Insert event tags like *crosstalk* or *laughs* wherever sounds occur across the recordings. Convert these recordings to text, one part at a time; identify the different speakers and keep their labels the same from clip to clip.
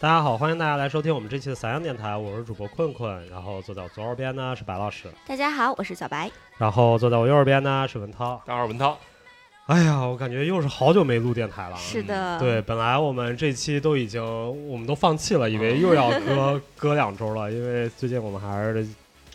Speaker 1: 大家好，欢迎大家来收听我们这期的散养电台，我是主播困困，然后坐在我左手边呢是白老师，
Speaker 2: 大家好，我是小白。
Speaker 1: 然后坐在我右手边呢是文涛。
Speaker 3: 大二文涛，
Speaker 1: 哎呀，我感觉又是好久没录电台了。
Speaker 2: 是啊的，
Speaker 1: 对，本来我们这期都已经我们都放弃了，以为又要
Speaker 2: *laughs*
Speaker 1: 隔隔两周了，因为最近我们还是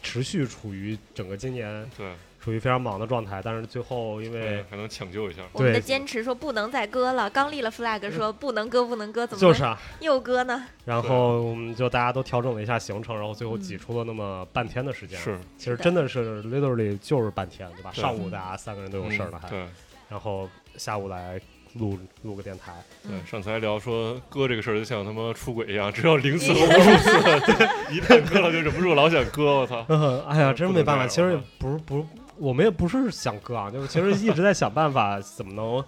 Speaker 1: 持续处于整个今年
Speaker 3: 对嗯
Speaker 1: 处于非常忙的状态，但是最后因为
Speaker 3: 还能抢救一下。
Speaker 2: 我们的
Speaker 1: 对
Speaker 2: 坚持说不能再割了，刚立了 flag 说不能割，不能割，怎么
Speaker 1: 就是
Speaker 2: 能
Speaker 1: 啊，
Speaker 2: 又割呢？
Speaker 1: 然后我们就大家都调整了一下行程，然后最后
Speaker 2: 嗯
Speaker 1: 挤出了那么半天的时间。
Speaker 3: 是
Speaker 1: 其实
Speaker 2: 是的
Speaker 1: 真的是 literally 就是半天，对吧？
Speaker 3: 对
Speaker 1: 上午大家三个人都有事儿了，
Speaker 3: 嗯
Speaker 1: 还、
Speaker 3: 对
Speaker 1: 然后下午来录录个电台，
Speaker 3: 对，
Speaker 2: 嗯
Speaker 3: 上次还聊说哥这个事儿就像他妈出轨一样，只要零次和无数次，对，一旦割了就忍不住老想割，我操，
Speaker 1: 嗯，哎呀，
Speaker 3: 嗯
Speaker 1: 真
Speaker 3: 不
Speaker 1: 没
Speaker 3: 能
Speaker 1: 办法，其
Speaker 3: 这样
Speaker 1: 实也
Speaker 3: 啊
Speaker 1: 不是不是，我们也不是想割啊，就是其实一直在想办法怎么能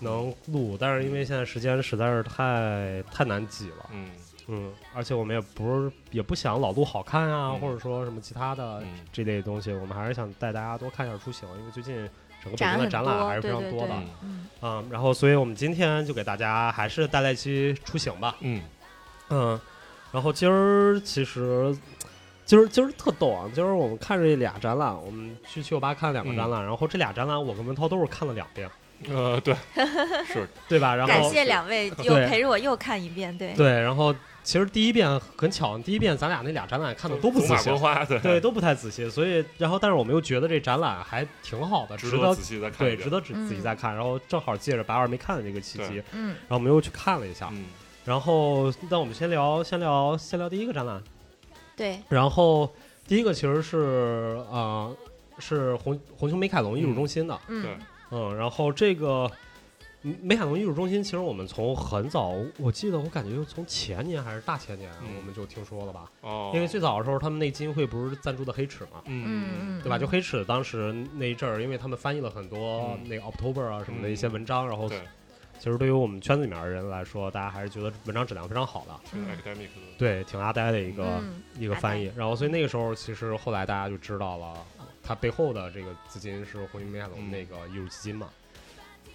Speaker 1: 能录，但是因为现在时间实在是太太难挤了，
Speaker 3: 嗯
Speaker 1: 嗯，而且我们也不是也不想老录好看啊，
Speaker 3: 嗯
Speaker 1: 或者说什么其他的
Speaker 3: 嗯
Speaker 1: 这类东西，我们还是想带大家多看一下出行，因为最近整个北
Speaker 2: 展
Speaker 1: 京的
Speaker 2: 很
Speaker 1: 展览
Speaker 2: 多
Speaker 1: 还是非
Speaker 2: 对
Speaker 1: 常
Speaker 2: 对
Speaker 1: 多的
Speaker 2: 对
Speaker 1: 啊、
Speaker 3: 嗯
Speaker 2: 嗯，
Speaker 1: 嗯然后所以我们今天就给大家还是带来一期出行吧，
Speaker 3: 嗯，
Speaker 1: 嗯，然后今儿其实今儿今儿特逗啊，今儿我们看这俩展览，我们去七九八看了两个
Speaker 3: 嗯
Speaker 1: 展览，然后这俩展览我跟文涛都是看了两遍，
Speaker 3: 呃，对，是
Speaker 1: 对吧？然
Speaker 2: 感
Speaker 1: 后
Speaker 2: 谢两位又
Speaker 1: 对
Speaker 2: 陪着我又看一遍，对，
Speaker 1: 对，然后其实第一遍很巧，第一遍咱俩那俩展览看的都不
Speaker 3: 走
Speaker 1: 仔
Speaker 3: 马
Speaker 1: 细啊
Speaker 3: 观，花， *laughs* 对
Speaker 1: 对，，都不太仔细，所以然后但是我们又觉得这展览还挺好的，值
Speaker 3: 值得
Speaker 1: 得
Speaker 3: 仔细再看一
Speaker 1: 对
Speaker 3: 遍，嗯
Speaker 1: 值得只自己再看，然后正好借着白二没看的这个契机，
Speaker 3: 对
Speaker 1: 然
Speaker 2: 嗯，
Speaker 1: 后我们又去看了一下，
Speaker 3: 嗯，
Speaker 1: 然后那我们先聊先聊先聊第一个展览。
Speaker 2: 对，
Speaker 1: 然后第一个其实是呃是红红熊美凯龙艺术中心的，
Speaker 3: 对
Speaker 2: 嗯，
Speaker 1: 嗯然后这个嗯美凯龙艺术中心其实我们从很早，我记得我感觉就从前年还是大前年，
Speaker 3: 嗯
Speaker 1: 我们就听说了吧，
Speaker 3: 哦，
Speaker 1: 因为最早的时候他们那基金会不是赞助的黑齿嘛。
Speaker 3: 嗯
Speaker 2: 嗯嗯，
Speaker 1: 对吧？就黑齿当时那一阵儿，因为他们翻译了很多
Speaker 3: 嗯
Speaker 1: 那个 October 啊什么的一些
Speaker 3: 嗯
Speaker 1: 文章，然后
Speaker 3: 对
Speaker 1: 其实对于我们圈子里面的人来说，大家还是觉得文章质量非常好的，
Speaker 3: 挺 academic 的，
Speaker 1: 对，挺阿呆的一个、
Speaker 2: 嗯，
Speaker 1: 一个翻译。然后，所以那个时候，其实后来大家就知道了，它背后的这个资金是红星美凯龙
Speaker 3: 嗯
Speaker 1: 那个艺术基金嘛。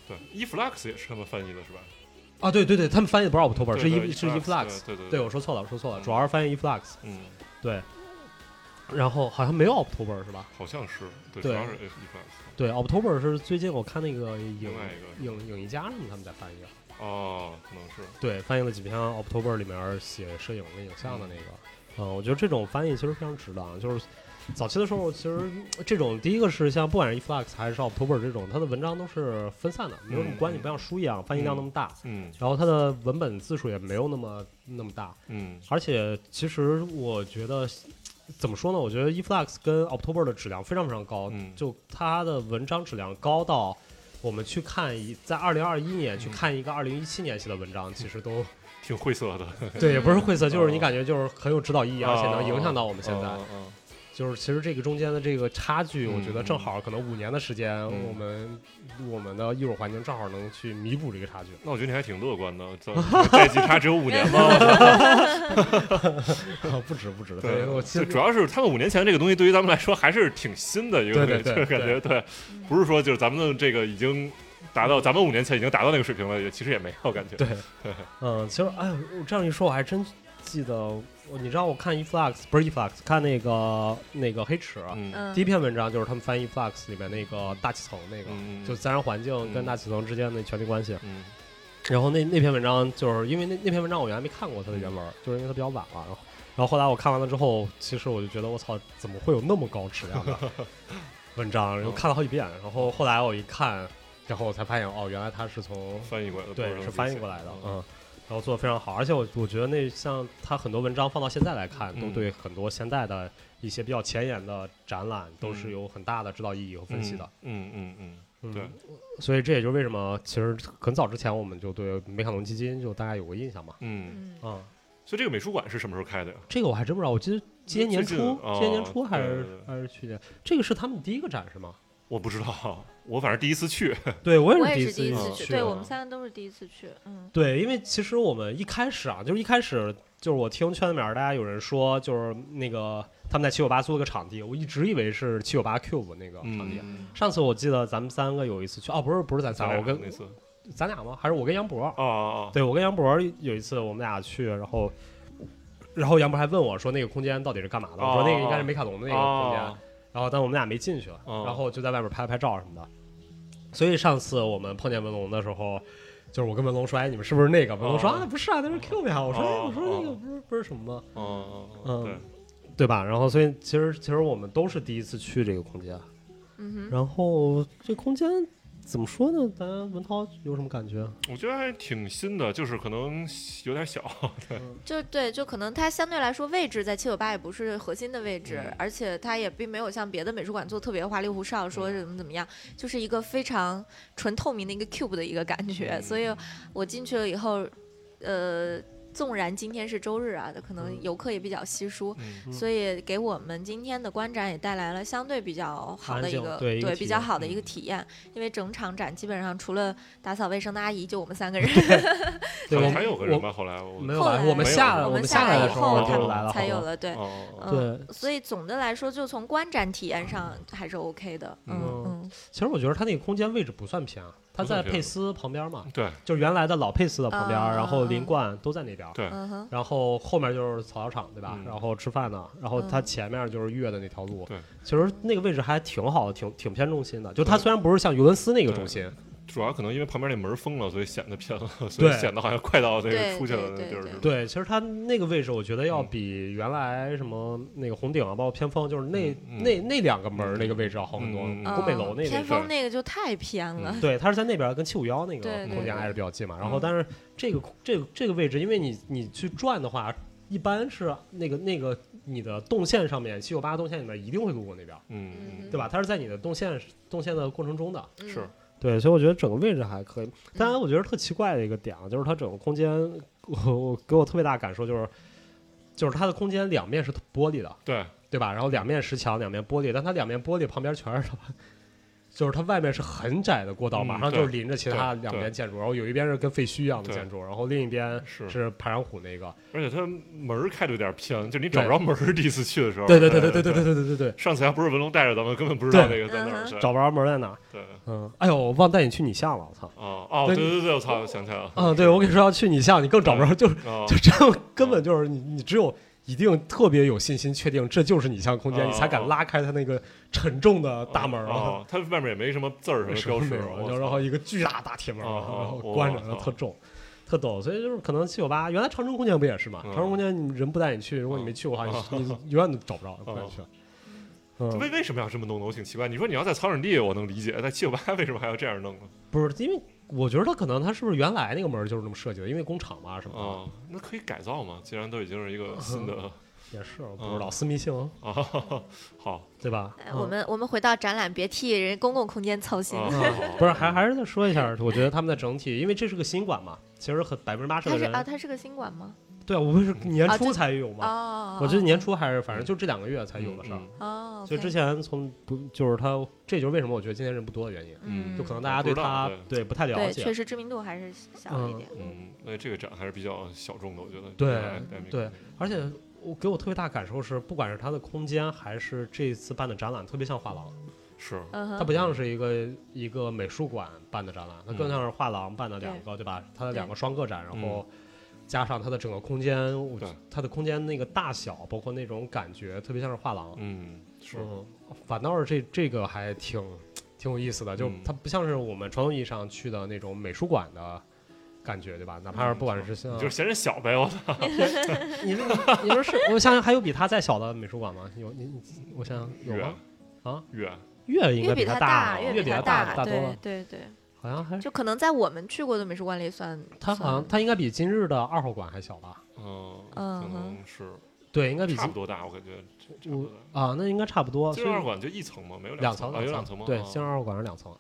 Speaker 3: 对，Eflux 也是他们翻译的是吧？
Speaker 1: 啊，对对对，他们翻译的不是 October，是
Speaker 3: 对对
Speaker 1: E 是
Speaker 3: Eflux，
Speaker 1: Eflux。
Speaker 3: 对对
Speaker 1: 对，我，说错了，我说错了，
Speaker 3: 嗯
Speaker 1: 主要是翻译 Eflux。
Speaker 3: 嗯，
Speaker 1: 对，然后好像没有 October 是吧？
Speaker 3: 好像是，对，
Speaker 1: 对
Speaker 3: 主要是 E Eflux，
Speaker 1: 对，October 是最近我看那个影
Speaker 3: 另外一个
Speaker 1: 影影艺家什么他们在翻译，
Speaker 3: 哦，可能是，
Speaker 1: 对，翻译了几篇 October 里面写摄影跟影像的那个。嗯，我觉得这种翻译其实非常值当，就是早期的时候，其实这种第一个是像不管是 Eflux 还是 October 这种，它的文章都是分散的，没有什么关系，
Speaker 3: 嗯
Speaker 1: 不像书一样翻译量那么大，
Speaker 3: 嗯
Speaker 1: 然后它的文本字数也没有那么那么大，
Speaker 3: 嗯
Speaker 1: 而且其实我觉得怎么说呢？我觉得 E Eflux 跟 October 的质量非常非常高，
Speaker 3: 嗯
Speaker 1: 就它的文章质量高到。我们去看一，在二零二一年去
Speaker 3: 嗯
Speaker 1: 看一个二零一七年写的文章，其实
Speaker 3: *laughs*
Speaker 1: 都
Speaker 3: 挺晦涩的，
Speaker 1: 对，也不是晦涩，就是你
Speaker 3: 哦
Speaker 1: 感觉就是很有指导意义，而且能影响到我们现在。
Speaker 3: 哦哦
Speaker 1: 就是其实这个中间的这个差距，
Speaker 3: 嗯
Speaker 1: 我觉得正好可能五年的时间，
Speaker 3: 嗯
Speaker 1: 我们我们的艺术环境正好能去弥补这个
Speaker 3: *laughs*
Speaker 1: 差距。
Speaker 3: 那我觉得你还挺乐观的，这这季差只
Speaker 2: 嗯
Speaker 3: 有五年
Speaker 1: *laughs*
Speaker 3: 吗？我操
Speaker 1: 不止不止，
Speaker 3: 对，
Speaker 1: 我其
Speaker 3: 就
Speaker 1: 实
Speaker 3: 主要是他们五年前这个东西对于咱们来说还是挺新的一个东
Speaker 1: 对
Speaker 3: 西，
Speaker 1: 对对
Speaker 3: *laughs* 就是感觉对，不是说就是咱们的这个已经达到咱们五年前已经达到那个水平了，也其实也没有感觉。
Speaker 1: 对，
Speaker 3: *laughs*
Speaker 1: 嗯，其实哎呦，我这样一说，我还真记得，我你知道我看 E Eflux 不是 Eflux，看那个那个黑齿，啊
Speaker 3: 嗯
Speaker 2: 嗯，
Speaker 1: 第一篇文章就是他们翻译 E Eflux 里面那个大气层那个，
Speaker 3: 嗯，
Speaker 1: 就自然环境跟
Speaker 3: 嗯
Speaker 1: 大气层之间的权力关系。
Speaker 3: 嗯
Speaker 1: 然后那那篇文章就是因为那那篇文章我原来没看过它的原文，
Speaker 3: 嗯
Speaker 1: 就是因为它比较晚了。然后然后后来我看完了之后，其实我就觉得我操，怎么会有那么高质量
Speaker 3: *laughs*
Speaker 1: 的文章？
Speaker 3: 嗯
Speaker 1: 然后看了好几遍，然后后来我一看，然后我才发现哦，原来它是从
Speaker 3: 翻译过来的，
Speaker 1: 对
Speaker 3: 不
Speaker 1: 是
Speaker 3: 自己
Speaker 1: 翻译
Speaker 3: 写
Speaker 1: 过来的，嗯。然后做的非常好，而且我我觉得那像他很多文章放到现在来看，都
Speaker 3: 嗯
Speaker 1: 对很多现在的一些比较前沿的展览都是
Speaker 3: 嗯
Speaker 1: 有很大的指导意义和分析的。，
Speaker 3: 嗯嗯嗯
Speaker 1: 嗯
Speaker 3: 嗯，对，
Speaker 1: 所以这也就是为什么其实很早之前我们就对美凯龙基金就大概有个印象嘛。
Speaker 3: 嗯，
Speaker 2: 嗯，
Speaker 1: 啊、
Speaker 3: 所以这个美术馆是什么时候开的呀？
Speaker 1: 这个我还真不知道，我记得今年年初，
Speaker 3: 最近哦
Speaker 1: 今年年初还是
Speaker 3: 对对对
Speaker 1: 还是去年，这个是他们第一个展是吗？
Speaker 3: 我不知道，我反正第一次去，
Speaker 1: 对，我
Speaker 2: 我
Speaker 1: 是一
Speaker 2: 也是第一次去，
Speaker 1: 去。
Speaker 2: 对
Speaker 3: 啊
Speaker 2: 我们三个都是第一次去，嗯，
Speaker 1: 对，因为其实我们一开始啊，就是一开始就是我听圈子里面大家有人说，就是那个他们在七九八租了个场地，我一直以为是七九八 Cube 那个场地。
Speaker 3: 嗯，
Speaker 1: 上次我记得咱们三个有一次去，哦，不是不是咱
Speaker 3: 咱
Speaker 1: 仨，
Speaker 3: 俩
Speaker 1: 我跟
Speaker 3: 那次，
Speaker 1: 咱俩吗？还是我跟杨博？
Speaker 3: 啊啊
Speaker 1: 对我跟杨博有一次我们俩去，然后然后杨博还问我说那个空间到底是干嘛的？
Speaker 3: 哦
Speaker 1: 我说那个应该是梅卡龙的那个空间。
Speaker 3: 啊！
Speaker 1: 然后但我们俩没进去，
Speaker 3: 哦
Speaker 1: 然后就在外边拍了拍照什么的。所以上次我们碰见文龙的时候，就是我跟文龙说：“哎，你们是不是那个？”文龙说：“
Speaker 3: 哦
Speaker 1: 啊，不是啊，那是 Q 呀。”我说：“哎，
Speaker 3: 哦
Speaker 1: 我说那个
Speaker 3: 哦
Speaker 1: 不是不是什么吗？
Speaker 3: 哦，
Speaker 1: 嗯
Speaker 3: 对，
Speaker 1: 对吧？”然后所以其实其实我们都是第一次去这个空间，
Speaker 2: 嗯哼，
Speaker 1: 然后这空间怎么说呢？咱文涛有什么感觉？
Speaker 3: 我觉得还挺新的，就是可能有点小，
Speaker 2: *laughs* 就是对，就可能它相对来说位置在七九八也不是核心的位置，
Speaker 3: 嗯
Speaker 2: 而且它也并没有像别的美术馆做特别花里胡哨，说是
Speaker 1: 嗯
Speaker 2: 怎么怎么样，就是一个非常纯透明的一个 cube 的一个感觉。
Speaker 3: 嗯
Speaker 2: 所以我进去了以后，呃，纵然今天是周日啊，可能
Speaker 1: 嗯
Speaker 2: 游客也比较稀疏，
Speaker 3: 嗯
Speaker 1: 嗯
Speaker 2: 所以给我们今天的观展也带来了相对比较好的一
Speaker 1: 安
Speaker 2: 个
Speaker 1: 静对一个体验嗯
Speaker 2: 比较好的一个体验，因为整场展基本上除了打扫卫生的阿姨，就我们三
Speaker 1: *laughs*
Speaker 2: 个人。
Speaker 1: 对，我
Speaker 3: 还有个人
Speaker 1: 我
Speaker 3: 吧，后来我
Speaker 1: 没
Speaker 3: 有
Speaker 1: 有
Speaker 2: 后
Speaker 1: 来，
Speaker 2: 来
Speaker 1: 我们下
Speaker 3: 没有
Speaker 1: 我
Speaker 2: 我
Speaker 1: 们
Speaker 2: 们
Speaker 1: 下
Speaker 2: 来
Speaker 1: 来的
Speaker 2: 以
Speaker 1: 时候
Speaker 2: 后
Speaker 3: 他
Speaker 1: 就
Speaker 3: 们
Speaker 1: 来了，
Speaker 2: 才有
Speaker 1: 好多。
Speaker 2: 了，对，
Speaker 3: 哦，
Speaker 1: 对
Speaker 2: 嗯，所以总的来说，就从观展体验上还是 OK 的，
Speaker 1: 嗯
Speaker 2: 嗯
Speaker 1: 其实我觉得它那个空间位置不算偏，啊，它
Speaker 3: 不算
Speaker 1: 在
Speaker 3: 偏
Speaker 1: 佩斯旁边嘛，
Speaker 3: 对，
Speaker 1: 就原来的老佩斯的旁边，
Speaker 2: 啊
Speaker 1: 然后林冠都在那边。
Speaker 3: 对
Speaker 2: 嗯嗯哼，
Speaker 1: 然后后面就是草药场，对吧？
Speaker 3: 嗯
Speaker 1: 然后吃饭呢，然后它
Speaker 2: 嗯
Speaker 1: 前面就是越的那条路。
Speaker 3: 对，
Speaker 1: 其实那个位置还挺好的，挺挺偏中心的。就它
Speaker 3: 对
Speaker 1: 虽然不是像尤伦斯那个中心，
Speaker 3: 主要可能因为旁边那门封了，所以显得偏了，所以
Speaker 1: 对
Speaker 3: 显得好像快到那个
Speaker 2: 对
Speaker 3: 出去了
Speaker 2: 对
Speaker 3: 那
Speaker 2: 对
Speaker 3: 地儿似
Speaker 2: 对
Speaker 3: 的。
Speaker 1: 对其实它那个位置我觉得要
Speaker 3: 嗯
Speaker 1: 比原来什么那个红顶啊，包括偏锋，就是那、
Speaker 3: 嗯嗯
Speaker 1: 那那两个门儿那个位置要好很多。
Speaker 3: 嗯嗯
Speaker 1: 宫北楼那嗯
Speaker 2: 天
Speaker 1: 个。
Speaker 2: 风那个就太偏了，
Speaker 1: 对，它是在那边跟七五幺那个
Speaker 2: 对对
Speaker 1: 空间挨
Speaker 3: 对
Speaker 1: 着比较近嘛。然后，
Speaker 2: 嗯
Speaker 1: 但是这个这个这个位置，因为你你去转的话，一般是那个那个你的动线上面，七九八动线里面一定会路过那边，
Speaker 3: 嗯，嗯
Speaker 1: 对吧？？它是在你的动线动线的过程中的。
Speaker 2: 嗯
Speaker 3: 是，
Speaker 1: 对，所以我觉得整个位置还可以。当
Speaker 3: 嗯
Speaker 1: 然，我觉得特奇怪的一个点啊，就是它整个空间，我我给我特别大感受就是，就是它的空间两面是玻璃的，
Speaker 3: 对，
Speaker 1: 对吧？然后两面石墙，两面玻璃，但它两面玻璃旁边全是它， *laughs* 就是它外面是很窄的过道，
Speaker 3: 嗯
Speaker 1: 马上就是临着其他
Speaker 3: 对
Speaker 1: 两边建筑，然后有一边是跟废墟一样的
Speaker 3: 对
Speaker 1: 建筑，然后另一边
Speaker 3: 是哦
Speaker 1: 是排山虎那个。
Speaker 3: 而且它门儿开的有点偏，就你找不着门儿。第一次去的时候，
Speaker 1: 对对
Speaker 3: 对
Speaker 1: 对对对对
Speaker 3: 对。
Speaker 1: 对对对对对，
Speaker 3: 上次还不是文龙带着咱们，根本不知道那个在哪儿。
Speaker 2: 嗯
Speaker 3: 对
Speaker 1: 找不着门在哪儿。
Speaker 3: 对，
Speaker 1: 嗯，哎呦，我忘带你去你巷了，我操！
Speaker 3: 哦哦，
Speaker 1: 对
Speaker 3: 对对对，我操，想起来了。
Speaker 1: 嗯，对，我跟你说要去你巷，你更找不着，就是
Speaker 3: 哦
Speaker 1: *laughs* 就这样，根本就是你你只有。一定特别有信心，确定这就是你巷空间，
Speaker 3: 哦
Speaker 1: 你才敢拉开它那个沉重的大门儿啊！
Speaker 3: 哦，它外面也没什么字儿
Speaker 1: 什
Speaker 3: 什么
Speaker 1: 没
Speaker 3: 标识，
Speaker 1: 有，
Speaker 3: 嗯
Speaker 1: 然后
Speaker 3: 我操
Speaker 1: 然后一个巨大大铁门，
Speaker 3: 哦
Speaker 1: 然
Speaker 3: 哦
Speaker 1: 后
Speaker 3: 我
Speaker 1: 关着，
Speaker 3: 操
Speaker 1: 然后特重，特逗。所以就是可能七九八，原来长城空间不也是嘛？
Speaker 3: 嗯
Speaker 1: 长城空间你人不带你去，如果你没去过的话，你
Speaker 3: *laughs*
Speaker 1: 你永远都找不着，不敢去。嗯，
Speaker 3: 为为什么要这么弄呢？我挺奇怪。你说你要在草场地，我能理解，在七九八 *laughs* 为什么还要这样弄呢？
Speaker 1: 不是，因为我觉得它可能它是不是原来那个门就是这么设计的，因为工厂啊嘛什么
Speaker 3: 哦，那可以改造嘛？既然都已经是一
Speaker 1: 嗯
Speaker 3: 个新
Speaker 1: *laughs*
Speaker 3: 的
Speaker 1: 的，也是我不知道私密性
Speaker 3: 啊，好，
Speaker 1: 对吧
Speaker 2: 哎？
Speaker 1: 嗯
Speaker 2: 我们我们回到展览，别替人公共空间操心
Speaker 3: 啊
Speaker 2: 了。
Speaker 1: *laughs*
Speaker 3: 好
Speaker 1: 不是还还是再说一下，我觉得他们的整体，因为这是个新馆嘛，其实很百分之八十
Speaker 2: 它
Speaker 1: 的
Speaker 2: 是啊，
Speaker 1: 人，
Speaker 2: 它是个新馆吗？
Speaker 1: 对啊，我们是年
Speaker 2: 啊
Speaker 1: 初
Speaker 2: 就
Speaker 1: 才有嘛，
Speaker 2: 哦，
Speaker 1: 我觉得年初还是反正就这两个月才有的事儿。
Speaker 3: 嗯
Speaker 2: 哦，
Speaker 1: 所以之前从不就是他，这就是为什么我觉得今天人不多的原因，
Speaker 2: 嗯，
Speaker 1: 就可能大家对他
Speaker 3: 不知道
Speaker 1: 对不太了
Speaker 2: 对，
Speaker 1: 解
Speaker 2: 确。实知名度还是小一点。
Speaker 3: 嗯，那这个展还是比较小众的，我觉得。
Speaker 1: 对
Speaker 3: 哎哎明白
Speaker 1: 对而且我给我特别大感受是，不管是它的空间，还是这次办的展览，特别像画廊，
Speaker 3: 是，
Speaker 2: 嗯
Speaker 1: 它
Speaker 2: 哼，
Speaker 1: 不像是一个一个美术馆办的展览，它
Speaker 3: 嗯
Speaker 1: 更像是画廊办的两个，对吧？它的两个双个展，然后加上它的整个空间，我
Speaker 3: 对
Speaker 1: 它的空间那个大小，包括那种感觉，特别像是画廊。
Speaker 3: 嗯，是，
Speaker 1: 嗯，反倒是这这个还挺挺有意思的，就
Speaker 3: 嗯
Speaker 1: 它不像是我们传统意义上去的那种美术馆的感觉，对吧？哪怕是不管是像
Speaker 3: 你嗯就是嫌人小呗，我操，
Speaker 1: 你说你说是，我想想还有比它再小的美术馆吗？有你你我想想 *laughs* 有
Speaker 3: 远
Speaker 1: 吗？啊，
Speaker 3: 远，
Speaker 1: 月应该
Speaker 2: 越比
Speaker 1: 它啊
Speaker 2: 它大，
Speaker 1: 越
Speaker 2: 比
Speaker 1: 它
Speaker 2: 大，
Speaker 1: 大多
Speaker 2: 对
Speaker 1: 了，
Speaker 2: 对对，
Speaker 1: 好像还是
Speaker 2: 就可能在我们去过的美术馆里算，
Speaker 1: 它好像
Speaker 2: 算
Speaker 1: 它应该比今日的二号馆还小吧？
Speaker 3: 嗯，
Speaker 2: 嗯
Speaker 3: 可能是
Speaker 1: 对，应该比
Speaker 3: 差
Speaker 1: 今
Speaker 3: 不多大，我感觉差差不多大。
Speaker 1: 啊，那应该差不多。
Speaker 3: 金
Speaker 1: 所以
Speaker 3: 二馆就一层吗？没有
Speaker 1: 两
Speaker 3: 层，
Speaker 1: 层，
Speaker 3: 啊有两
Speaker 1: 两
Speaker 3: 层吗？
Speaker 1: 对，
Speaker 3: 啊
Speaker 1: 今日二号馆是两层。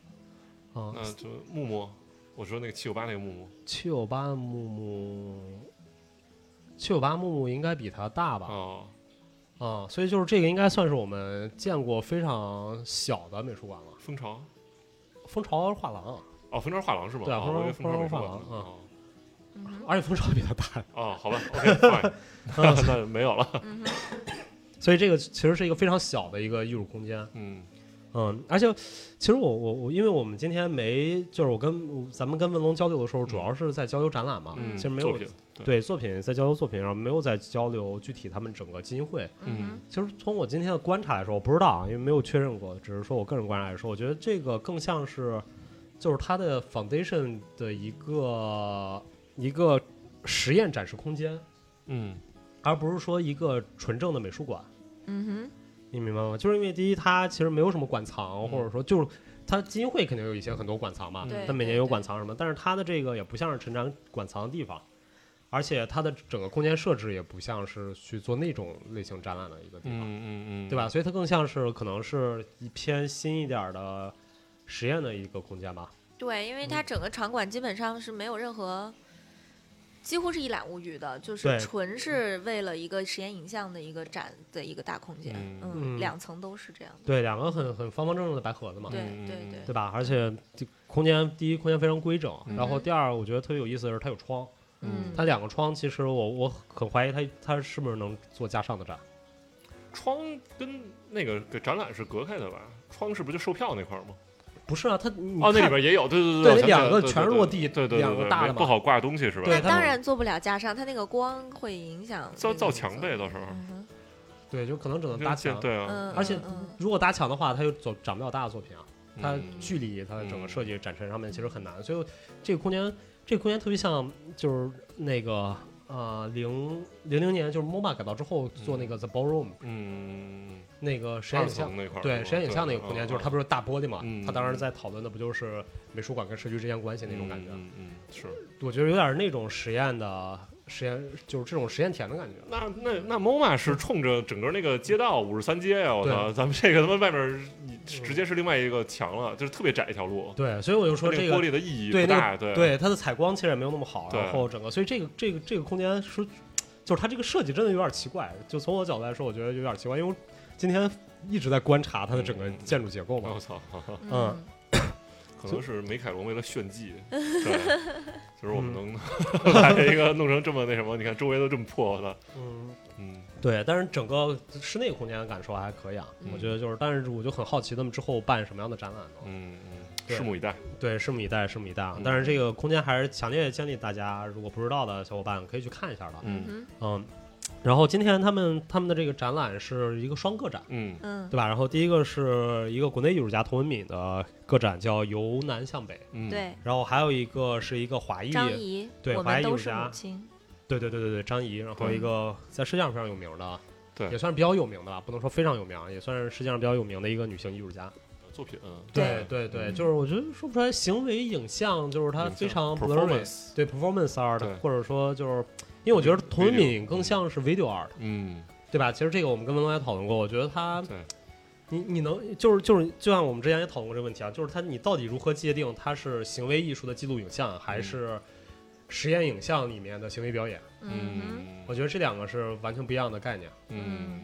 Speaker 1: 啊，
Speaker 3: 那就木木，我说那个七九八那个木木，
Speaker 1: 七九八木木，七九八木木应该比它大吧？
Speaker 3: 哦，
Speaker 1: 啊、所以就是这个应该算是我们见过非常小的美术馆了。
Speaker 3: 蜂巢，
Speaker 1: 蜂巢画廊，啊
Speaker 3: 哦，蜂巢画廊是吗？
Speaker 1: 对啊
Speaker 3: 哦我以为
Speaker 1: 蜂巢
Speaker 3: 蜂巢美
Speaker 1: 蜂巢
Speaker 3: 术馆呢
Speaker 1: 画廊啊
Speaker 3: 哦
Speaker 2: 嗯哼
Speaker 1: 而且蜂巢比它大，
Speaker 3: 哦，好吧，OK，fine
Speaker 1: *laughs*
Speaker 3: 那没有了，
Speaker 2: 嗯哼，
Speaker 1: *laughs* 所以这个其实是一个非常小的一个艺术空间。
Speaker 3: 嗯，
Speaker 1: 嗯，而且其实我我我，因为我们今天没就是我跟咱们跟文龙交流的时候，主要是在交流展览嘛，
Speaker 3: 嗯，
Speaker 1: 其实没
Speaker 3: 作
Speaker 1: 有
Speaker 3: 品，
Speaker 1: 对作品在交流作品上没有在交流具体他们整个基金会。
Speaker 3: 嗯
Speaker 1: 其实从我今天的观察来说，我不知道啊，因为没有确认过，只是说我个人观察来说，我觉得这个更像是就是它的 foundation 的一个一个实验展示空间，
Speaker 3: 嗯
Speaker 1: 而不是说一个纯正的美术馆。
Speaker 2: 嗯
Speaker 1: 你明白吗？就是因为第一，它其实没有什么馆藏，
Speaker 3: 嗯
Speaker 1: 或者说就是它基金会肯定有一些很多馆藏嘛
Speaker 2: 哼，，对，
Speaker 1: 它每
Speaker 2: 对
Speaker 1: 年有
Speaker 2: 对
Speaker 1: 馆藏什么，但是它的这个也不像是成长馆藏的地方，而且它的整个空间设置也不像是去做那种类型展览的一个地方，
Speaker 3: 嗯嗯嗯，
Speaker 1: 对吧？所以它更像是可能是一偏新一点儿的实验的一个空间吧。
Speaker 2: 对，因为它整个场馆基本上是没有任何，几乎是一览无余的，就
Speaker 1: 对
Speaker 2: 是纯是为了一个实验影像的一个展的一个大空间，
Speaker 3: 嗯
Speaker 1: 嗯
Speaker 2: 两层都是这样的。
Speaker 1: 对，两个很很方方正正的白盒子嘛，
Speaker 2: 对
Speaker 3: 嗯
Speaker 2: 对
Speaker 3: 嗯
Speaker 2: 对，
Speaker 1: 对吧？而且这空间第一空间非常规整，
Speaker 3: 嗯
Speaker 1: 然后第二我觉得特别有意思的是它有窗。
Speaker 2: 嗯，
Speaker 1: 它两个窗，其实我我很怀疑它它是不是能做加上的展。
Speaker 3: 窗跟那个给展览是隔开的吧？窗是不是就售票那块儿吗？
Speaker 1: 不是啊，它你
Speaker 3: 哦，那里
Speaker 1: 看
Speaker 3: 边也有，对对
Speaker 1: 对
Speaker 3: 对，我
Speaker 1: 那
Speaker 3: 想起来
Speaker 1: 两个
Speaker 3: 对对
Speaker 1: 全
Speaker 3: 对
Speaker 1: 落地
Speaker 3: 对对
Speaker 1: 两
Speaker 3: 对
Speaker 1: 个
Speaker 3: 对，
Speaker 1: 大的嘛
Speaker 3: 不好挂东西是吧？
Speaker 1: 对
Speaker 2: 那
Speaker 1: 它
Speaker 2: 当
Speaker 1: 们
Speaker 2: 然做不了加上，它那个光会影响
Speaker 3: 造
Speaker 2: 那个
Speaker 3: 造
Speaker 2: 影
Speaker 3: 墙
Speaker 2: 像
Speaker 3: 呗，。到时候
Speaker 2: 嗯哼
Speaker 1: 对，就可能只能搭墙。
Speaker 3: 对啊，
Speaker 2: 嗯，
Speaker 1: 而且
Speaker 2: 嗯嗯
Speaker 1: 如果搭墙的话，它就走展不了大的作品啊。它
Speaker 3: 嗯
Speaker 1: 距离它的整个设计展陈上面其实很难，所以这个空间这个空间特别像就是那个呃零零零年就是 MoMA 改造之后做那个 The Ballroom
Speaker 3: 嗯，
Speaker 1: 那个实验
Speaker 3: 二
Speaker 1: 影像
Speaker 3: 层。那块儿是吧，
Speaker 1: 对，实验影像那个空间，就是它不是大玻璃嘛？
Speaker 3: 嗯
Speaker 1: 它当时在讨论的不就是美术馆跟社区之间关系那种感觉？啊
Speaker 3: 嗯嗯嗯是。
Speaker 1: 我觉得有点儿那种实验的实验，就是这种实验田的感觉。
Speaker 3: 那那那 MoMA 是冲着整个那个街道五十三街呀、我
Speaker 1: 对嗯
Speaker 3: 操，咱们这个他妈外面儿你直接是另外一个墙了，就是特别窄一条路。
Speaker 1: 对，所以我就说这
Speaker 3: 那玻
Speaker 1: 个
Speaker 3: 璃的意义
Speaker 1: 对
Speaker 3: 不
Speaker 1: 那个
Speaker 3: 大，对
Speaker 1: 对它的采光其实也没有那么好，
Speaker 3: 对
Speaker 1: 然后整个，所以这个这个这个空间是，就是它这个设计真的有点奇怪。就从我角度来说，我觉得有点奇怪，因为我今天一直在观察它的整个建筑结构嘛
Speaker 3: 我。操，哈哈
Speaker 2: 嗯
Speaker 1: 嗯
Speaker 3: 可
Speaker 1: 所
Speaker 3: 能
Speaker 1: 以
Speaker 3: 是梅凯龙为了炫
Speaker 2: *laughs*
Speaker 3: 技，对，就是我
Speaker 1: 嗯
Speaker 3: 们能 *laughs* 把这个弄成这么那什么，你看周围都这么破，我操，
Speaker 1: 嗯，
Speaker 3: 嗯
Speaker 1: 对，但是整个室内空间的感受还可以啊，
Speaker 2: 嗯
Speaker 1: 我觉得就是，但是我就很好奇他们之后办什么样的展览呢？
Speaker 3: 嗯嗯，
Speaker 1: 对
Speaker 3: 拭目以待。
Speaker 1: 对，拭目以待，拭目以待啊
Speaker 3: 嗯！
Speaker 1: 但是这个空间还是强烈建议大家，如果不知道的小伙伴可以去看一下的。
Speaker 2: 嗯
Speaker 3: 嗯
Speaker 2: 哼
Speaker 1: 嗯，然后今天他们他们的这个展览是一个双个展，
Speaker 3: 嗯
Speaker 2: 嗯
Speaker 1: 对吧？然后第一个是一个国内艺术家童文敏的个展，叫《由南向北》，
Speaker 3: 嗯，
Speaker 2: 对，
Speaker 1: 然后还有一个是一个华裔，
Speaker 2: 张仪，
Speaker 1: 嗯对
Speaker 2: 我
Speaker 1: 华
Speaker 2: 们
Speaker 1: 裔艺
Speaker 2: 都
Speaker 1: 术
Speaker 2: 是
Speaker 1: 家
Speaker 2: 母亲，
Speaker 1: 对对对对对，张仪，然后一个在世界上非常有名的，啊
Speaker 3: 对
Speaker 1: 也算是比较有名的吧，不能说非常有名，啊也算是世界上比较有名的一个女性艺术家。
Speaker 3: 作品，嗯
Speaker 1: 对对对，就是我觉得说不出来，行为影像就是它非常 blurry，
Speaker 3: performance，
Speaker 1: 对 performance art，
Speaker 3: 对
Speaker 1: 或者说就是，因为我觉得童文敏更像是 video art，
Speaker 3: 嗯，
Speaker 1: 对吧？其实这个我们跟文龙也讨论过，我觉得他
Speaker 3: 对，
Speaker 1: 你你能就是就是，就像我们之前也讨论过这个问题啊，就是他你到底如何界定它是行为艺术的记录影像，还
Speaker 3: 嗯
Speaker 1: 是实验影像里面的行为表演？
Speaker 2: 嗯
Speaker 1: 我觉得这两个是完全不一样的概念，
Speaker 3: 嗯，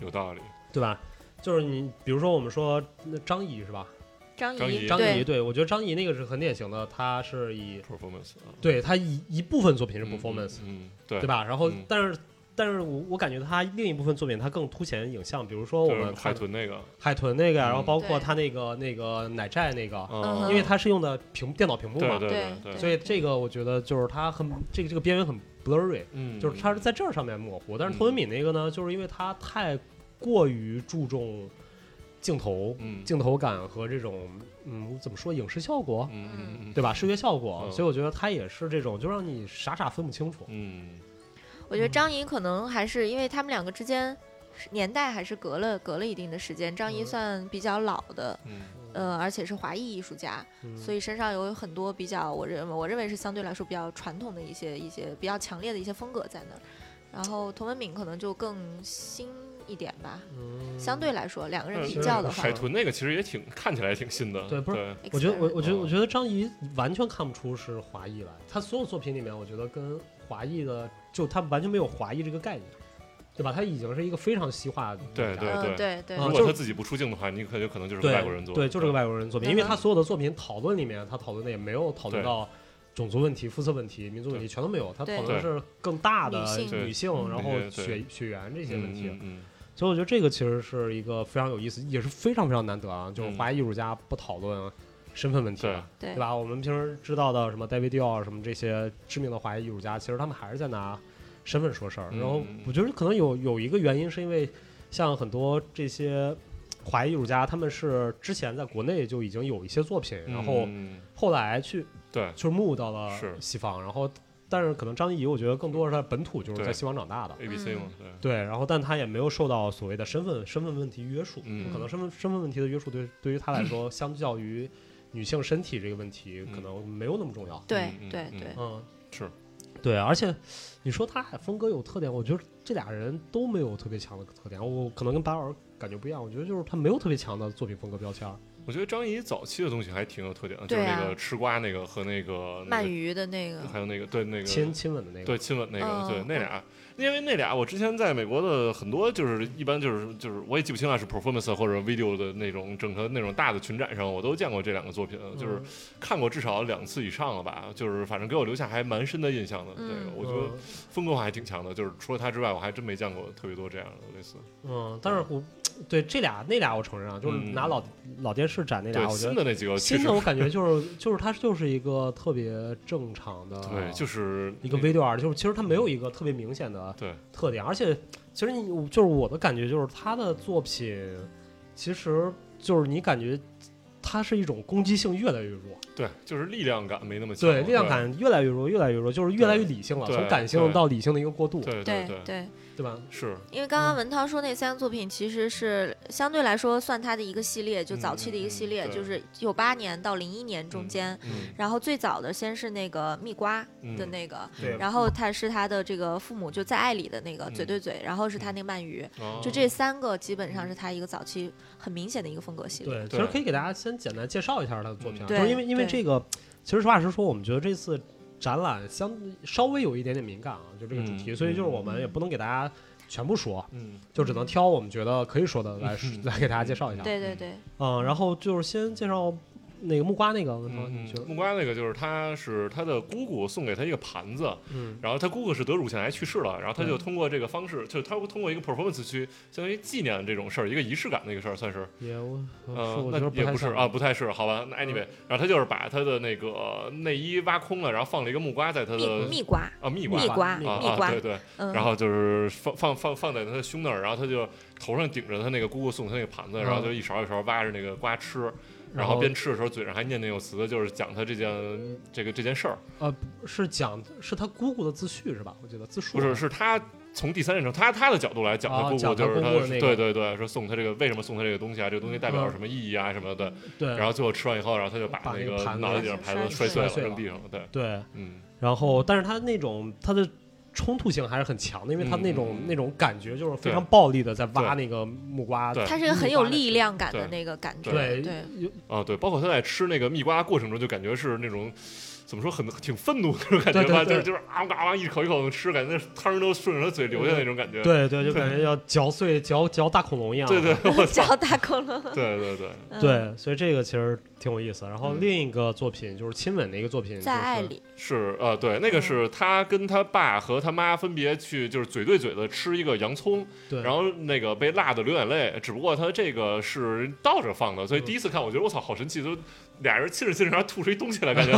Speaker 3: 有道理，
Speaker 1: 对吧？就是你比如说我们说那张仪是吧？
Speaker 2: 哼，张
Speaker 3: 张
Speaker 2: 仪，
Speaker 3: 仪
Speaker 1: 张仪
Speaker 2: 对，
Speaker 1: 对我觉得张仪那个是很典型的，他是以
Speaker 3: performance 啊，
Speaker 1: 对他一一部分作品是
Speaker 3: 嗯
Speaker 1: performance，、
Speaker 3: 嗯，嗯对
Speaker 1: 对？吧？然后、
Speaker 3: 嗯
Speaker 1: 但是但是我我感觉他另一部分作品它更凸显影像，比如说
Speaker 3: 就
Speaker 1: 我
Speaker 3: 是
Speaker 1: 们啊
Speaker 3: 海
Speaker 1: 看
Speaker 3: 豚那个，
Speaker 1: 海豚那个呀，然后
Speaker 3: 嗯
Speaker 1: 包括
Speaker 2: 对
Speaker 1: 他那个那个奶寨那个，
Speaker 2: 嗯
Speaker 3: 嗯，
Speaker 1: 因为它是用的屏电脑屏幕
Speaker 3: 对
Speaker 1: 嘛，
Speaker 3: 对
Speaker 2: 对
Speaker 3: 对
Speaker 2: 对
Speaker 1: 所以这个我觉得就是它很这个这个边缘很 blurry，
Speaker 3: 嗯，
Speaker 1: 就是它是在这儿上面模糊。但是
Speaker 3: 嗯
Speaker 1: 童文敏那个呢，就是因为它太过于注重镜头、
Speaker 3: 嗯
Speaker 1: 镜头感和这种嗯怎么说影视效果，
Speaker 3: 嗯嗯嗯，
Speaker 1: 啊对吧？视觉效果，
Speaker 3: 嗯
Speaker 1: 所以我觉得它也是这种就让你傻傻分不清楚。
Speaker 3: 嗯，
Speaker 2: 我觉得张仪可能还是因为他们两个之间是年代还是隔了隔了一定的时间，张仪
Speaker 1: 嗯
Speaker 2: 算比较老的，
Speaker 3: 嗯
Speaker 2: 呃，而且是华裔艺术家，
Speaker 1: 嗯
Speaker 2: 所以身上有很多比较我认为我认为是相对来说比较传统的一些一些比较强烈的一些风格在那儿。然后童文敏可能就更新一点吧，
Speaker 1: 嗯
Speaker 2: 相对来说两个人
Speaker 3: 嗯
Speaker 2: 比
Speaker 1: 是
Speaker 2: 较的话
Speaker 3: 海，豚那个其实也挺看起来也挺新的，
Speaker 1: 对不是
Speaker 3: 是？
Speaker 1: 我觉得我我觉得
Speaker 3: 嗯
Speaker 1: 我觉得张仪完全看不出是华裔来，他所有作品里面，我觉得跟华裔的就他完全没有华裔这个概念，对吧？他已经是一个非常西化的
Speaker 3: 对对
Speaker 2: experiment
Speaker 3: 对
Speaker 2: 嗯对对
Speaker 1: 啊
Speaker 3: 如
Speaker 1: 就
Speaker 2: 对
Speaker 3: 果他自己不出镜的话，你可有可能就是个
Speaker 1: 对
Speaker 3: 外国人做的，
Speaker 1: 对，就是个外国人作品，
Speaker 2: 嗯
Speaker 1: 因为他所有的作品讨论里面，他讨论的也没有讨论到种族问题、肤色问题、民族问题，全都没有，他讨论的是更大的
Speaker 2: 对
Speaker 1: 女性，
Speaker 2: 嗯
Speaker 1: 然后
Speaker 3: 对对
Speaker 1: 血血缘这些问题，
Speaker 3: 嗯嗯
Speaker 1: 所以我觉得这个其实是一个非常有意思，也是非常非常难得啊，就是华裔艺术家不讨论身份问题
Speaker 3: 嗯
Speaker 1: 啊
Speaker 3: 对
Speaker 1: 了，
Speaker 2: 对
Speaker 1: 对吧？我们平时知道的什么 David Dior 啊什么这些知名的华裔艺术家，其实他们还是在拿身份说事儿。
Speaker 3: 嗯
Speaker 1: 然后我觉得可能有有一个原因是因为像很多这些华裔艺术家，他们是之前在国内就已经有一些作品，然后
Speaker 3: 嗯
Speaker 1: 后来去
Speaker 3: 对
Speaker 1: 就是 move 到了
Speaker 3: 是
Speaker 1: 西方，然后但是可能张怡，我觉得更多是他本土就是
Speaker 3: 对
Speaker 1: 在西方长大的，
Speaker 3: A B
Speaker 2: 嗯
Speaker 3: C 嘛，
Speaker 1: 对，
Speaker 3: 对，
Speaker 1: 然后但他也没有受到所谓的身份身份问题约束，
Speaker 3: 嗯
Speaker 1: 可能身份身份问题的约束对对于他来说，相较于女性身体这个问题，
Speaker 3: 嗯
Speaker 1: 可能没有那么重要。
Speaker 2: 对
Speaker 3: 嗯嗯
Speaker 2: 对
Speaker 3: 嗯
Speaker 2: 对，
Speaker 1: 嗯，
Speaker 3: 是，
Speaker 1: 对，而且你说他海峰哥有特点，我觉得这俩人都没有特别强的特点，我可能跟白老师感觉不一样，我觉得就是他没有特别强的作品风格标签儿，
Speaker 3: 我觉得张仪早期的东西还挺有特点的，就
Speaker 2: 对
Speaker 3: 是
Speaker 2: 啊
Speaker 3: 那个吃瓜那个和那个那
Speaker 2: 鳗
Speaker 3: 个
Speaker 2: 鱼的那个，
Speaker 3: 还有那个对那个
Speaker 1: 亲亲吻的那个，
Speaker 3: 对亲吻那个，对
Speaker 2: 嗯
Speaker 3: 那俩，因为那俩我之前在美国的很多就是一般就是就是我也记不清了啊是 performance 或者 video 的那种整个那种大的群展上，我都见过这两个作品，
Speaker 1: 嗯，
Speaker 3: 就是看过至少两次以上了吧，就是反正给我留下还蛮深的印象的。这
Speaker 2: 嗯
Speaker 3: 个我觉
Speaker 1: 嗯
Speaker 3: 得风格还挺强的，就是除了他之外，我还真没见过特别多这样的类似。
Speaker 1: 嗯，但是我对这俩那俩我承认啊，就是
Speaker 3: 嗯
Speaker 1: 拿老、老电视展那
Speaker 3: 对
Speaker 1: 俩，我觉
Speaker 3: 新
Speaker 1: 得
Speaker 3: 的那几个确
Speaker 1: 新
Speaker 3: 实
Speaker 1: 的我感觉就是 *laughs* 就是它就是一个特别正常的，
Speaker 3: 对，就是是
Speaker 1: 啊一个
Speaker 3: 那
Speaker 1: video art，就是其实它没有一个特别明显的
Speaker 3: 对
Speaker 1: 特点，而且其实你就是我的感觉就是他的作品，其实就是你感觉。它是一种攻击性越来越弱，
Speaker 3: 对，就是力量感没那么强，
Speaker 1: 对力量感越来越弱，越来越弱，就是越来越理性了，
Speaker 3: 对
Speaker 1: 从感性
Speaker 3: 对
Speaker 1: 到理性的一个过渡，
Speaker 3: 对，对
Speaker 2: 对
Speaker 3: 对
Speaker 2: 对，
Speaker 1: 对吧？
Speaker 3: 是，
Speaker 2: 因为刚刚
Speaker 1: 嗯
Speaker 2: 文涛说那三个作品其实是相对来说算他的一个系列，就早期的一个系列，
Speaker 3: 嗯嗯嗯对
Speaker 2: 就是九八年到零一年中间。
Speaker 3: 嗯
Speaker 2: 然后最早的先是那个蜜瓜的
Speaker 3: 嗯
Speaker 2: 那个，
Speaker 1: 对
Speaker 2: 然后他是他的这个父母就在爱里的那个
Speaker 3: 嗯
Speaker 2: 嘴对嘴，然后是他那个鳗鱼，
Speaker 3: 哦
Speaker 2: 就这三个基
Speaker 1: 嗯
Speaker 2: 本上是他一个早期很明显的一个风格系列。
Speaker 1: 对，其
Speaker 3: 对
Speaker 1: 实可以给大家先简单介绍一下他的作品啊，
Speaker 3: 嗯
Speaker 1: 就是因为
Speaker 2: 对
Speaker 1: 因为
Speaker 2: 对
Speaker 1: 这个，其实实话实说，我们觉得这次展览相稍微有一点点敏感啊，就这个主题，
Speaker 3: 嗯
Speaker 1: 所以就是我们也不能给大家全部说，
Speaker 3: 嗯
Speaker 1: 就只能挑我们觉得可以说的来、
Speaker 3: 嗯
Speaker 1: 来给大家介绍一下。
Speaker 2: 对对对，
Speaker 1: 嗯，然后就是先介绍那个木瓜那个文涛，
Speaker 3: 嗯
Speaker 1: 你觉得
Speaker 3: 木？瓜那个就是他是他的姑姑送给他一个盘子，
Speaker 1: 嗯
Speaker 3: 然后他姑姑是得乳腺癌去世了，然后他就
Speaker 1: 对
Speaker 3: 通过这个方式，就是他通过一个 performance 去相当于纪念这种事儿，一个仪式感的一个事儿，算是
Speaker 1: 也我
Speaker 3: 呃，
Speaker 1: 我
Speaker 3: 那
Speaker 1: 觉得
Speaker 3: 也
Speaker 1: 太
Speaker 3: 不是
Speaker 1: 像嗯
Speaker 3: 啊，，不太是，好吧，那 anyway，然后他就是把他的那个呃内衣挖空了，然后放了一个木瓜在他
Speaker 2: 蜜
Speaker 3: 的
Speaker 2: 蜜瓜，
Speaker 3: 啊蜜瓜
Speaker 2: 蜜瓜，
Speaker 1: 呃蜜
Speaker 3: 啊
Speaker 2: 蜜
Speaker 3: 啊
Speaker 2: 瓜
Speaker 3: 对，对，
Speaker 2: 嗯，
Speaker 3: 然后就是放放放放在他的胸那儿，然后他就头上顶着他那个姑姑送他那个盘子，
Speaker 1: 嗯
Speaker 3: 然后就一勺一勺挖着那个瓜吃，然后边吃的时候嘴上还念念有词，就是讲他这件这个这件事儿，
Speaker 1: 是讲是他姑姑的自序是吧？我觉得自述
Speaker 3: 不是是他。从第三人称，他他的角度来讲，
Speaker 1: 哦
Speaker 3: 他姑
Speaker 1: 讲
Speaker 3: 姑
Speaker 1: 他
Speaker 3: 就是
Speaker 1: 姑
Speaker 3: 他，
Speaker 1: 姑的那
Speaker 3: 对
Speaker 1: 个
Speaker 3: 对对，说送他这个为什么送他这个东西啊？这个东西代表
Speaker 1: 嗯
Speaker 3: 什么意义啊什么的。
Speaker 1: 对，
Speaker 3: 然后最后吃完以后，然后他就把
Speaker 1: 嗯把
Speaker 3: 那
Speaker 1: 那个
Speaker 3: 个
Speaker 1: 盘子
Speaker 3: 脑袋顶上
Speaker 2: 摔
Speaker 3: 牌子摔
Speaker 2: 摔
Speaker 3: 碎了，
Speaker 1: 碎
Speaker 3: 扔
Speaker 1: 了
Speaker 3: 地上了。对，
Speaker 1: 对。
Speaker 3: 嗯，
Speaker 1: 然后，但是他那种他的冲突性还是很强的，因为他那种、
Speaker 3: 嗯嗯嗯
Speaker 1: 那种感觉就是非
Speaker 3: 对
Speaker 1: 常暴力的在挖那个木瓜，
Speaker 3: 对
Speaker 2: 它是一个很有力量感的那个感觉，
Speaker 1: 对 *laughs*
Speaker 2: 对，
Speaker 1: 有
Speaker 3: 啊对，包括他在吃那个蜜瓜过程中，就感觉是那种怎么说很挺愤怒的那种感觉
Speaker 1: 对对
Speaker 3: 吧，
Speaker 1: 对
Speaker 3: 就是就是啊嘎哇一口一口的吃，感觉那汤都顺着他嘴流下那种感觉。
Speaker 1: 对对，就感觉要嚼碎嚼嚼大恐龙一样，啊
Speaker 3: 对对，我操，
Speaker 2: 叫大恐龙，
Speaker 3: 对对对，
Speaker 2: 嗯，
Speaker 1: 对所以这个其实挺有意思。然后
Speaker 3: 嗯
Speaker 1: 另一个作品就是嗯亲吻的一个作品，
Speaker 2: 在爱，里，
Speaker 3: 是呃对，那个是他跟他爸和他妈分别去就是嘴对嘴的吃一个洋葱，
Speaker 1: 对，
Speaker 3: 然后那个被辣的流眼泪，只不过他这个是倒着放的，所以
Speaker 1: 嗯
Speaker 3: 第一次看我觉得我操好神奇，就俩人亲着亲着然后吐出一东西
Speaker 1: *laughs*
Speaker 3: 来，感觉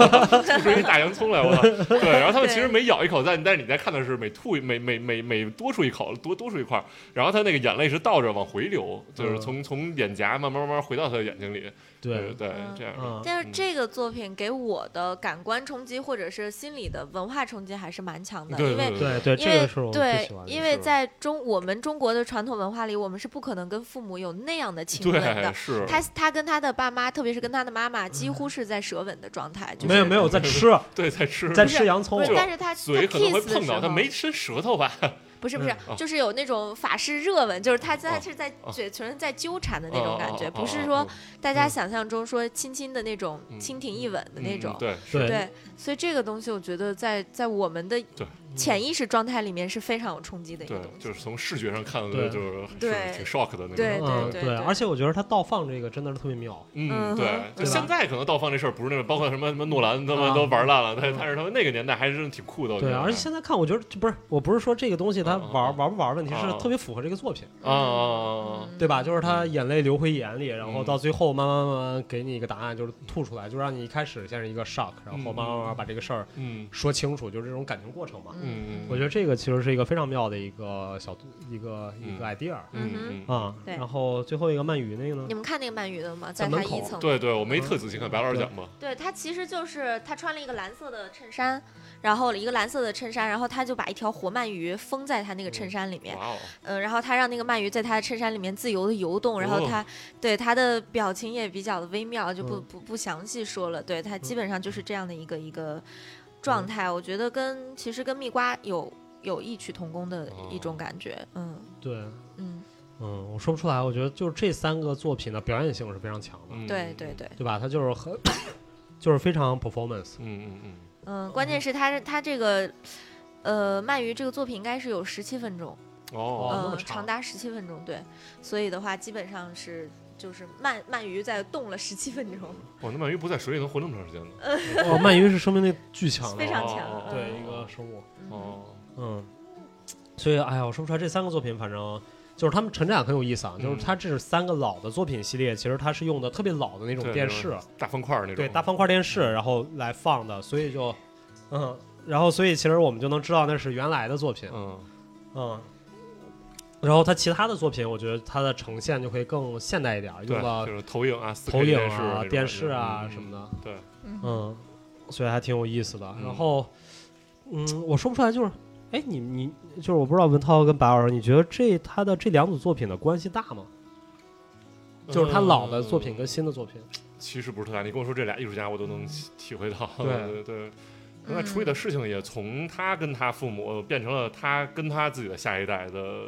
Speaker 3: 吐出一大洋葱来，我操！对，然后他们其实每咬一口，但但是你在看的是每吐每每每每多出一口多多出一块儿，然后他那个眼泪是倒着往回流，就是
Speaker 1: 嗯
Speaker 3: 从从眼颊慢慢慢慢回到他的眼睛里，对
Speaker 1: 对，
Speaker 3: 对
Speaker 2: 嗯，
Speaker 3: 这样的。
Speaker 1: 嗯，
Speaker 2: 但是
Speaker 3: 嗯
Speaker 2: 这个作品给我的感官冲击或者是心理的文化冲击还是蛮强的，
Speaker 3: 对
Speaker 2: 因为
Speaker 3: 对
Speaker 1: 对对，
Speaker 2: 因
Speaker 1: 这
Speaker 2: 为
Speaker 1: 个是我最
Speaker 2: 对
Speaker 1: 喜欢，的，
Speaker 2: 因为
Speaker 3: 是
Speaker 2: 在中我们中国的传统文化里，我们是不可能跟父母有那样的亲吻
Speaker 3: 对
Speaker 2: 的。
Speaker 3: 是，
Speaker 2: 他他跟他的爸妈，特别是跟他的妈妈，几乎是在舌吻的状态，就是
Speaker 1: 没有没有在
Speaker 3: *laughs*
Speaker 1: 吃
Speaker 3: 对在吃，
Speaker 1: 在
Speaker 2: 不是
Speaker 1: 吃洋葱
Speaker 2: 不是，
Speaker 3: 就
Speaker 2: 但是他
Speaker 3: 嘴
Speaker 2: 他
Speaker 3: 可能会
Speaker 2: kiss 的
Speaker 3: 碰
Speaker 2: 时
Speaker 3: 到，
Speaker 2: 候，
Speaker 3: 他没伸舌头吧？
Speaker 2: 不是不是
Speaker 1: 嗯
Speaker 3: 哦，
Speaker 2: 就是有那种法式热吻，就是他他
Speaker 3: 哦
Speaker 2: 是在
Speaker 3: 哦
Speaker 2: 嘴唇在纠缠的那种感觉，
Speaker 3: 哦哦哦
Speaker 2: 不是
Speaker 3: 哦
Speaker 2: 说
Speaker 3: 哦
Speaker 2: 大家
Speaker 1: 嗯
Speaker 2: 想象中说亲亲的那种
Speaker 3: 嗯
Speaker 2: 蜻蜓一吻的
Speaker 3: 嗯
Speaker 2: 那
Speaker 3: 嗯
Speaker 2: 种。
Speaker 3: 对，
Speaker 1: 对
Speaker 2: 对，所以这个东西我觉得在在我们的潜意识状态里面是非常有冲击的一个
Speaker 3: 嗯对
Speaker 2: 东，西。
Speaker 3: 就是从视觉上看的，
Speaker 1: 对
Speaker 3: 就是
Speaker 2: 对
Speaker 3: 是挺 shock 的那个。
Speaker 2: 对
Speaker 1: 嗯，
Speaker 2: 对
Speaker 1: 对，
Speaker 2: 对
Speaker 1: 而且我觉得他倒放这个真的是特别妙，
Speaker 3: 嗯，
Speaker 2: 嗯
Speaker 3: 对
Speaker 2: 哼，
Speaker 3: 就
Speaker 1: 对吧
Speaker 3: 现在可能倒放这事儿不是那种，包括什么什么诺兰他们
Speaker 1: 啊
Speaker 3: 都玩烂了，但
Speaker 1: 嗯
Speaker 3: 但是他们那个年代还是挺酷的。我觉
Speaker 1: 对，
Speaker 3: 得
Speaker 1: 而且现在看，我觉得这不是，我不是说这个东西他
Speaker 3: 嗯嗯
Speaker 1: 玩
Speaker 3: 嗯
Speaker 1: 玩不玩问题，是
Speaker 3: 嗯嗯
Speaker 1: 特别符合这个作品，
Speaker 3: 啊啊啊，
Speaker 1: 对吧？就是他眼泪流回眼里，然后
Speaker 3: 嗯
Speaker 1: 到最后慢慢慢慢给你一个答案，就是吐出来，就让你一开始先是一个 shock，然后慢慢慢慢把这个事儿
Speaker 3: 嗯
Speaker 1: 说清楚，就是这种感情过程嘛。
Speaker 3: 嗯
Speaker 1: 我觉得这个其实是一个非常妙的一个小一个一个
Speaker 3: 嗯
Speaker 1: idea
Speaker 3: 嗯
Speaker 2: 嗯
Speaker 3: 嗯嗯，
Speaker 1: 啊。
Speaker 2: 对
Speaker 1: 然后最后一个鳗鱼那个呢
Speaker 2: 你？们看那个鳗鱼的吗？
Speaker 1: 在
Speaker 2: 在他
Speaker 1: 门口嗯
Speaker 2: 一层，
Speaker 3: 对对，我没特仔细看，白老师讲吧。
Speaker 2: 对他其实就是他穿了一个蓝色的衬衫，然后一个蓝色的衬衫，然后他就把一条活鳗鱼封在他那个衬衫里面，
Speaker 3: 哇哦，
Speaker 2: 嗯，然后他让那个鳗鱼在他的衬衫里面自由的游动，然后
Speaker 3: 哦
Speaker 2: 他、对他的表情也比较的微妙，就不
Speaker 1: 嗯
Speaker 2: 不不详细说了。对他基
Speaker 3: 嗯
Speaker 2: 本上就是这样的一个一个状态，我觉得跟其实跟蜜瓜有有异曲同工的一种
Speaker 3: 哦
Speaker 2: 感觉。嗯
Speaker 1: 对，
Speaker 2: 嗯，
Speaker 1: 嗯，我说不出来，我觉得就是这三个作品的表演性是非常强的，
Speaker 3: 嗯
Speaker 2: 对对，对，
Speaker 1: 对吧？它就是很 *coughs* 就是非常 performance，
Speaker 3: 嗯嗯嗯，
Speaker 2: 嗯，关键是他他这个呃鳗鱼这个作品应该是有十七分钟，
Speaker 1: 哦
Speaker 3: 哦，
Speaker 1: 那么
Speaker 2: 呃，
Speaker 1: 长
Speaker 2: 长达十七分钟，对，所以的话基本上是。就是鳗鳗鱼在动了十七分钟，
Speaker 3: 哇，哦那鳗鱼不在水里能活那么长时间呢？
Speaker 1: 哦，鳗鱼是生命力巨强的啊
Speaker 2: 非，常强。
Speaker 3: 哦
Speaker 1: 对
Speaker 2: 嗯
Speaker 1: 一个生物，
Speaker 2: 嗯
Speaker 3: 哦，
Speaker 1: 嗯，所以哎呀，我说不出来这三个作品，反正。就是他们陈展很有意思啊，就是
Speaker 3: 嗯
Speaker 1: 它这是三个老的作品系列，其实它是用的特别老的那种
Speaker 3: 对
Speaker 1: 电
Speaker 3: 那
Speaker 1: 视
Speaker 3: 种，大方块儿那种，
Speaker 1: 对大方块电视，然后来放的，所以就，嗯，然后所以其实我们就能知道那是原来的作品，
Speaker 3: 嗯，
Speaker 1: 嗯，然后他其他的作品，我觉得他的呈现就会更现代一点儿，
Speaker 3: 对
Speaker 1: 用，了
Speaker 3: 就是投影啊，4K
Speaker 1: 投影
Speaker 3: 电视那
Speaker 1: 啊、
Speaker 3: 种
Speaker 1: 电视啊
Speaker 3: 嗯
Speaker 1: 什么的，
Speaker 3: 对，
Speaker 2: 嗯哼
Speaker 1: 嗯，所以还挺有意思的。
Speaker 3: 嗯
Speaker 1: 然后，嗯，我说不出来，就是，哎，你你就是我不知道文涛跟白老师，你觉得这他的这两组作品的关系大吗？就是他老的作品
Speaker 3: 嗯
Speaker 1: 跟新的作品，
Speaker 3: 其实不是特大。你跟我说这俩艺术家，我都能体会到。
Speaker 1: 对
Speaker 3: 对对，可能他处理的事情也从他跟他父母呃变成了他跟他自己的下一代的，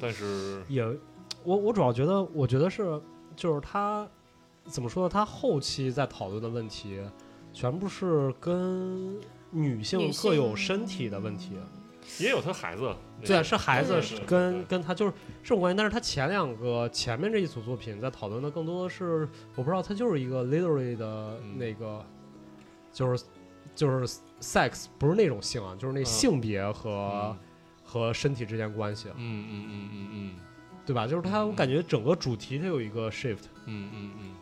Speaker 3: 但是
Speaker 1: 也，我我主要觉得，我觉得是就是他怎么说呢？他后期在讨论的问题，全部是跟女性
Speaker 2: 女
Speaker 1: 各有
Speaker 2: 性
Speaker 1: 身体的问题。
Speaker 3: 也有他孩子。
Speaker 1: 对，是孩子
Speaker 2: 嗯
Speaker 1: 是
Speaker 3: 对
Speaker 1: 跟
Speaker 3: 对
Speaker 1: 跟他就是这种关系，但是他前两个前面这一组作品在讨论的更多的是，我不知道他就是一个 literally 的
Speaker 3: 嗯
Speaker 1: 那个，就是就是 sex 不是那种性啊，就是那
Speaker 3: 嗯
Speaker 1: 性别和、
Speaker 3: 嗯
Speaker 1: 和身体之间关系，啊
Speaker 3: 嗯嗯嗯嗯
Speaker 1: 对吧？就是他，我
Speaker 3: 嗯
Speaker 1: 感觉整个主题它有一个 shift，
Speaker 3: 嗯嗯嗯嗯，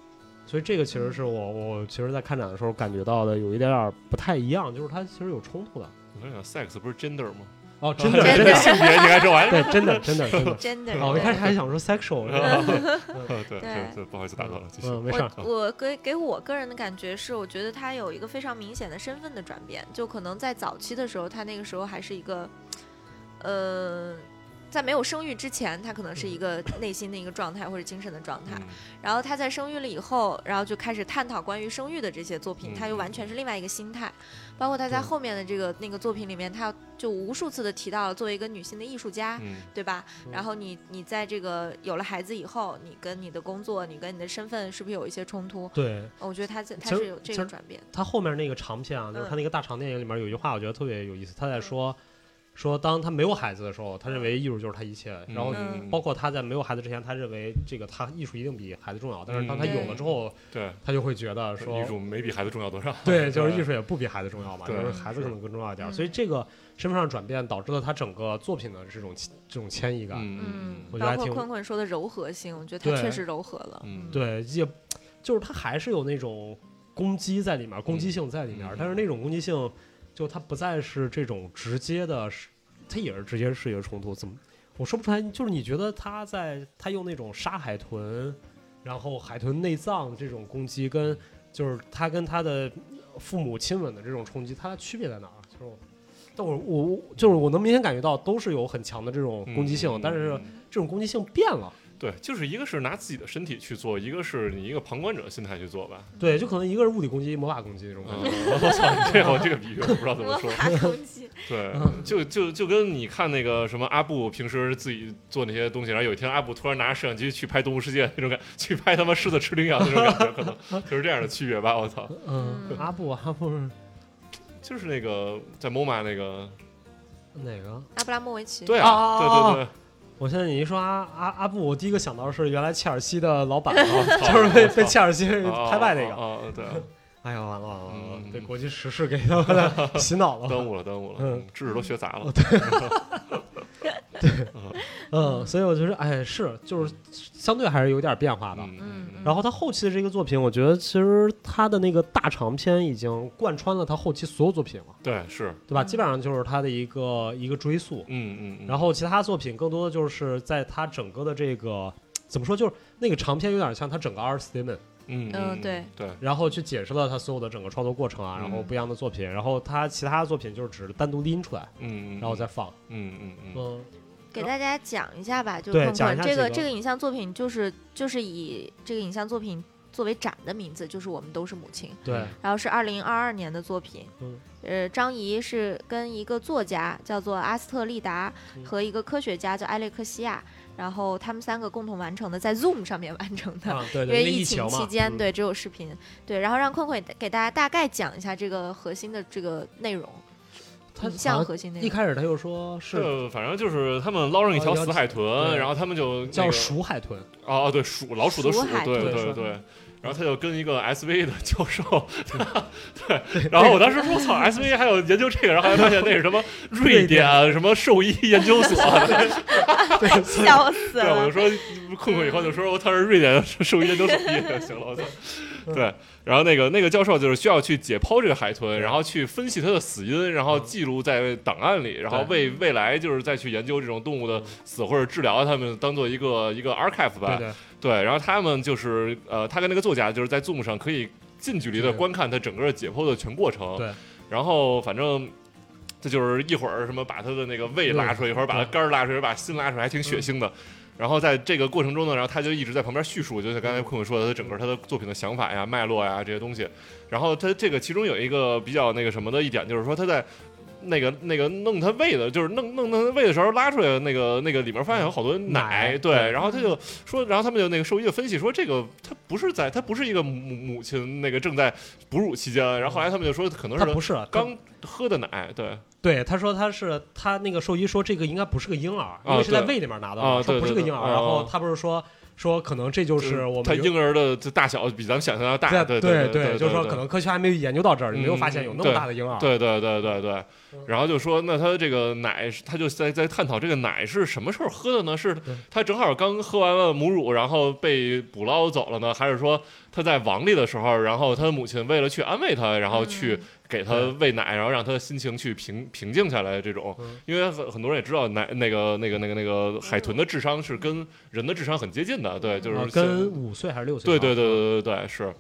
Speaker 1: 所以这个其实是我我其实在看展的时候感觉到的有一点点不太一样，就是它其实有冲突的。
Speaker 3: 我在想，sex 不是 gender 吗？
Speaker 1: 哦，真的真的
Speaker 2: 真的
Speaker 3: 性别，你 *laughs* 看这玩意儿。
Speaker 1: 对，真的真的真
Speaker 3: *laughs*
Speaker 1: 的。
Speaker 2: 真的。
Speaker 1: 哦，我一开始还想说 sexual，
Speaker 3: 对对对，不好意思打断了，继续。
Speaker 1: 嗯，没事儿。
Speaker 2: 我我给给我个人的感觉是，我觉得他有一个非常明显的身份的转变，就可能在早期的时候，他那个时候还是一个，呃，在没有生育之前，他可能是一个内心的一个状态或者精神的
Speaker 3: 嗯
Speaker 2: 状态，然后他在生育了以后，然后就开始探讨关于生育的这些作品，
Speaker 3: 嗯
Speaker 2: 他又完全是另外一个心态。包括他在
Speaker 1: 对
Speaker 2: 后面的这个那个作品里面，他就无数次的提到了作为一个女性的艺术家，
Speaker 3: 嗯
Speaker 2: 对吧？
Speaker 1: 嗯
Speaker 2: 然后你你在这个有了孩子以后，你跟你的工作，你跟你的身份是不是有一些冲突？哦
Speaker 1: 对
Speaker 2: 我觉得他在他
Speaker 1: 其实
Speaker 2: 是有这
Speaker 1: 其
Speaker 2: 个
Speaker 1: 实
Speaker 2: 转变，
Speaker 1: 他后面那个长片
Speaker 3: 嗯
Speaker 1: 啊，就是他那个大长电影里面有一句话，我觉得特别有意思。他在说，说当他没有孩子的时候，他认为艺术就是他一切。嗯然后
Speaker 3: 嗯
Speaker 1: 包括他在没有孩子之前，他认为这个他艺术一定比孩子重要。但是当他有了之后，
Speaker 3: 对
Speaker 1: 他就会觉得说
Speaker 3: 嗯艺，术嗯没比孩子重要多少。嗯
Speaker 1: 对，就是艺术也不比孩子重要嘛，就
Speaker 3: 对
Speaker 1: 是孩子可能更重要一
Speaker 3: 嗯
Speaker 1: 点。所以这个身份上转变导致了他整个作品的这种这种迁移感。
Speaker 3: 嗯
Speaker 1: 我觉得还
Speaker 2: 包括
Speaker 1: 挺
Speaker 2: 坤坤说的柔和性，我觉得他
Speaker 1: 对
Speaker 2: 确实柔和了。
Speaker 3: 嗯
Speaker 1: 对，也就是他还是有那种攻击在里面，攻击性在里面，
Speaker 3: 嗯
Speaker 1: 但是那种攻击性就它不再是这种直接的，是它也是直接视觉冲突。怎么我说不出来？就是你觉得他在他用那种杀海豚，然后海豚内脏这种攻击，跟就是他跟他的父母亲吻的这种冲击，它的区别在哪儿？就是我。但我我我就是我能明显感觉到都是有很强的这
Speaker 3: 嗯
Speaker 1: 种攻击性，但是这种攻击性变了，
Speaker 3: 对，就是一个是拿自己的身体去做，一个是你一个旁观者心态去做吧。
Speaker 1: 对，就可能一个是物理攻击，魔法攻击这种
Speaker 3: 嗯
Speaker 1: 感觉。
Speaker 3: 我操，这我这个比喻我不知道怎么说。
Speaker 2: 攻击，
Speaker 3: 对，
Speaker 1: 嗯
Speaker 3: 就就就跟你看那个什么阿布平时自己做那些东西，然后有一天阿布突然拿着摄像机去拍《动物世界》那种感，去拍他妈狮子吃羚羊那种感觉，可能就是这样的区别吧。我操，
Speaker 1: *laughs* 嗯，阿布阿布是
Speaker 3: 就是那个在 MoMA 那个，
Speaker 1: 哪个？
Speaker 2: 阿布拉莫维奇，
Speaker 3: 对
Speaker 1: 啊啊
Speaker 3: 啊，
Speaker 1: 啊啊
Speaker 3: 对对对，
Speaker 1: 我现在你一说阿阿阿布，我第一个想到的是原来切尔西的老板
Speaker 3: *laughs*
Speaker 1: 啊，
Speaker 3: 啊
Speaker 1: 就是被
Speaker 3: 啊
Speaker 1: 被切尔西
Speaker 3: 啊
Speaker 1: 拍卖那
Speaker 3: 啊
Speaker 1: 个。
Speaker 3: 啊啊对啊，
Speaker 1: 哎呀，完了完了完了，
Speaker 3: 嗯
Speaker 1: 被国际时事给他们 *laughs* 洗脑
Speaker 3: 耽
Speaker 1: 了。
Speaker 3: 误了耽误了，
Speaker 1: 嗯
Speaker 3: 嗯知识都学杂了
Speaker 1: 哦，嗯，所以我就是，哎，是就是相对还是有点变化的。
Speaker 3: 嗯
Speaker 2: 嗯
Speaker 3: 嗯
Speaker 1: 然后他后期的这个作品，我觉得其实他的那个大长篇已经贯穿了他后期所有作品了，
Speaker 3: 对是，
Speaker 1: 对吧？
Speaker 2: 嗯
Speaker 1: 基本上就是他的一个一个追溯。
Speaker 3: 嗯嗯嗯，
Speaker 1: 然后其他作品更多的就是在他整个的这个怎么说，就是那个长篇有点像他整个 Art Statement，
Speaker 3: 嗯
Speaker 2: 嗯对
Speaker 3: 对，
Speaker 1: 然后去解释了他所有的整个创作过程啊，然后
Speaker 3: 嗯
Speaker 1: 不一样的作品，然后他其他的作品就是只是单独拎出来，
Speaker 3: 嗯，嗯
Speaker 1: 然后再放。
Speaker 3: 嗯嗯嗯
Speaker 1: 嗯，
Speaker 2: 给大家讲一下吧，就
Speaker 1: 对
Speaker 2: 困
Speaker 1: 讲一
Speaker 2: 困
Speaker 1: 下
Speaker 2: 这
Speaker 1: 这个
Speaker 2: 这个影像作品，就是就是以这个影像作品作为展的名字，就是我们都是母亲，
Speaker 1: 对，
Speaker 2: 然后是二零二二年的作品。
Speaker 1: 嗯
Speaker 2: 呃，张仪是跟一个作家叫做阿斯特利达
Speaker 1: 嗯
Speaker 2: 和一个科学家叫埃列克西亚，然后他们三个共同完成的，在 Zoom 上面完成的。
Speaker 1: 啊，对
Speaker 2: 因
Speaker 1: 对，
Speaker 2: 为
Speaker 1: 那疫
Speaker 2: 情
Speaker 1: 嘛
Speaker 2: 期间，，
Speaker 1: 嗯
Speaker 2: 对只有视频，对，然后让困困给大家大概讲一下这个核心的这个内容，
Speaker 1: 他好
Speaker 2: 影像
Speaker 1: 像
Speaker 2: 核心内
Speaker 1: 一
Speaker 2: 容。
Speaker 1: 开始他又说是
Speaker 3: 这反正就是他们捞上一条死海
Speaker 1: 哦
Speaker 3: 豚，
Speaker 1: 对
Speaker 3: 然后他们就那
Speaker 1: 叫
Speaker 3: 个
Speaker 1: 鼠海豚，
Speaker 3: 哦，对，鼠老鼠的
Speaker 2: 鼠
Speaker 3: 鼠，
Speaker 2: 海
Speaker 3: 对
Speaker 1: 豚
Speaker 3: 对
Speaker 1: 是
Speaker 3: 对。然后他就跟一个 SV 的教授，对，然后我当时说，我操，SV 还有研究这个，然后后来发现那是什么瑞
Speaker 1: 瑞典
Speaker 3: 典什么兽医研究
Speaker 1: *laughs*
Speaker 3: 所，
Speaker 1: 对，
Speaker 2: 笑死
Speaker 3: 对，我
Speaker 2: 了
Speaker 3: 就！说困困以后就说哦他是瑞典的兽医研究所毕业就行 *laughs* 了，我操。对，然后那个那个教授就是需要去解剖这个海豚，然后去分析它的死因，然后记录在档案里，然后为未来就是再去研究这种动物的死或者治疗它们，当做一个一个 archive 吧。
Speaker 1: 对对，
Speaker 3: 对，然后他们就是呃，他跟那个作家就是在 Zoom 上可以近距离的
Speaker 1: 对
Speaker 3: 观看他整个解剖的全过程。
Speaker 1: 对，
Speaker 3: 然后反正。这就是一会儿什么把他的那个胃
Speaker 1: 对
Speaker 3: 拉出来，一会儿把他
Speaker 1: 对
Speaker 3: 肝儿拉出来，把心拉出来，还挺血腥的。然后在这个过程中呢，然后他就一直在旁边叙述，就像刚才坤坤说的，他整个他的作品的想法呀、脉络呀这些东西。然后他这个其中有一个比较那个什么的一点，就是说他在那个那个弄他胃的，就是弄弄弄他胃的时候拉出来的那个那个里面发现有好多奶，
Speaker 1: 奶
Speaker 3: 对，
Speaker 1: 对
Speaker 3: 然后他就说，然后他们就那个兽医就分析说，这个他不是在他不是一个母母亲那个正在哺乳期间，然后后来他们就说可能
Speaker 1: 他不
Speaker 3: 是
Speaker 1: 是他
Speaker 3: 刚喝的奶，对，
Speaker 1: 对，他说他是他那个兽医说这个应该不是个婴儿，因
Speaker 3: 啊
Speaker 1: 为是在
Speaker 3: 对
Speaker 1: 胃里面拿到
Speaker 3: 啊
Speaker 1: 的，说
Speaker 3: 对
Speaker 1: 不是个
Speaker 3: 对对
Speaker 1: 婴儿。
Speaker 3: 啊
Speaker 1: 然
Speaker 3: 啊
Speaker 1: 后他不是说说可能这就是我们
Speaker 3: 他
Speaker 1: 有
Speaker 3: 婴儿的这大小比咱们想象的要大，
Speaker 1: 对
Speaker 3: 对
Speaker 1: 对，就是说可。能科学还没有研究到这儿，
Speaker 3: 嗯
Speaker 1: 没有发现有那么大的婴儿。
Speaker 3: 对对对对对
Speaker 1: 嗯，
Speaker 3: 然后就说，那他这个奶是，他就在在探讨这个奶是什么时候喝的呢？是
Speaker 1: 对
Speaker 3: 他正好刚喝完了母乳，然后被捕捞走了呢，还是说他在网里的时候，然后他的母亲为了去安慰他，然后去
Speaker 2: 嗯
Speaker 3: 给他喂奶，然后让他的心情去平平静下来这种
Speaker 1: 嗯。
Speaker 3: 因为很很多人也知道奶那个那个那个那个海豚的智商是跟人的智商很接近的，对，就是
Speaker 1: 啊
Speaker 3: 像
Speaker 1: 跟五岁还是六岁啊
Speaker 3: 对
Speaker 1: 吧？
Speaker 3: 对对对对对，是。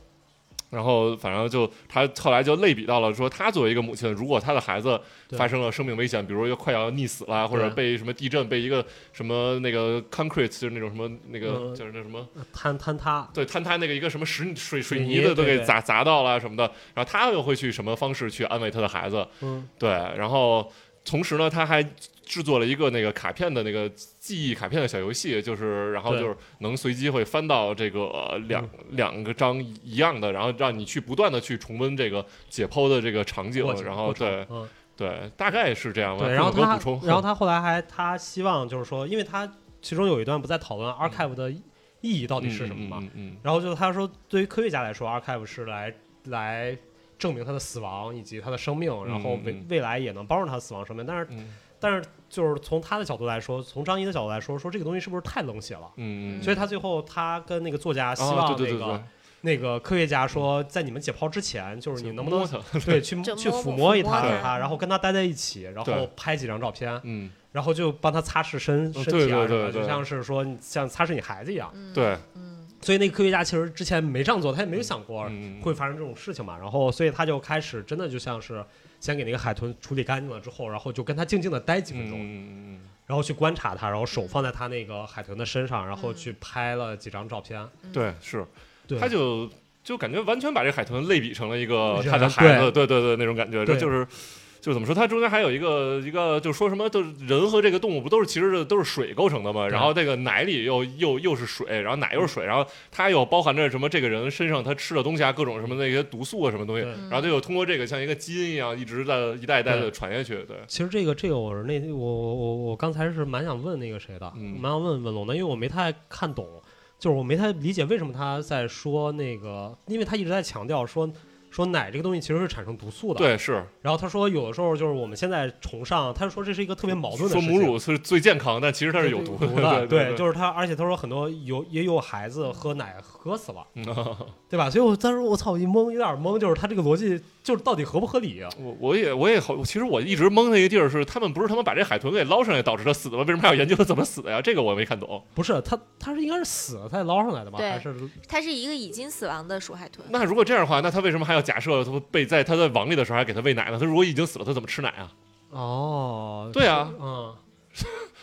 Speaker 3: 然后反正就他后来就类比到了说，他作为一个母亲，如果他的孩子
Speaker 1: 对
Speaker 3: 发生了生命危险，比如又快要溺死了，或者被什么地震，被一个什么那个 concrete 就是那种什么那个
Speaker 1: 嗯
Speaker 3: 就是那什么。
Speaker 1: 坍坍塌，
Speaker 3: 对，坍塌那个一个什么石水水
Speaker 1: 水
Speaker 3: 泥
Speaker 1: 泥
Speaker 3: 的都
Speaker 1: 对
Speaker 3: 给
Speaker 1: 对
Speaker 3: 砸砸到了什么的，然后他又会去什么方式去安慰他的孩子？
Speaker 1: 嗯，
Speaker 3: 对，然后同时呢，他还制作了一个那个卡片的那个记忆卡片的小游戏，就是然后
Speaker 1: 对嗯
Speaker 3: 就是能随机会翻到这个、呃两、两个章一样的，然后让你去不断的去重温这个解剖的这个场景
Speaker 1: 过，去
Speaker 3: 然后
Speaker 1: 过去
Speaker 3: 对
Speaker 1: 嗯
Speaker 3: 对，大概是这哎样吧。
Speaker 1: 对，然后
Speaker 3: 有没有
Speaker 1: 他
Speaker 3: 补充，嗯
Speaker 1: 然后他后来还他希望就是说，因为他其中有一段不在讨论 archive 的意义到底是什么嘛，
Speaker 3: 嗯嗯
Speaker 1: 然后就他说，对于科学家来说，archive 是来来证明他的死亡以及他的生命，然后
Speaker 3: 嗯
Speaker 1: 未
Speaker 3: 嗯
Speaker 1: 未来也能帮助他的死亡生命，但是
Speaker 3: 嗯嗯
Speaker 1: 但是就是从他的角度来说，从张一的角度来说，说这个东西是不是太冷血了？
Speaker 3: 嗯嗯，
Speaker 1: 所以他最后他跟那个作家希
Speaker 3: 啊
Speaker 1: 望那
Speaker 3: 对对对对
Speaker 1: 个，那个科学家说，在你们解剖之前，就是你能不
Speaker 3: *laughs*
Speaker 1: 能
Speaker 3: 摸它
Speaker 1: 对去
Speaker 2: 就
Speaker 1: 去
Speaker 2: 摸
Speaker 1: 抚
Speaker 2: 摸
Speaker 1: 摸一
Speaker 2: 抚摸
Speaker 1: 下
Speaker 3: 它
Speaker 1: 它，然后跟它待在一起，然
Speaker 3: 对
Speaker 1: 后拍几张照片，
Speaker 3: 嗯
Speaker 1: 然后就帮它擦拭身
Speaker 3: 嗯
Speaker 1: 身体啊
Speaker 3: 对对
Speaker 1: 什么
Speaker 3: 对
Speaker 1: 的，
Speaker 3: 对
Speaker 1: 就像是说你像擦拭你孩子一样。
Speaker 2: 嗯，
Speaker 3: 对，
Speaker 2: 嗯，
Speaker 1: 所以那个科学家其实之前没这样做，他也没有想过
Speaker 3: 嗯
Speaker 1: 会发生这种事情嘛。然后所以他就开始真的就像是先给那个海豚处理干净了之后，然后就跟它静静的待几分钟，
Speaker 3: 嗯嗯
Speaker 1: 然后去观察它，然后手放在它那个海豚的身上，然后
Speaker 2: 嗯
Speaker 1: 去拍了几张照片。
Speaker 3: 嗯，对是，
Speaker 1: 对，
Speaker 3: 他就就感觉完全把这海豚类比成了一个
Speaker 1: 人
Speaker 3: 他的孩子，
Speaker 1: 对
Speaker 3: 对对对，那种感觉，
Speaker 1: 对
Speaker 3: 这就是。就是怎么说，它中间还有一个一个，就是说什么，就是人和这个动物不都是其实都是水构成的嘛？然后这个奶里又又又是水，然后奶又是水，
Speaker 1: 嗯
Speaker 3: 然后它又包含着什么这个人身上他吃的东西啊，各种什么那些毒素啊，什么东西
Speaker 1: 对，
Speaker 2: 嗯
Speaker 3: 然后它又通过这个像一个基因一啊样，一直在一代一代的
Speaker 1: 对
Speaker 3: 传下去。对，
Speaker 1: 其实这个这个我是那我我我我刚才是蛮想问那个谁的，
Speaker 3: 嗯
Speaker 1: 蛮想问问龙的，因为我没太看懂，就是我没太理解为什么他在说那个，因为他一直在强调说说奶这个东西其实是产生毒素的，。
Speaker 3: 对是
Speaker 1: 然后他说有的时候就是我们现在崇尚，他说这是一个特别矛盾的
Speaker 3: 说
Speaker 1: 事
Speaker 3: *laughs* 母
Speaker 1: 情
Speaker 3: 乳是最健康，但其实它是有毒
Speaker 1: *laughs* 毒
Speaker 3: 的。对
Speaker 1: 就是他，而且他说很多有也有孩子喝奶喝死了，
Speaker 3: 嗯啊
Speaker 1: 对吧？所以我当时我操，我一懵，有点懵，就是他这个逻辑就是到底合不合理啊？
Speaker 3: 我我也我也好，其实我一直懵的一个地儿是，他们不是他们把这海豚给捞上来导致它死的吗？为什么还要研究它怎么死的呀？这个我没看懂。
Speaker 1: 不是他，他是应该是死了才捞上来的吧？
Speaker 2: 对
Speaker 1: 还是
Speaker 2: 它是一个已经死亡的鼠海豚，
Speaker 3: 那如果这样的话，那他为什么还要假设他被在他在网里的时候还给他喂奶呢？他如果已经死了，他怎么吃奶啊？
Speaker 1: 哦，
Speaker 3: 对啊，
Speaker 1: 嗯，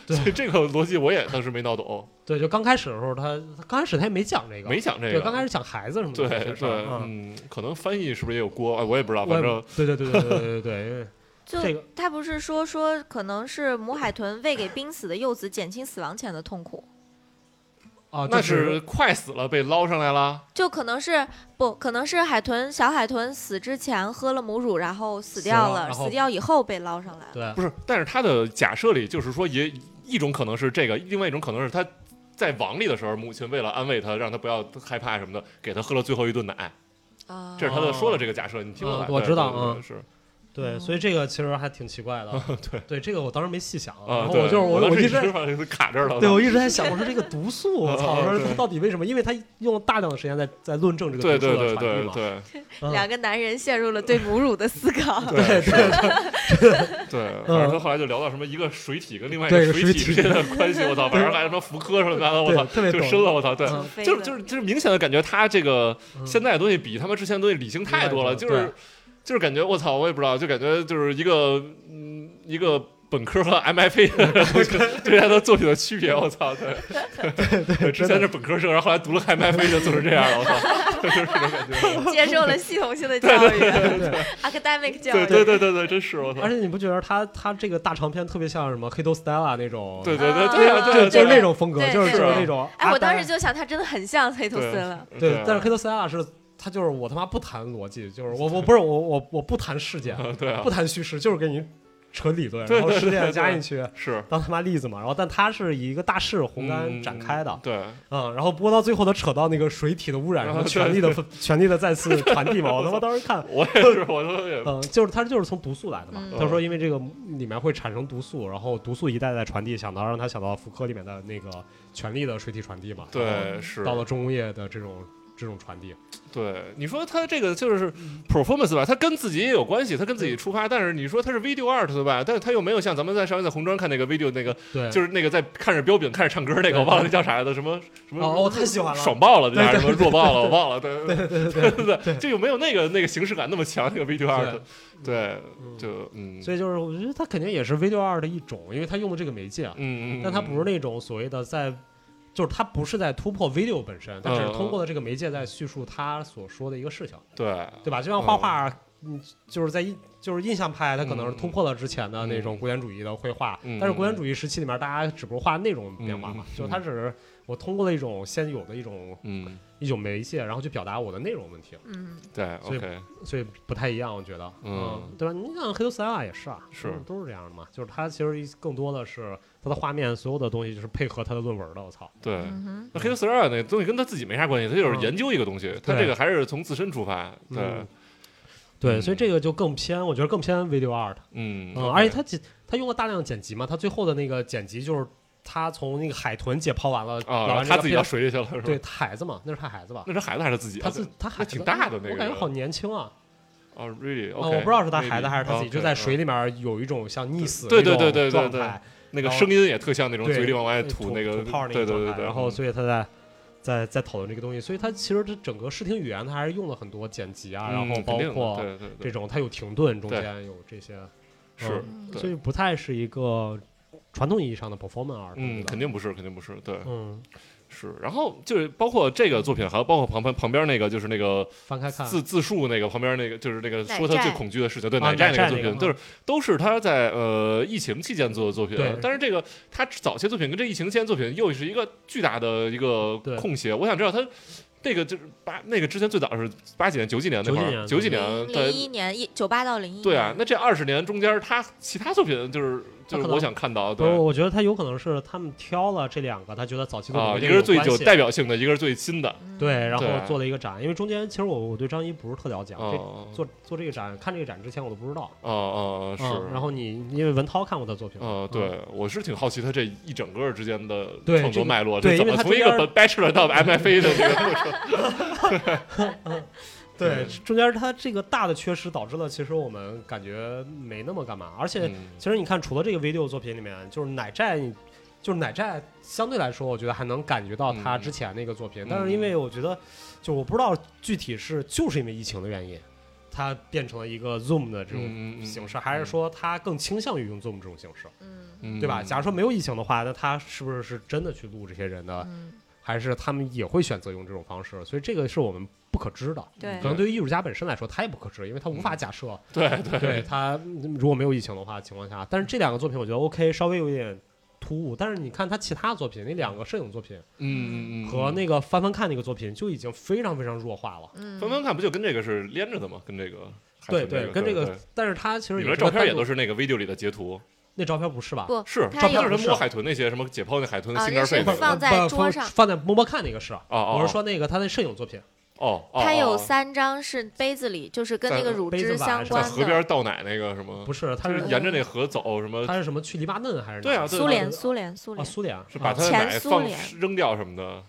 Speaker 3: 所以这个逻辑我也当时没闹懂，
Speaker 1: 对，就刚开始的时候他，他刚开始他也没讲这个，
Speaker 3: 没想这
Speaker 1: 对，
Speaker 3: 个。
Speaker 1: 刚开始讲孩子什么
Speaker 3: 对
Speaker 1: 的
Speaker 3: 对
Speaker 1: 这事儿，嗯，
Speaker 3: 嗯，可能翻译是不是也有锅？哎我也不知道，
Speaker 1: 我
Speaker 3: 反
Speaker 1: 也
Speaker 3: 正
Speaker 1: 对对对对对对对对，
Speaker 3: *laughs*
Speaker 1: 因为
Speaker 2: 就
Speaker 1: 这个
Speaker 2: 它不是说说可能是母海豚喂给濒死的幼子，减轻死亡前的痛苦，
Speaker 1: 啊，
Speaker 3: 那
Speaker 1: 就是
Speaker 3: 是快死了，被捞上来了，
Speaker 2: 就可能是不可能是海豚小海豚死之前喝了母乳，然后死
Speaker 1: 死
Speaker 2: 掉
Speaker 1: 了
Speaker 2: 了，
Speaker 1: 然后
Speaker 2: 死掉以后被捞上来了。
Speaker 1: 对
Speaker 3: 不是？但是他的假设里就是说也，一种可能是这个，另外一种可能是他在网里的时候，母亲为了安慰他，让他不要害怕什么的，给他喝了最后一顿奶，
Speaker 2: 啊，
Speaker 3: 这是他的说了这个假设，你听过
Speaker 1: 哦
Speaker 3: 吧
Speaker 1: 嗯？我
Speaker 3: 对
Speaker 1: 知道
Speaker 3: 对对
Speaker 1: 嗯
Speaker 3: 是
Speaker 1: 对，所以这个其实还挺奇怪
Speaker 3: *laughs*
Speaker 1: 的，对对，这个我当时没细想，哦然
Speaker 3: 啊，
Speaker 1: 后
Speaker 3: 对
Speaker 1: 我就是我
Speaker 3: 当时
Speaker 1: 一
Speaker 3: 一
Speaker 1: 直在
Speaker 3: 直把这个卡这儿了，
Speaker 1: *laughs* 对，我一直在想，我说这个毒素，
Speaker 3: *laughs*
Speaker 1: 我操，我
Speaker 3: 嗯嗯
Speaker 1: 说
Speaker 3: 对
Speaker 1: 到底为什么？因为他用了大量的时间在在论证这个
Speaker 3: 对
Speaker 1: 毒
Speaker 3: 对
Speaker 1: 素的
Speaker 3: 对
Speaker 1: 传递
Speaker 3: 对
Speaker 1: 嘛。
Speaker 3: 对
Speaker 1: *laughs* 嗯
Speaker 2: 两个男人陷入了对母乳的思
Speaker 3: *laughs*
Speaker 2: 考。
Speaker 3: 对
Speaker 1: 对对
Speaker 3: 对，反正他后来就聊到什么一个水体跟另外一
Speaker 1: 嗯对
Speaker 3: 个
Speaker 1: 一个
Speaker 3: 水
Speaker 1: 水
Speaker 3: 体
Speaker 1: 体
Speaker 3: 之间的关系，
Speaker 1: *laughs*
Speaker 3: 我操，晚上来什么福柯什么的，我操
Speaker 1: 对，特别
Speaker 3: 就
Speaker 1: 懂
Speaker 3: 深了，我操，对。
Speaker 1: 嗯
Speaker 2: 飞
Speaker 3: 就是
Speaker 2: 的 *laughs*
Speaker 3: 就是就是明显的感觉，他这个
Speaker 1: 嗯
Speaker 3: 现在的东西比他们之前的东西理性太多了，
Speaker 1: 对
Speaker 3: 就是就是感觉我操，我也不知道，就感觉就是一个嗯一个本科
Speaker 1: *laughs*
Speaker 3: 和 MFA 的之间的作品的区别，我操，对
Speaker 1: *laughs*
Speaker 3: 对对，之前是本科生，然后后来读了 MFA 就做成这样了，我操，就是这种感觉，
Speaker 2: 接受了系统性的教育，academic 教
Speaker 3: 对
Speaker 2: 育。
Speaker 3: 对对对对，真是我操
Speaker 1: 而，且你不觉得他他这个大长篇特别像什么《黑头 Stella》那种？
Speaker 3: 对
Speaker 1: 对，
Speaker 3: 对对
Speaker 2: 啊
Speaker 3: 对啊对啊，
Speaker 1: 就是
Speaker 3: 对啊
Speaker 1: 那种风格，
Speaker 2: 对
Speaker 1: 就是
Speaker 2: 对
Speaker 1: 就是
Speaker 3: 对
Speaker 1: 那种。
Speaker 2: 哎，我当
Speaker 1: 啊
Speaker 2: 时就想，他真的很像黑头斯了。
Speaker 1: 对
Speaker 3: 对啊，
Speaker 1: 但是《黑头 Stella》是他就是我他妈不谈逻辑，就是我我不是我我我不谈事件，
Speaker 3: 对啊
Speaker 1: *laughs* 不谈虚实，就是给你扯理论，
Speaker 3: 对
Speaker 1: 然后
Speaker 3: 对
Speaker 1: 事
Speaker 3: 对
Speaker 1: 件
Speaker 3: 对
Speaker 1: 加
Speaker 3: 对
Speaker 1: 进去
Speaker 3: 是
Speaker 1: 当他妈例子嘛。然后但他是以一个大势宏观展开的，
Speaker 3: 嗯对。
Speaker 1: 嗯，然后不过到最后他扯到那个水体的污染，什么权力的
Speaker 3: *laughs*
Speaker 1: 分权力的再次传递嘛，我他妈当时看，
Speaker 3: 我也是，我
Speaker 1: *laughs*
Speaker 3: 都也
Speaker 1: 嗯，就是他就是从毒素来的嘛。
Speaker 2: 嗯
Speaker 1: 他说因为这个里面会产生毒素，然后毒素一代代传递，想到让他想到福柯里面的那个权力的水体传递嘛。然
Speaker 3: 对是
Speaker 1: 后到了重工业的这种这种传递，
Speaker 3: 对。你说他这个就是
Speaker 1: 嗯
Speaker 3: performance 吧，他跟自己也有关系，他跟自己出发，但是你说他是 video art 对吧？但是他又没有像咱们在上回在红砖看那个 video 那个，
Speaker 1: 对，
Speaker 3: 就是是那个在看着标本看着唱歌那个，我忘了那叫啥来的，什么什么
Speaker 1: 哦，我太喜欢了，
Speaker 3: 爽爆了，那叫什么弱爆了，我忘了，对对对对对，就有没有那个那个形式感那么强？那个 video art，对，
Speaker 1: 嗯
Speaker 3: 就嗯
Speaker 1: 所以就是我觉得他肯定也是 video 二的一种，因为他用的这个媒介啊，
Speaker 3: 嗯嗯，
Speaker 1: 但他不是那种所谓的在。就是他不是在突破 video 本身，他只
Speaker 3: 嗯
Speaker 1: 是通过了这个媒介在叙述他所说的一个事情。
Speaker 3: 对
Speaker 1: 对吧？就像画画，嗯，就是在印就是印象派，它可能是突破了之前的那种
Speaker 3: 嗯
Speaker 1: 古典主义的绘画，
Speaker 3: 嗯
Speaker 1: 但是古典主义时期里面，大家只不过画那种变化嘛，
Speaker 3: 嗯嗯
Speaker 1: 就是它只是我通过了一种现有的一种
Speaker 3: 嗯
Speaker 1: 一种媒介，然后去表达我的内容问题，
Speaker 2: 嗯，
Speaker 3: 对
Speaker 1: 所以
Speaker 3: ，OK，
Speaker 1: 所以不太一样，我觉得，
Speaker 3: 嗯
Speaker 1: 对吧？你像黑头斯拉也是啊，
Speaker 3: 是
Speaker 1: 都都是这样的嘛，就是它其实更多的是它的画面，所有的东西就是配合它的论文的，我操，
Speaker 3: 对。
Speaker 2: 嗯哼，
Speaker 3: 那黑色十二那东西跟他自己没啥关系，他就是
Speaker 1: 嗯
Speaker 3: 研究一个东西，他
Speaker 1: 对
Speaker 3: 这个还是从自身出发。对，
Speaker 1: 嗯对，
Speaker 3: 嗯
Speaker 1: 所以这个就更偏，我觉得更偏 video art。
Speaker 3: 嗯，
Speaker 1: 嗯，而且他剪他用了大量剪辑嘛，他最后的那个剪辑就是他从那个海豚解剖完了，
Speaker 3: 啊，
Speaker 1: 然
Speaker 3: 然
Speaker 1: 后
Speaker 3: 后他自己到水里去了，是吧？
Speaker 1: 对，他孩子嘛，那是他孩子吧？
Speaker 3: 那是孩子还是自己啊？
Speaker 1: 他自他孩
Speaker 3: 那
Speaker 1: 子嗯
Speaker 3: 挺大的那个
Speaker 1: 我感觉
Speaker 3: 人
Speaker 1: 好年轻啊！
Speaker 3: 哦，really？
Speaker 1: 啊
Speaker 3: OK，
Speaker 1: 我不知道是他孩子
Speaker 3: maybe，
Speaker 1: 还是他自己，
Speaker 3: OK，
Speaker 1: 就在水
Speaker 3: 嗯
Speaker 1: 里面有一种像溺死
Speaker 3: 对
Speaker 1: 那
Speaker 3: 对对
Speaker 1: 种
Speaker 3: 对对
Speaker 1: 状
Speaker 3: 对
Speaker 1: 态
Speaker 3: 嗯那个
Speaker 1: 然后
Speaker 3: 声音也特像那种
Speaker 1: 对
Speaker 3: 嘴里往外
Speaker 1: 吐
Speaker 3: 那个
Speaker 1: 吐泡儿那个
Speaker 3: 对对
Speaker 1: 状
Speaker 3: 对
Speaker 1: 态，
Speaker 3: 对，嗯
Speaker 1: 然后所以他在。在在讨论这个东西，所以他其实这整个视听语言，他还是用了很多剪辑啊，
Speaker 3: 嗯
Speaker 1: 然后
Speaker 3: 肯
Speaker 1: 包
Speaker 3: 定的
Speaker 1: 括
Speaker 3: 对对
Speaker 1: 这
Speaker 3: 对
Speaker 1: 种它有停顿，中
Speaker 3: 对
Speaker 1: 间有这些，嗯
Speaker 3: 是，对
Speaker 1: 所以不太是一个传统意义上的 performance art，我觉
Speaker 3: 嗯，
Speaker 1: 得
Speaker 3: 肯定不是，肯定不是，对，
Speaker 1: 嗯，
Speaker 3: 是，然后就是包括这个作品，还有包括旁旁旁边那个，就是那个
Speaker 1: 翻开看，
Speaker 3: 自自述那个旁边那个，就是那个
Speaker 2: 奶
Speaker 3: 说他最
Speaker 2: 战
Speaker 3: 恐惧的事情，对
Speaker 1: 啊
Speaker 3: 奶战
Speaker 1: 奶
Speaker 3: 那个
Speaker 1: 战
Speaker 3: 作
Speaker 1: 那个
Speaker 3: 品，就是都是他在呃疫情期间做的作品
Speaker 1: 对。
Speaker 3: 但是这个他早些作品跟这疫情期间作品又是一个巨大的一个
Speaker 1: 对
Speaker 3: 空隙。我想知道他那个就是八那个之前最早是八几年九几年那会儿，
Speaker 1: 九
Speaker 3: 九
Speaker 1: 几
Speaker 3: 几年
Speaker 2: 零
Speaker 3: 对啊
Speaker 2: 零一年一九八到零一
Speaker 3: 对啊，，那这二十年中间他其他作品就是
Speaker 1: 他
Speaker 3: 就
Speaker 1: 可
Speaker 3: 是
Speaker 1: 能
Speaker 3: 我想看到
Speaker 1: 不
Speaker 3: 对
Speaker 1: 是，。我觉得他有可能是他们挑了这两个，他觉得早期作
Speaker 3: 啊，
Speaker 1: 品
Speaker 3: 一
Speaker 1: 跟这
Speaker 3: 个是
Speaker 1: 个
Speaker 3: 最
Speaker 1: 有
Speaker 3: 有
Speaker 1: 关系
Speaker 3: 代表性的，一个是最新的。
Speaker 2: 嗯
Speaker 1: 对，然后
Speaker 3: 对
Speaker 1: 做了一个展，因为中间其实我我对张一不是特了解，啊嗯这
Speaker 3: 哦
Speaker 1: 做做这个展看这个展之前我都不知道。
Speaker 3: 哦哦，是。
Speaker 1: 嗯然后你因为文涛看过他作品嘛，
Speaker 3: 呃，
Speaker 1: 嗯，
Speaker 3: 对，我是挺好奇他这一整个之间的
Speaker 1: 对
Speaker 3: 创
Speaker 1: 这
Speaker 3: 作
Speaker 1: 个
Speaker 3: 脉络，
Speaker 1: 对
Speaker 3: 是怎
Speaker 1: 因为他
Speaker 3: 么从一
Speaker 1: 中
Speaker 3: 个
Speaker 1: 间嗯
Speaker 3: 本 bachelor 到 MFA 的这个过程？
Speaker 1: 对
Speaker 3: 嗯，
Speaker 1: 中间他这个大的缺失导致了，其实我们感觉没那么干嘛。而且
Speaker 3: 嗯
Speaker 1: 其实你看，除了这个 video 作品里面，就是奶寨，就是奶寨相对来说，我觉得还能感觉到他
Speaker 3: 嗯
Speaker 1: 之前那个作品。
Speaker 3: 嗯
Speaker 1: 但是因为我觉得，就我不知道具体是就是因为疫情的原因，它变成了一个 Zoom 的这种
Speaker 3: 嗯嗯嗯
Speaker 1: 形式，还是说它更倾向于用 Zoom 这种形式，
Speaker 2: 嗯
Speaker 3: 嗯
Speaker 1: 对吧？假如说没有疫情的话，那他是不是是真的去录这些人的，
Speaker 2: 嗯，
Speaker 1: 还是他们也会选择用这种方式？所以这个是我们不可知的。
Speaker 2: 对
Speaker 3: 嗯
Speaker 1: 可能对于艺术家本身来说，他也不可知，因为他无法假设，
Speaker 3: 对对
Speaker 1: 对他嗯如果没有疫情的话情况下，但是这两个作品我觉得 OK，稍微有点突兀，但是你看他其他作品那两个摄影作品
Speaker 3: 嗯嗯嗯
Speaker 1: 和那个翻翻看那个作品就已经非常非常弱化了。
Speaker 2: 嗯
Speaker 3: 翻翻看不就跟这个是连着的吗？跟这个还
Speaker 1: 对
Speaker 3: 存这
Speaker 1: 对，
Speaker 3: 个
Speaker 1: 跟这
Speaker 3: 对
Speaker 1: 个
Speaker 3: 对，
Speaker 1: 但是他其实
Speaker 3: 里
Speaker 1: 有
Speaker 3: 面
Speaker 1: 一个
Speaker 3: 照片也
Speaker 1: 单独
Speaker 3: 都是那个 video 里的截图，
Speaker 1: 那照片不是吧？
Speaker 2: 不
Speaker 3: 是
Speaker 2: 它
Speaker 3: 照片
Speaker 2: 有
Speaker 3: 就是
Speaker 1: 不是
Speaker 3: 摸海豚那些什么解剖那海豚的
Speaker 2: 啊
Speaker 3: 心
Speaker 2: 那
Speaker 3: 肝肺
Speaker 2: 是
Speaker 3: 那
Speaker 1: 不呃
Speaker 3: 个
Speaker 2: 放在
Speaker 1: 不
Speaker 2: 桌
Speaker 1: 放
Speaker 2: 上
Speaker 1: 放在摸摸看那个是，啊
Speaker 3: 哦哦，
Speaker 1: 我是说那个他的摄影作品，
Speaker 3: 哦，哦
Speaker 2: 它有
Speaker 3: 哦
Speaker 2: 三张是杯子里，就是跟
Speaker 3: 在
Speaker 2: 那个乳
Speaker 1: 杯子碗
Speaker 2: 汁相
Speaker 1: 上
Speaker 3: 在
Speaker 2: 关
Speaker 3: 河边
Speaker 2: 的。
Speaker 3: 倒奶那个什么
Speaker 1: 不，是，他
Speaker 3: 就是
Speaker 1: 是
Speaker 3: 沿着那河走什么
Speaker 1: 他，是什么去黎巴嫩还是哪
Speaker 3: 对啊
Speaker 1: 儿
Speaker 3: 对
Speaker 2: 苏联，苏
Speaker 1: 啊
Speaker 2: 联，苏联，
Speaker 1: 苏联啊
Speaker 3: 是把他的
Speaker 2: 前
Speaker 3: 奶
Speaker 2: 苏
Speaker 3: 放
Speaker 2: 联
Speaker 3: 扔掉什么的。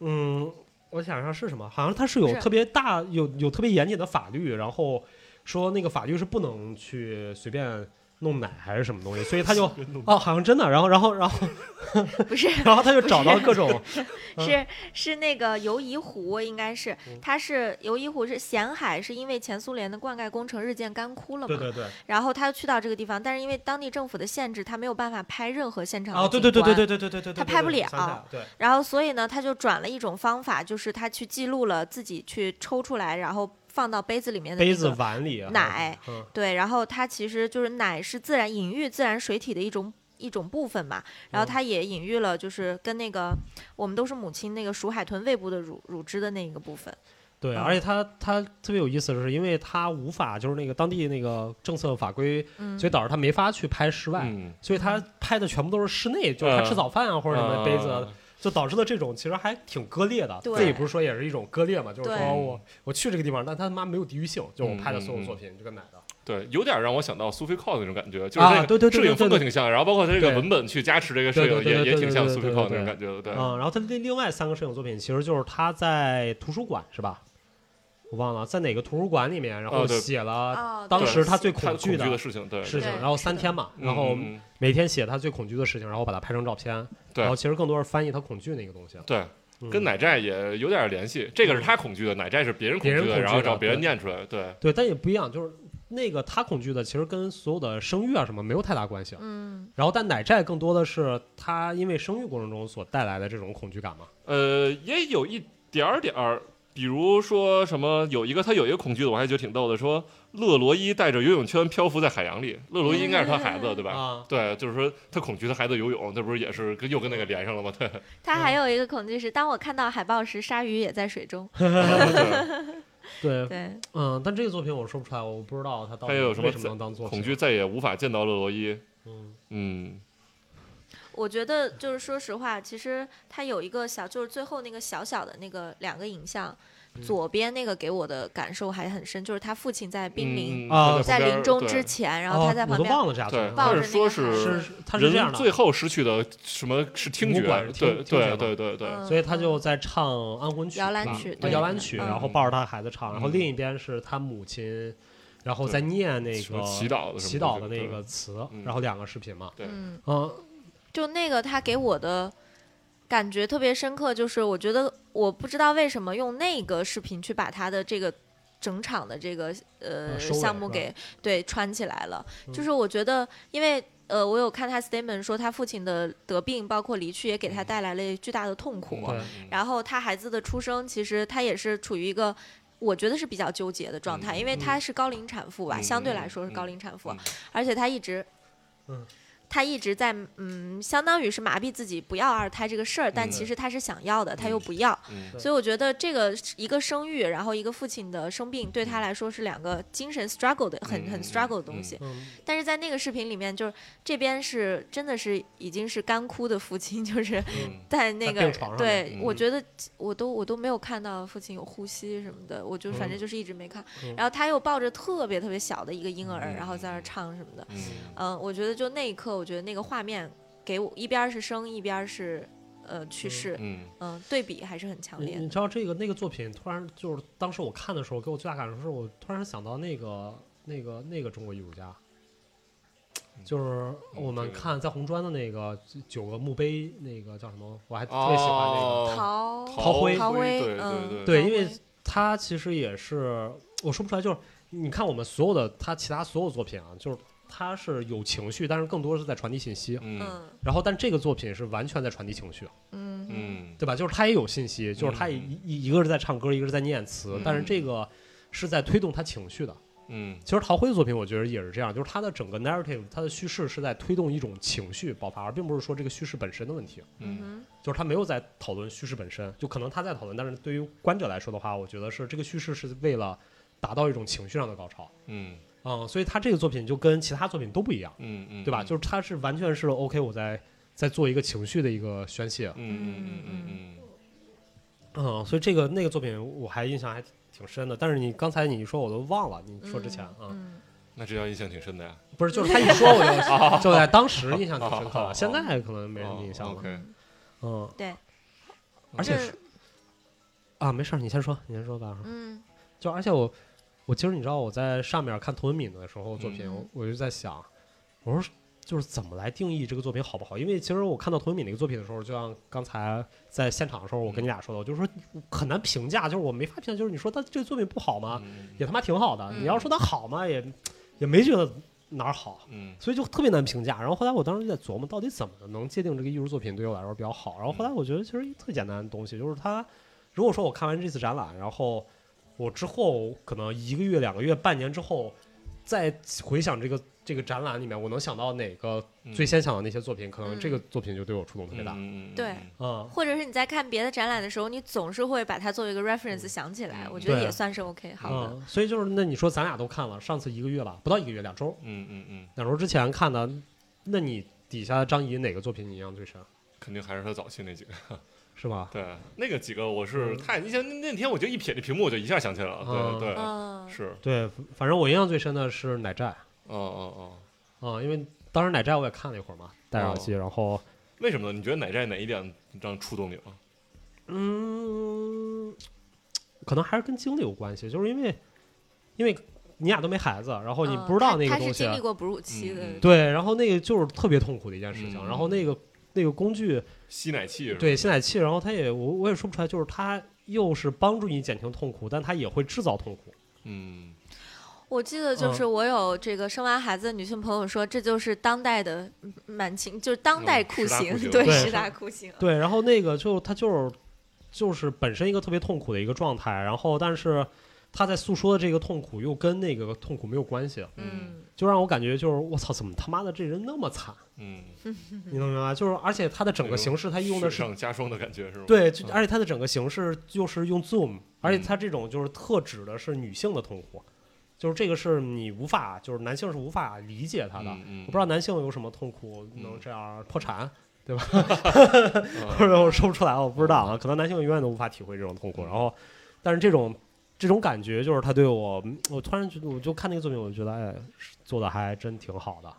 Speaker 1: 嗯，我想一下是什么？好像它是有
Speaker 2: 是
Speaker 1: 特别大、有有特别严谨的法律，然后说那个法律是不能去随便弄奶还是什么东西，所以他就
Speaker 3: *laughs*
Speaker 1: 哦，好像真的。然后，然后，然后，
Speaker 2: *laughs* 不是，
Speaker 1: 然后他就找到各
Speaker 2: *laughs*
Speaker 1: 种嗯
Speaker 2: 是是那个游移湖，应该是
Speaker 1: 嗯
Speaker 2: 它是游移湖是咸海，是因为前苏联的灌溉工程日渐干枯了
Speaker 1: 对
Speaker 2: 嘛，
Speaker 1: 对对
Speaker 2: 然后他去到这个地方，但是因为当地政府的限制，他没有办法拍任何现场的
Speaker 1: 哦，对
Speaker 2: 景
Speaker 1: 对对对
Speaker 2: 观
Speaker 1: 对对对对对，
Speaker 2: 他
Speaker 1: 对
Speaker 2: 拍不
Speaker 1: 对
Speaker 2: 了
Speaker 1: 想起来了对，
Speaker 2: 然后所以呢，他就转了一种方法，就是他去记录了自己去抽出来，然后放到杯子里面的、那个、
Speaker 1: 杯子碗里啊
Speaker 2: 奶，
Speaker 1: 嗯
Speaker 2: 对，然后它其实就是奶是自然隐喻自然水体的一种一种部分嘛，然后
Speaker 1: 嗯
Speaker 2: 它也隐喻了就是跟那个我们都是母亲那个鼠海豚胃部的乳乳汁的那一个部分。
Speaker 1: 对，
Speaker 2: 嗯
Speaker 1: 而且他他特别有意思的是，因为他无法就是那个当地那个政策法规，
Speaker 2: 嗯
Speaker 1: 所以导致他没法去拍室外。
Speaker 3: 嗯，
Speaker 1: 所以他拍的全部都是室内，就是他
Speaker 3: 嗯
Speaker 1: 吃早饭啊，或者什么杯子啊
Speaker 3: 啊，
Speaker 1: 就导致了这种其实还挺割裂的。
Speaker 2: 对
Speaker 1: 自己不是说也是一种割裂嘛，就是
Speaker 2: 对
Speaker 1: 说哦我我去这个地方，但他妈没有地域性，就是我
Speaker 3: 嗯
Speaker 1: 拍的所
Speaker 3: 嗯
Speaker 1: 有
Speaker 3: 嗯
Speaker 1: 作品这个奶的。
Speaker 3: 对，有点让我想到苏菲寇那种感觉，就是
Speaker 1: 啊
Speaker 3: 那
Speaker 1: 对对对
Speaker 3: 个摄
Speaker 1: 对
Speaker 3: 影
Speaker 1: 对
Speaker 3: 风格
Speaker 1: 对
Speaker 3: 挺像，然后包括它这个
Speaker 1: 对
Speaker 3: 文本去加持这个摄
Speaker 1: 对
Speaker 3: 影，
Speaker 1: 对对
Speaker 3: 也也
Speaker 1: 对对
Speaker 3: 挺像
Speaker 1: 对
Speaker 3: 苏菲
Speaker 1: 对
Speaker 3: 寇那
Speaker 1: 对对
Speaker 3: 种感觉的，对。
Speaker 1: 嗯，然后他另另外三个摄影作品，其实就是他在图书馆是吧？我忘了在哪个图书馆里面，然后
Speaker 3: 啊对
Speaker 1: 写了
Speaker 2: 哦
Speaker 1: 当
Speaker 3: 对
Speaker 1: 时他最
Speaker 3: 他
Speaker 1: 恐惧
Speaker 3: 的
Speaker 1: 的
Speaker 3: 事情，对，
Speaker 1: 事情，
Speaker 2: 对
Speaker 1: 然后
Speaker 2: 是
Speaker 1: 三
Speaker 2: 的
Speaker 1: 天嘛，
Speaker 3: 嗯
Speaker 1: 然后
Speaker 3: 嗯嗯
Speaker 1: 每天写他最恐惧的事情，然后把它拍成照片。
Speaker 3: 对
Speaker 1: 然后其实更多是翻译他恐惧那个东西。
Speaker 3: 对，
Speaker 1: 嗯
Speaker 3: 跟奶寨也有点联系。这个是他恐惧的，奶寨是别人恐
Speaker 1: 别人
Speaker 3: 惧的，
Speaker 1: 恐
Speaker 3: 然
Speaker 1: 惧
Speaker 3: 后
Speaker 1: 的
Speaker 3: 让别人
Speaker 1: 对
Speaker 3: 念出来，对，
Speaker 1: 嗯对，但也不一样，就是那个他恐惧的，其实跟所有的生育啊什么没有太大关系。
Speaker 2: 嗯，
Speaker 1: 然后，但奶寨更多的是他因为生育过程中所带来的这种恐惧感嘛。嗯
Speaker 3: 呃，也有一点儿点儿。比如说什么，有一个他有一个恐惧的，我还觉得挺逗的，说勒罗伊带着游泳圈漂浮在海洋里，勒罗伊应该是他孩子，对吧？
Speaker 1: 啊，
Speaker 3: 对，就是说他恐惧他孩子游泳，这不是也是跟又跟那个连上了吗？对，
Speaker 2: 它
Speaker 1: 嗯
Speaker 2: 还有一个恐惧是，当我看到海豹时，鲨鱼也在
Speaker 1: *laughs*
Speaker 2: 水中。
Speaker 3: 对
Speaker 1: 对， *laughs*
Speaker 2: 对，
Speaker 1: 嗯，但这个作品我说不出来，我不知道他到底
Speaker 3: 还有什么
Speaker 1: 为什么能当作 *laughs* 品啊
Speaker 3: 恐惧，再也无法见到勒罗伊。
Speaker 1: 嗯
Speaker 3: 嗯，
Speaker 2: 我觉得就是说实话，其实它有一个小，就是最后那个小小的那个两个影像，
Speaker 1: 嗯
Speaker 2: 左边那个给我的感受还很深，就是他父亲在濒临、
Speaker 3: 嗯
Speaker 1: 啊
Speaker 3: 他
Speaker 2: 在
Speaker 3: 旁边
Speaker 2: 临终
Speaker 3: 对
Speaker 2: 之前，然后他在
Speaker 1: 哦我
Speaker 2: 旁
Speaker 1: 都
Speaker 2: 边
Speaker 1: 忘了这样
Speaker 3: 对，
Speaker 2: 抱
Speaker 3: 他
Speaker 2: 着
Speaker 3: 是说
Speaker 2: 那个孩
Speaker 1: 是
Speaker 3: 是
Speaker 2: 子
Speaker 1: 是他是这样
Speaker 3: 人最
Speaker 1: 的，
Speaker 3: 后失去的什么是听觉
Speaker 1: 五管是？听
Speaker 3: 对
Speaker 1: 听觉
Speaker 3: 对
Speaker 1: 嘛
Speaker 3: 对对对，
Speaker 2: 嗯
Speaker 1: 所以他就在唱安魂曲吧、
Speaker 2: 摇篮曲
Speaker 1: 啊
Speaker 2: 对
Speaker 1: 摇篮曲，
Speaker 2: 嗯
Speaker 1: 然后抱着他孩子唱，然后
Speaker 3: 嗯
Speaker 1: 另一边是他母亲，然后
Speaker 3: 对
Speaker 1: 在念那
Speaker 3: 什么
Speaker 1: 个
Speaker 3: 祈祷的什么
Speaker 1: 祈祷的
Speaker 3: 东西
Speaker 1: 那个词
Speaker 3: 嗯，
Speaker 1: 然后两个视频嘛，
Speaker 3: 对
Speaker 2: 嗯。
Speaker 1: 嗯，
Speaker 2: 就那个他给我的感觉特别深刻，就是我觉得我不知道为什么用那个视频去把他的这个整场的这个呃
Speaker 1: 呃收尾
Speaker 2: 项目
Speaker 1: 是吧
Speaker 2: 给对穿起来了，
Speaker 1: 嗯
Speaker 2: 就是我觉得因为。呃，我有看他 statement 说他父亲的得病，包括离去，也给他带来了巨大的痛苦。
Speaker 1: 嗯对
Speaker 2: 然后他孩子的出生，其实他也是处于一个。我觉得是比较纠结的状态，
Speaker 3: 嗯
Speaker 2: 因为她是高龄产妇吧，
Speaker 3: 嗯
Speaker 2: 相对来说是高龄产妇，啊
Speaker 3: 嗯嗯
Speaker 2: 而且她一直，
Speaker 1: 嗯
Speaker 2: 她一直在嗯，相当于是麻痹自己不要二胎这个事儿，但
Speaker 3: 嗯
Speaker 2: 其实她是想要的，她又不要，
Speaker 3: 嗯
Speaker 1: 对
Speaker 2: 所以我觉得这个一个生育，然后一个父亲的生病，对她来说是两个精神 struggle 的很
Speaker 3: 嗯
Speaker 2: 很 struggle 的东西。
Speaker 1: 嗯，
Speaker 2: 但是在那个视频里面，就是这边是真的是已经是干枯的父亲， *laughs* 就是
Speaker 3: 嗯
Speaker 2: 在那
Speaker 1: 在
Speaker 2: 个
Speaker 1: 病床上
Speaker 2: 对，
Speaker 3: 面嗯
Speaker 2: 我觉得我都我都没有看到父亲有呼吸什么的，我就反正
Speaker 1: 嗯
Speaker 2: 就是一直没看。
Speaker 1: 嗯
Speaker 2: 然后他又抱着特别特别小的一个婴儿，
Speaker 3: 嗯
Speaker 2: 然后在那儿唱什么的。
Speaker 3: 嗯
Speaker 2: 嗯，我觉得就那一刻，我觉得那个画面给我一边儿是生，一边儿是呃去
Speaker 1: 嗯
Speaker 2: 世，
Speaker 3: 嗯
Speaker 2: 嗯对比还是很强
Speaker 1: 你
Speaker 2: 烈的。
Speaker 1: 你知道这个那个作品，突然就是当时我看的时候，给我最大感受是我突然想到那个那个那个中国艺术家，就是我们看在红砖的那个九个墓碑，那个叫什么？我还特别喜欢那
Speaker 2: 嗯
Speaker 1: 个。
Speaker 3: 哦
Speaker 2: 陶
Speaker 1: 陶
Speaker 3: 辉
Speaker 1: 辉
Speaker 2: 陶辉
Speaker 3: 对
Speaker 2: 嗯
Speaker 3: 对
Speaker 1: 对，
Speaker 2: 陶
Speaker 1: 因为
Speaker 2: 辉
Speaker 1: 他其实也是我说不出来，就是你看我们所有的他其他所有作品啊，就是他是有情绪，但是更多是在传递信息。
Speaker 3: 嗯
Speaker 2: 嗯
Speaker 1: 然后，但这个作品是完全在传递情绪，
Speaker 2: 嗯嗯
Speaker 3: 嗯
Speaker 1: 对吧？就是他也有信息，就是他
Speaker 3: 嗯
Speaker 1: 一一一个是在唱歌，一个是在念词
Speaker 3: 嗯，
Speaker 1: 但是这个是在推动他情绪的。
Speaker 3: 嗯
Speaker 1: 其实陶辉的作品，我觉得也是这样，就是他的整个 narrative，他的叙事是在推动一种情绪爆发，而并不是说这个叙事本身的问题。
Speaker 3: 嗯
Speaker 2: 嗯
Speaker 1: 就是他没有在讨论叙事本身，就可能他在讨论，但是对于观者来说的话，我觉得是这个叙事是为了达到一种情绪上的高潮。
Speaker 3: 嗯
Speaker 1: 嗯，所以他这个作品就跟其他作品都不一样，
Speaker 3: 嗯嗯，
Speaker 1: 对吧？就是他是完全是 OK，我在在做一个情绪的一个宣泄。
Speaker 3: 嗯嗯嗯
Speaker 1: 嗯，所以这个那个作品我还印象还挺挺深的，但是你刚才你说我都忘了，你说之前啊、
Speaker 2: 嗯
Speaker 3: 嗯，那这条印象挺深的呀。
Speaker 1: 不是，就是他一说我就就在当时印象挺深刻了，现在可能没什么印象了。
Speaker 3: 哦 OK，
Speaker 1: 嗯，
Speaker 2: 对，
Speaker 1: 而且
Speaker 2: 这
Speaker 1: 是啊，没事儿，你先说，你先说吧。
Speaker 2: 嗯
Speaker 1: 就而且我，我其实你知道我在上面看童文敏的时候作品，
Speaker 2: 嗯
Speaker 1: 我我就在想，我说就是怎么来定义这个作品好不好？因为其实我看到童文敏那个作品的时候，就像刚才在现场的时候我
Speaker 2: 嗯
Speaker 1: 跟你俩说的，我就说很难评价，就是我没法评价，就是你说他这个作品不好吗？也他妈挺好的，
Speaker 2: 嗯
Speaker 1: 你要说他好吗？也也没觉得哪儿好。
Speaker 3: 嗯
Speaker 1: 所以就特别难评价。然后后来我当时就在琢磨，到底怎么能界定这个艺术作品对我来说比较好。然后
Speaker 2: 嗯
Speaker 1: 后来我觉得其实特简单的东西，就是它，如果说我看完这次展览，然后我之后可能一个月、两个月、半年之后，再回想这个这个展览里面，我能想到哪个
Speaker 2: 嗯
Speaker 1: 最先想到那些作品，可能这个作品就对我触动特别大。
Speaker 3: 嗯
Speaker 1: 嗯，
Speaker 2: 或者是你在看别的展览的时候，你总是会把它作为一个 reference 想起来，
Speaker 3: 嗯
Speaker 2: 我觉得
Speaker 1: 对啊
Speaker 2: 也算是 OK 好的。
Speaker 1: 嗯，所以就是那你说咱俩都看了，上次一个月吧，不到一个月，两周，
Speaker 3: 嗯嗯嗯，
Speaker 1: 两周之前看的，那你底下张仪哪个作品你印象最深？
Speaker 3: 肯定还是他早期那几个。
Speaker 1: 是吧？
Speaker 3: 对，那个几个我是
Speaker 1: 嗯
Speaker 3: 太，你想那那天我就一瞥这屏幕，我就一下想起来了。
Speaker 1: 嗯
Speaker 3: 对对，
Speaker 2: 嗯，
Speaker 3: 是，
Speaker 1: 对，反正我印象最深的是奶寨。
Speaker 3: 哦哦哦，
Speaker 1: 啊、因为当时奶寨我也看了一会儿嘛，戴上耳机，然后
Speaker 3: 为什么呢？你觉得哪寨哪一点让触动你了？
Speaker 1: 嗯，可能还是跟经历有关系，就是因为因为你俩都没孩子，然后哦你
Speaker 2: 嗯
Speaker 1: 不知道
Speaker 2: 他
Speaker 1: 那个
Speaker 2: 他是
Speaker 1: 东西，啊
Speaker 2: 经历过哺乳期的，
Speaker 3: 嗯
Speaker 1: 对，然后那个就是特别痛苦的一件事情，
Speaker 3: 嗯
Speaker 1: 然后那个那个工具，
Speaker 3: 吸奶器是吧？
Speaker 1: 对吸奶器，然后它也我我也说不出来，就是它又是帮助你减轻痛苦，但它也会制造痛苦，
Speaker 3: 嗯，
Speaker 2: 我记得
Speaker 1: 嗯
Speaker 2: 就是我有这个生完孩子的女性朋友说，这就是当代的嗯满清，就是当代酷刑，
Speaker 3: 嗯十大酷刑
Speaker 2: 对
Speaker 1: 对
Speaker 2: 十
Speaker 1: *laughs*
Speaker 2: 大酷刑。
Speaker 1: 对，然后那个就它就是就是本身一个特别痛苦的一个状态，然后但是他在诉说的这个痛苦又跟那个痛苦没有关系，
Speaker 2: 嗯
Speaker 1: 就让我感觉就是我操，怎么他妈的这人那么惨？
Speaker 3: 嗯，
Speaker 1: 你能明白？就是而且他的整个形式，他用的
Speaker 3: 雪
Speaker 1: 是
Speaker 3: 哎上加霜的感觉是吗？
Speaker 1: 对，就
Speaker 3: 嗯
Speaker 1: 而且他的整个形式就是用 Zoom，而且他这种就是特指的是女性的痛苦，就是这个是你无法，就是男性是无法理解他的。
Speaker 3: 嗯嗯，
Speaker 1: 我不知道男性有什么痛苦能这样破产，或
Speaker 3: 嗯
Speaker 1: 者我说不出来，我不知道啊，可能男性永远都无法体会这种痛苦。然后，但是这种这种感觉，就是他对我，嗯我突然觉得，我就看那个作品，我就觉得哎，是做的还真挺好的。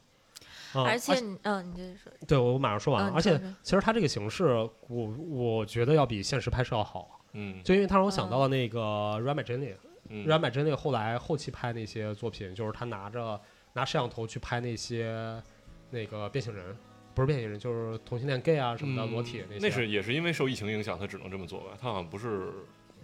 Speaker 1: 嗯、
Speaker 2: 而且你，嗯，你接着说，
Speaker 1: 对我马上说完了，
Speaker 2: 嗯
Speaker 1: 而且
Speaker 2: 你说
Speaker 1: 其实它这个形式，我我觉得要比现实拍摄要好，
Speaker 3: 嗯
Speaker 1: 就因为它让我想到了那个 r a m a j a n i
Speaker 3: 嗯
Speaker 1: r a m a j a n i 后来后期拍那些作品，就是他拿着拿摄像头去拍那些那个变性人，不是变性人，就是同性恋 gay 啊什么的、
Speaker 3: 嗯
Speaker 1: 裸体些。
Speaker 3: 那是也是因为受疫情影响，他只能这么做吧？他好像不是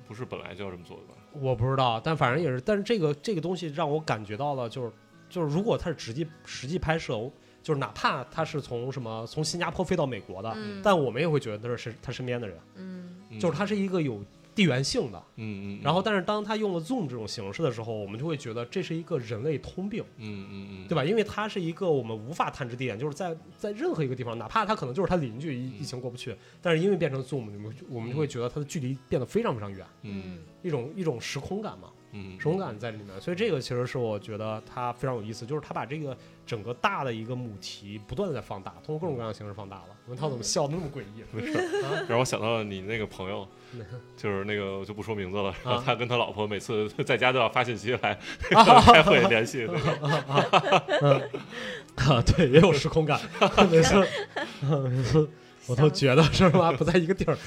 Speaker 3: 不是本来就要这么做的吧？
Speaker 1: 我不知道，但反正也是，但是这个这个东西让我感觉到了，就是就是如果它是实际实际拍摄，我就是哪怕他是从什么从新加坡飞到美国的，
Speaker 2: 嗯
Speaker 1: 啊但我们也会觉得他是身他身边的人，
Speaker 2: 嗯
Speaker 3: 嗯
Speaker 1: 就是他是一个有地缘性的。
Speaker 3: 嗯嗯，
Speaker 1: 然后，但是当他用了 Zoom 这种形式的时候，我们就会觉得这是一个人类通病，
Speaker 3: 嗯嗯嗯，
Speaker 1: 对吧？因为它是一个我们无法探知地点，就是在在任何一个地方，哪怕他可能就是他邻居
Speaker 3: 嗯
Speaker 1: 疫疫情过不去，但是因为变成 Zoom，我们就我们就会觉得它的距离变得非常非常远，
Speaker 3: 嗯
Speaker 1: 一种一种时空感嘛。
Speaker 3: 嗯，
Speaker 1: 手感在里面，所以这个其实是我觉得它非常有意思，就是它把这个整个大的一个母题不断的在放大，通过各种各样的形式放大了。文涛怎么笑得那么诡异？ *laughs*
Speaker 3: 没事。
Speaker 1: 啊，
Speaker 3: 让我想到了你那个
Speaker 1: *laughs*
Speaker 3: 朋友
Speaker 1: 哪个，
Speaker 3: 就是那个我就不说名字了。然后
Speaker 1: 啊
Speaker 3: 他跟他老婆每次在家都要发信息
Speaker 1: *laughs*
Speaker 3: 来
Speaker 1: 啊
Speaker 3: 开会联系。对吧
Speaker 1: 啊对，也有时空 *laughs* 感，每次每 *laughs* 次我都觉得是吧，不在一个地儿。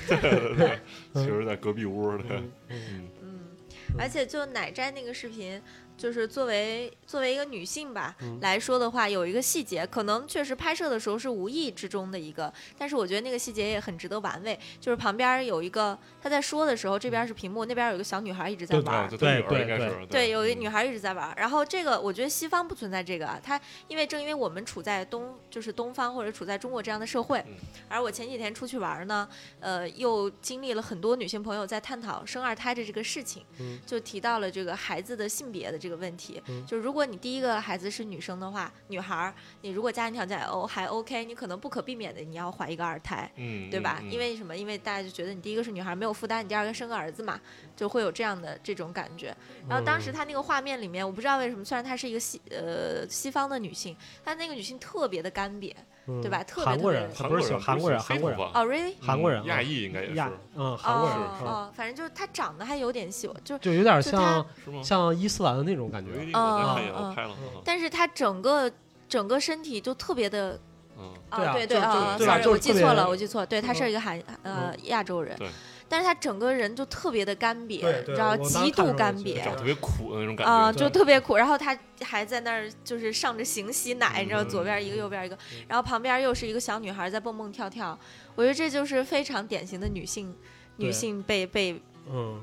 Speaker 3: 其实，在隔壁屋的。
Speaker 1: *laughs* 嗯嗯
Speaker 2: 嗯，而且就奶摘那个视频，就是作为作为一个女性吧、
Speaker 1: 嗯
Speaker 2: 来说的话，有一个细节，可能确实拍摄的时候是无意之中的一个，但是我觉得那个细节也很值得玩味。就是旁边有一个她在说的时候，这边是屏幕，那边有一个小女孩一直在
Speaker 1: 对
Speaker 2: 玩
Speaker 3: 啊，
Speaker 2: 儿。
Speaker 3: 就
Speaker 1: 对
Speaker 3: 女儿
Speaker 1: 对
Speaker 3: 应该
Speaker 1: 对
Speaker 3: 是
Speaker 2: 对，有一个
Speaker 3: 嗯
Speaker 2: 女孩一直在玩儿。然后这个，我觉得西方不存在这个啊，它因为正因为我们处在东，就是东方或者处在中国这样的社会
Speaker 3: 嗯，
Speaker 2: 而我前几天出去玩儿呢，呃，又经历了很多女性朋友在探讨生二胎的这个事情
Speaker 1: 嗯，
Speaker 2: 就提到了这个孩子的性别的这个问题
Speaker 1: 嗯。
Speaker 2: 就如果你第一个孩子是女生的话，女孩儿，你如果家庭条件哦还 OK，你可能不可避免的你要怀一个二胎。
Speaker 3: 嗯，
Speaker 2: 对吧？
Speaker 3: 嗯
Speaker 2: 因为什么？因为大家就觉得你第一个是女孩没有负担，你第二个生个儿子嘛，就会有这样的这种感觉。 *laughs* 然后当
Speaker 1: 嗯
Speaker 2: 时她那个画面里面，我不知道为什么，虽然她是一个西呃西方的女性，她那个女性特别的干瘪。对吧特别
Speaker 1: 嗯韩国人，
Speaker 2: 特
Speaker 1: 他
Speaker 3: 韩
Speaker 1: 不
Speaker 3: 国
Speaker 1: 是喜
Speaker 3: 人
Speaker 1: 欢韩国人，
Speaker 3: 不是
Speaker 1: 韩国人
Speaker 3: 非洲，吧
Speaker 2: 哦，really？
Speaker 3: 嗯
Speaker 1: 韩国人啊
Speaker 3: 亚裔应该也
Speaker 1: 亚
Speaker 3: 是
Speaker 1: 嗯，韩国人
Speaker 2: 哦
Speaker 1: 嗯
Speaker 2: 哦，反正就是她长得还有点喜欢，就是，
Speaker 1: 就有点
Speaker 2: 就他
Speaker 1: 像
Speaker 3: 是吗？
Speaker 1: 像伊斯兰的那种感
Speaker 3: 有
Speaker 1: 觉
Speaker 3: 一个。那
Speaker 2: 嗯
Speaker 3: 个咱
Speaker 2: 嗯
Speaker 3: 看也我
Speaker 2: 嗯
Speaker 3: 拍了，嗯
Speaker 2: 但是她整个整个身体就特别的
Speaker 3: 嗯
Speaker 1: 对啊
Speaker 2: 对
Speaker 1: 就
Speaker 2: 啊
Speaker 1: 就对吧
Speaker 2: ，sorry，
Speaker 1: 就
Speaker 2: 我
Speaker 1: 是
Speaker 2: 记
Speaker 1: 特别
Speaker 2: 错了，我记错，对，她是
Speaker 1: 嗯
Speaker 2: 一个韩呃亚洲人
Speaker 3: 对，
Speaker 2: 但是她整个人就特别的干瘪，
Speaker 1: 对对
Speaker 2: 你知道
Speaker 1: 我当时
Speaker 2: 极
Speaker 1: 看
Speaker 2: 度
Speaker 1: 着
Speaker 2: 干
Speaker 1: 我觉得
Speaker 2: 瘪，
Speaker 3: 长得特别苦的那种感
Speaker 2: 啊、
Speaker 3: 觉。
Speaker 1: 对
Speaker 2: 就特别苦。然后他还在那儿就是上着行吸奶，你知道，
Speaker 3: 嗯
Speaker 2: 左边一个，右边一个，然后旁边又是一个小女孩在蹦蹦跳跳。我觉得这就是非常典型的女性，
Speaker 1: 对
Speaker 2: 女性被被
Speaker 1: 嗯，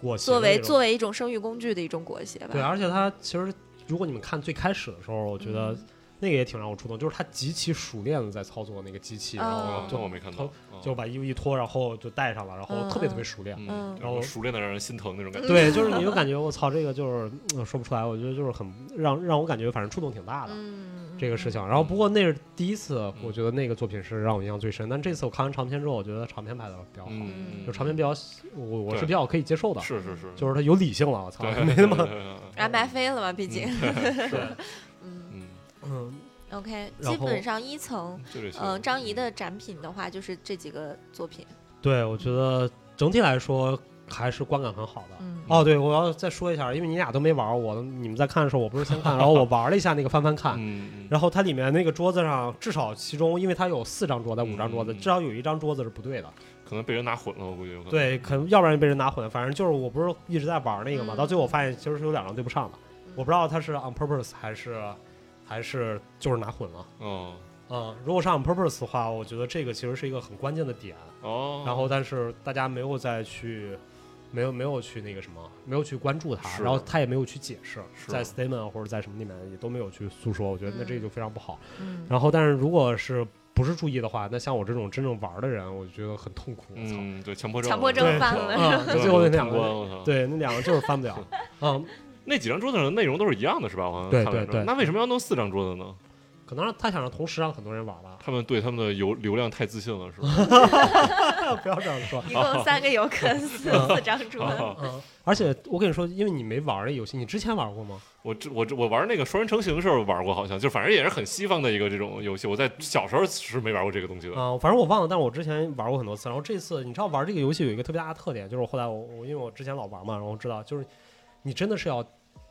Speaker 1: 裹挟的
Speaker 2: 作为
Speaker 1: 那种
Speaker 2: 作为一种生育工具的一种裹挟吧。
Speaker 1: 对，啊而且他其实如果你们看最开始的时候，我觉得
Speaker 2: 嗯
Speaker 1: 那个也挺让我触动，就是他极其熟练的在操作那个机器，然
Speaker 2: 啊
Speaker 1: 后
Speaker 3: 嗯，这
Speaker 1: 就
Speaker 3: 我没看到，嗯
Speaker 1: 就把衣服一脱，然后就戴上了，然后
Speaker 2: 嗯
Speaker 1: 特别特别熟练。
Speaker 3: 嗯
Speaker 2: 嗯，
Speaker 3: 然后熟练的让人心疼那种感觉。
Speaker 1: 对，就是你就感觉我操，这个就是嗯说不出来，我觉得就是很让让我感觉反正触动挺大的。
Speaker 2: 嗯，
Speaker 1: 这个事情，然后不过那是第一
Speaker 3: 嗯
Speaker 1: 次，我觉得那个作品是让我印象最深。但这次我看完长片之后，我觉得长片拍的比较好，
Speaker 3: 嗯，嗯
Speaker 1: 就长片比较我我是
Speaker 3: 对
Speaker 1: 比较可以接受的，
Speaker 3: 是是是，
Speaker 1: 就是它有理性了， *laughs* 我操，
Speaker 3: 对嗯
Speaker 1: 没那么
Speaker 3: 对对对对
Speaker 2: 然后白飞了嘛，毕竟， *laughs* 嗯
Speaker 3: 嗯，
Speaker 1: 嗯
Speaker 2: o k
Speaker 1: 然
Speaker 2: 基
Speaker 1: 后
Speaker 2: 本上一层，
Speaker 3: 就这些。
Speaker 2: 嗯、张怡的展品的话，就是这几个作品，
Speaker 1: 对，我觉得整体来说还是观感很好的。
Speaker 2: 嗯，
Speaker 1: 哦，对，我要再说一下，因为你俩都没玩儿，我你们在看的时候，我不是先看，然后
Speaker 3: *laughs*
Speaker 1: 我玩了一下那个翻翻看，
Speaker 3: 嗯，嗯
Speaker 1: 然后它里面那个桌子上，至少其中，因为它有四张桌子、五张桌子，
Speaker 3: 嗯
Speaker 1: 至少有一张桌子是不对的，
Speaker 3: 可能被人拿混了，我估计有可能。
Speaker 1: 对，可能要不然被人拿混了，反正就是我不是一直在玩那个嘛，
Speaker 2: 嗯
Speaker 1: 到最后我发现其实是有两张对不上的，
Speaker 3: 嗯
Speaker 1: 我不知道它是 on purpose 还是还是就是拿混了。
Speaker 3: 哦
Speaker 1: 嗯，如果是 on purpose 的话，我觉得这个其实是一个很关键的点。
Speaker 3: 哦，
Speaker 1: 然后但是大家没有再去，没有没有去那个什么，没有去关注他，
Speaker 3: 是
Speaker 1: 然后他也没有去解释，
Speaker 3: 是
Speaker 1: 在 statement 啊或者在什么里面也都没有去诉说，我觉得那
Speaker 2: 嗯
Speaker 1: 这就非常不好。 *laughs*
Speaker 2: 嗯，
Speaker 1: 然后但是如果是不是注意的话，那像我这种真正玩的人，我觉得很痛苦。我操，
Speaker 3: 嗯，对，强迫症，
Speaker 2: 强迫症
Speaker 3: 我操
Speaker 2: 犯了
Speaker 1: 啊，就最后那两
Speaker 3: 通关
Speaker 1: 个，
Speaker 3: 我操，，
Speaker 1: 对，那两个就是翻不了。 *laughs* 嗯，
Speaker 3: 那几张桌子上的内容都是一样的，是吧？我好像
Speaker 1: 对
Speaker 3: 看了一
Speaker 1: 对
Speaker 3: 张
Speaker 1: 对
Speaker 3: 那为什么要弄四张桌子呢？
Speaker 1: 可能他想让同时让很多人玩吧，
Speaker 3: 他们对他们的流流量太自信了，
Speaker 1: *laughs*
Speaker 3: 是吧？
Speaker 1: 啊不要这样说。
Speaker 2: 一共三个游客，四四张桌子。
Speaker 3: 啊
Speaker 1: *laughs* 嗯，而且我跟你说，因为你没玩儿那游戏，你之前玩过吗？
Speaker 3: 我这我这我玩那个双人成行的时候玩过，好像就反正也是很西方的一个这种游戏。我在小时候是没玩过这个东西的。
Speaker 1: 啊、反正我忘了，但是我之前玩过很多次。然后这次你知道玩这个游戏有一个特别大的特点，就是我后来我我因为我之前老玩嘛，然后知道就是你真的是要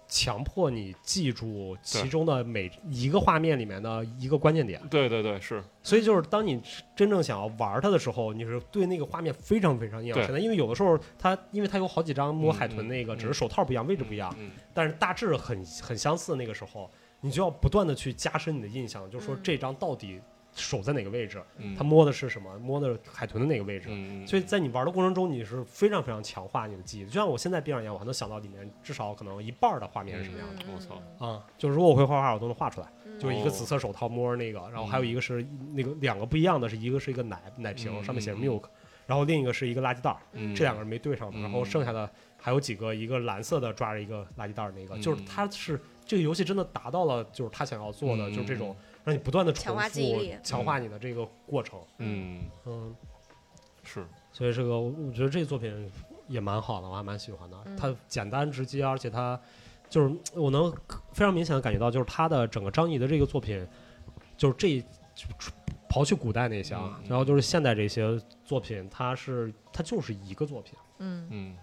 Speaker 1: 强迫你记住其中的每一个画面里面的一个关键点。
Speaker 3: 对对对，是
Speaker 1: 所以就是当你真正想要玩它的时候，你是对那个画面非常非常印象深的，因为有的时候它因为它有好几张摸海豚那个，
Speaker 3: 嗯嗯
Speaker 1: 只是手套不一样，位置不一样，
Speaker 3: 嗯，
Speaker 1: 但是大致很很相似。那个时候你就要不断的去加深你的印象，就说
Speaker 2: 嗯
Speaker 1: 这张到底手在哪个位置，
Speaker 3: 嗯
Speaker 1: 他摸的是什么，摸的海豚的哪个位置。
Speaker 3: 嗯，
Speaker 1: 所以在你玩的过程中，你是非常非常强化你的记忆的。就像我现在闭上眼，我还能想到里面至少可能一半儿的画面是什么样的
Speaker 3: 嗯我操
Speaker 1: 啊、就是如果我会画画，我都能画出来。
Speaker 2: 嗯
Speaker 1: 就一个紫色手套摸着那个，
Speaker 3: 哦
Speaker 1: 然后还有一个是那个两个不一样的是，一个是一个奶奶瓶，
Speaker 3: 嗯
Speaker 1: 上面写着
Speaker 3: 嗯
Speaker 1: milk，然后另一个是一个垃圾袋儿，
Speaker 3: 嗯
Speaker 1: 这两个是没对上的。然后
Speaker 3: 嗯
Speaker 1: 剩下的还有几个，一个蓝色的抓着一个垃圾袋儿那个，就是
Speaker 3: 嗯
Speaker 1: 它是这个游戏真的达到了就是他想要做的，
Speaker 3: 嗯
Speaker 1: 就是这种让你不断的
Speaker 2: 强
Speaker 1: 重
Speaker 2: 化记忆
Speaker 1: 复
Speaker 2: 力
Speaker 1: 强化你的这个过程。
Speaker 3: 嗯
Speaker 1: 嗯，
Speaker 3: 是
Speaker 1: 所以这个我我觉得这作品也蛮好的，我还蛮喜欢的。
Speaker 2: 嗯
Speaker 1: 它简单直接，而且它就是我能非常明显的感觉到，就是它的整个张译的这个作品，就是这一刨去古代那些啊，
Speaker 3: 嗯嗯
Speaker 1: 然后就是现代这些作品，它是它就是一个作品，
Speaker 2: 嗯
Speaker 3: 嗯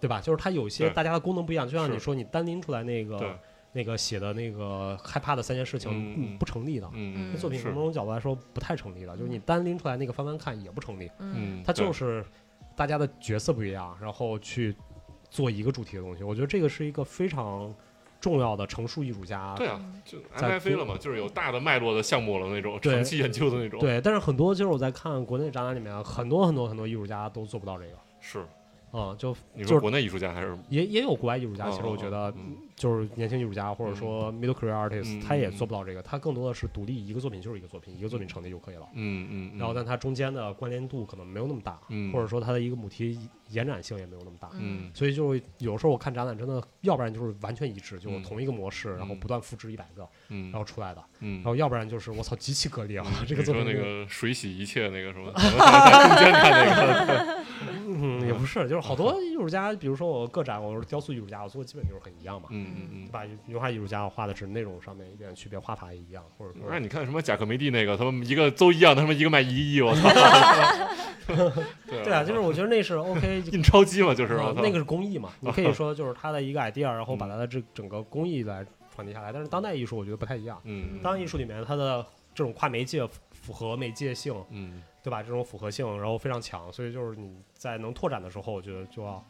Speaker 1: 对吧？就是它有一些
Speaker 3: 对
Speaker 1: 大家的功能不一样，就像
Speaker 3: 是
Speaker 1: 你说你单拎出来那
Speaker 3: 对
Speaker 1: 个那个写的那个害怕的三件事情
Speaker 3: 嗯嗯
Speaker 1: 嗯不成立的。
Speaker 3: 嗯
Speaker 1: 这作品
Speaker 3: 是
Speaker 1: 从某种角度来说不太成立的，就是你单拎出来那个翻翻看也不成立。
Speaker 2: 嗯
Speaker 3: 嗯
Speaker 1: 它就
Speaker 3: 对
Speaker 1: 是大家的角色不一样，然后去做一个主题的东西。我觉得这个是一个非常重要的成熟艺术家。
Speaker 3: 对啊
Speaker 2: 嗯，
Speaker 3: 就
Speaker 1: 在
Speaker 3: MFA 了嘛，就是有大的脉络的项目了那种，
Speaker 1: 对
Speaker 3: 长期研究的那种。，
Speaker 1: 对但是很多就是我在看国内展览里面，很多很多很多艺术家都做不到这个。
Speaker 3: 是
Speaker 1: 啊、就
Speaker 3: 你
Speaker 1: 就
Speaker 3: 说
Speaker 1: 是
Speaker 3: 国内艺术家还是？
Speaker 1: 也也有国外艺术家，
Speaker 3: 哦
Speaker 1: 其实我觉得
Speaker 3: 嗯
Speaker 1: 就是年轻艺术家或者说 middle career artist，、
Speaker 3: 嗯
Speaker 1: 他也做不到这个，他更多的是独立一个作品就是一个作品，一个作品成立就可以了。
Speaker 3: 嗯嗯嗯，
Speaker 1: 然后，但它中间的关联度可能没有那么大，
Speaker 3: 嗯
Speaker 1: 或者说它的一个母题延展性也没有那么大。
Speaker 3: 嗯
Speaker 1: 所以就有时候我看展览，真的，要不然就是完全一致，就
Speaker 3: 嗯
Speaker 1: 同一个模式，然后
Speaker 3: 嗯
Speaker 1: 不断复制一百个，
Speaker 3: 嗯，
Speaker 1: 然后出来的；
Speaker 3: 嗯
Speaker 1: 然，后要不然就是我操，极其割裂啊！这个
Speaker 3: 你
Speaker 1: 作
Speaker 3: 说
Speaker 1: 品
Speaker 3: 那
Speaker 1: 就，
Speaker 3: 个水洗一切那个什
Speaker 1: *laughs*
Speaker 3: 么，咱们在中间看那个，
Speaker 1: 嗯，也不是，就是好多艺术家，比如说我个展，我是雕塑艺术家，我做的基本就是很一样嘛，
Speaker 3: 嗯嗯
Speaker 1: 对吧？油画艺术家我画的是内容上面一点区别，画法也一样，或者
Speaker 3: 嗯。那
Speaker 1: 说，
Speaker 3: 你看什么贾克梅蒂那个，他们一个都一样，他们一个卖一亿，
Speaker 1: *laughs*
Speaker 3: 我操！对
Speaker 1: 对啊，就是我觉得那
Speaker 3: *laughs*
Speaker 1: 是 OK，
Speaker 3: 印钞机嘛，就是
Speaker 1: 呃
Speaker 3: 我操嗯
Speaker 1: 那个是工艺嘛，你
Speaker 3: *laughs*
Speaker 1: 可以说就是他的一个 idea，然后把它的这整个工艺来传递下来。但是当代艺术我觉得不太一样，
Speaker 3: 嗯
Speaker 1: 当代艺术里面它的这种跨媒介符合媒介性。
Speaker 3: 嗯
Speaker 1: 对吧？这种复合性，然后非常强，所以就是你在能拓展的时候，我觉得就要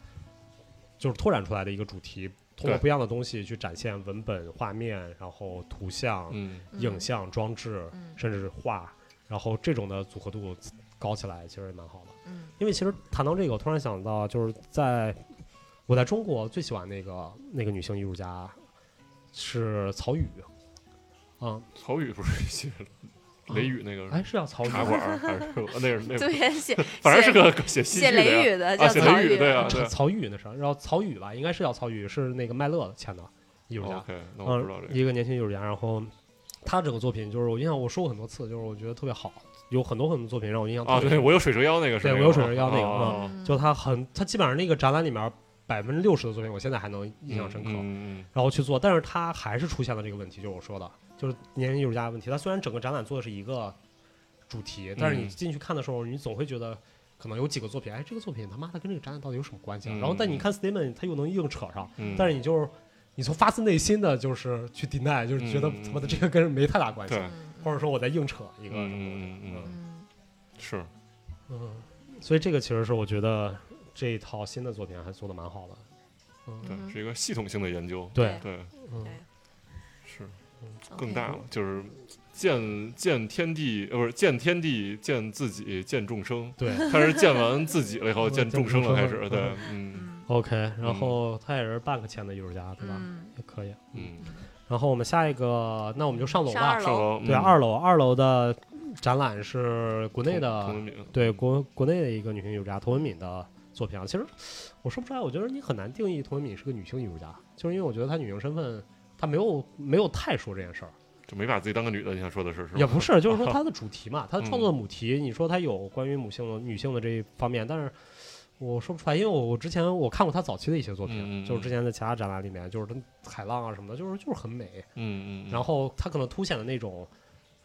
Speaker 1: 就是拓展出来的一个主题，通过
Speaker 3: 对
Speaker 1: 不一样的东西去展现文本、画面，然后图像、
Speaker 3: 嗯
Speaker 1: 影像、装置，
Speaker 2: 嗯
Speaker 1: 甚至是画，然后这种的组合度高起来，其实也蛮好的。
Speaker 2: 嗯
Speaker 1: 因为其实谈到这个，我突然想到，就是在我在中国最喜欢那个那个女性艺术家是曹禺，啊、
Speaker 3: 曹禺不是
Speaker 1: *laughs*
Speaker 3: 写雷雨那个
Speaker 1: 哎，是叫曹禺
Speaker 3: 茶馆儿还是什么那是那
Speaker 2: 嗯，对，写
Speaker 3: 反正是个写戏
Speaker 2: 写
Speaker 3: 剧的
Speaker 2: 雷
Speaker 3: 呀，
Speaker 2: 雨的
Speaker 3: 啊，
Speaker 2: 叫
Speaker 3: 写
Speaker 2: 曹
Speaker 3: 雷雨
Speaker 2: 禺，
Speaker 3: 对啊，对
Speaker 1: 曹曹禺那是，然后曹禺吧，应该是叫曹禺，是那个麦乐签的艺术家，
Speaker 3: OK，那哦我不知道
Speaker 1: 嗯
Speaker 3: 这，个。
Speaker 1: 一个年轻艺术家。然后他整个作品就是我印象，我说过很多次，就是我觉得特别好，有很多很多作品让我印象
Speaker 3: 啊，
Speaker 1: 特别
Speaker 3: 对，
Speaker 1: 深。
Speaker 3: 我有水蛇腰那个是
Speaker 1: 对
Speaker 3: 那个吗，
Speaker 1: 我有水蛇腰那个
Speaker 3: 哦
Speaker 2: 嗯
Speaker 1: 就他很，他基本上那个展览里面百分之六十的作品，我现在还能印象深刻。
Speaker 3: 嗯嗯
Speaker 1: 然后去做，但是他还是出现了这个问题，就是我说的，就是年轻艺术家的问题。他虽然整个展览做的是一个主题，但是你
Speaker 3: 嗯
Speaker 1: 进去看的时候，你总会觉得可能有几个作品，哎，这个作品他妈的跟这个展览到底有什么关系啊？
Speaker 3: 嗯
Speaker 1: 然后但你看 statement，他又能硬扯上，
Speaker 3: 嗯
Speaker 1: 但是你就是你从发自内心的就是去 deny，就是觉得
Speaker 3: 嗯
Speaker 1: 他妈的这个跟没太大关系，
Speaker 3: 对
Speaker 1: 或者说我在硬扯一个什么东西，
Speaker 3: 嗯嗯嗯嗯
Speaker 2: 嗯
Speaker 3: 是
Speaker 1: 嗯，所以这个其实是我觉得这一套新的作品还做的蛮好的，
Speaker 3: 对
Speaker 2: 嗯，
Speaker 3: 是一个系统性的研究，
Speaker 1: 对，
Speaker 3: 对
Speaker 1: 嗯
Speaker 2: 对
Speaker 3: 是
Speaker 2: ，OK
Speaker 3: 更大了，就是见见天地呃不是见天地见自己见
Speaker 2: *laughs*
Speaker 3: 众生，
Speaker 1: 对。
Speaker 3: 他是见完自己了以后见众生了
Speaker 1: 嗯
Speaker 3: 开
Speaker 1: 见
Speaker 3: 始
Speaker 1: 众生
Speaker 3: 对
Speaker 1: 了
Speaker 3: 嗯
Speaker 2: 嗯
Speaker 1: OK，然后他也是半个签的艺术家，对吧？
Speaker 2: 嗯，
Speaker 1: 也可以。
Speaker 3: 嗯
Speaker 1: 然后我们下一个，那我们就上楼
Speaker 2: 上
Speaker 1: 吧
Speaker 2: 二。
Speaker 3: 上
Speaker 2: 楼，
Speaker 3: 楼
Speaker 1: 对，二楼，二楼的展览是国
Speaker 3: 国
Speaker 1: 内的，
Speaker 3: 敏
Speaker 1: 对国国内的一个女性艺术家童文敏的作品啊。其实我说不出来，我觉得你很难定义童文敏是个女性艺术家，就是因为我觉得她女性身份，她没有没有太说这件事儿，
Speaker 3: 就没把自己当个女的，你想说的是是吧
Speaker 1: 也不是，就是
Speaker 3: *laughs*
Speaker 1: 说她的主题嘛，她的创作的母题，你说她有关于母性的女性的这一方面，但是。我说不出来，因为我我之前我看过她早期的一些作品，
Speaker 3: 嗯嗯嗯
Speaker 1: 就是之前在其他展览里面，就是她海浪啊什么的，就是就是很美，
Speaker 3: 嗯嗯嗯，
Speaker 1: 然后它可能凸显的那种，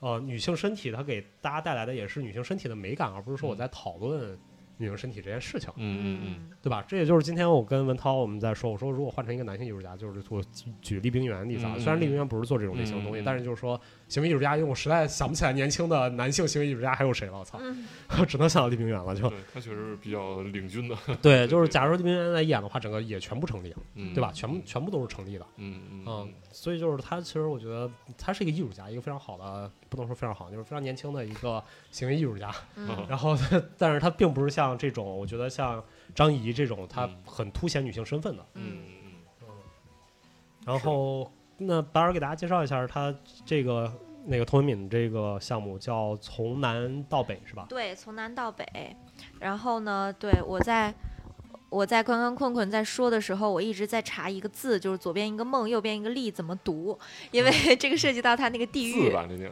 Speaker 1: 呃，女性身体，它给大家带来的也是女性身体的美感，而不是说我在讨论女性身体这件事情，
Speaker 3: 嗯嗯
Speaker 1: 对吧？这也就是今天我跟文涛我们在说，我说如果换成一个男性艺术家，就是我举举厉冰原的例子啊，
Speaker 3: 嗯嗯嗯
Speaker 1: 虽然厉冰原不是做这种类型的东西，但是就是说行为艺术家，因为我实在想不起来年轻的男性行为艺术家还有谁了，我操，
Speaker 2: 嗯
Speaker 1: *laughs* 只能想到厉冰原了，
Speaker 3: 嗯，
Speaker 1: 就
Speaker 3: 对他确实是比较领军的，
Speaker 1: 对，就是假如厉冰原来演的话，整个也全部成立，
Speaker 3: 嗯
Speaker 1: 对吧？全部全部都是成立的。
Speaker 3: 嗯嗯
Speaker 1: 嗯，所以就是他，其实我觉得他是一个艺术家，一个非常好的不能说非常好，就是非常年轻的一个行为艺术家。
Speaker 2: 嗯
Speaker 1: 然后，但是他并不是像这种，我觉得像张怡这种，他
Speaker 3: 嗯
Speaker 1: 很凸显女性身份的。
Speaker 2: 嗯，
Speaker 3: 嗯
Speaker 1: 然后，那白尔给大家介绍一下他这个那个童文敏这个项目叫从南到北是吧？
Speaker 2: 对，从南到北。然后呢，对我在我在刚刚困困在说的时候，我一直在查一个字，就是左边一个梦，右边一个力怎么读，因为这个涉及到他那个地
Speaker 3: 嗯字
Speaker 2: 域
Speaker 3: 吧，那念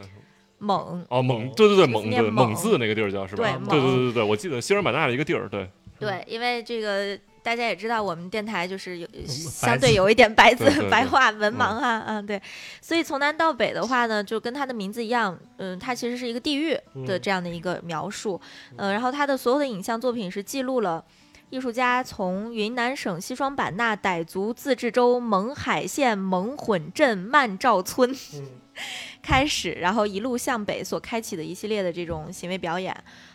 Speaker 2: 猛。
Speaker 3: 哦猛，对对对
Speaker 2: 就是
Speaker 3: 猛，
Speaker 2: 念
Speaker 3: 对
Speaker 2: 猛
Speaker 3: 猛字那个地儿叫是吧？
Speaker 2: 对
Speaker 3: 对对
Speaker 2: 猛
Speaker 3: 对对，我记得西双版纳的一个地儿，对
Speaker 2: 对，因为这个大家也知道，我们电台就是有
Speaker 1: 嗯白
Speaker 2: 相
Speaker 1: 字
Speaker 2: 对有一点白字
Speaker 3: 对对对
Speaker 2: 白话文
Speaker 3: 嗯
Speaker 2: 盲啊，嗯，对，所以从南到北的话呢，就跟它的名字一样，嗯，它其实是一个地域的
Speaker 1: 嗯
Speaker 2: 这样的一个描述，嗯，然后它的所有的影像作品是记录了。艺术家从云南省西双版纳傣族自治州勐海县勐混镇曼照村
Speaker 1: 嗯
Speaker 2: 开始，然后一路向北所开启的一系列的这种行为表演，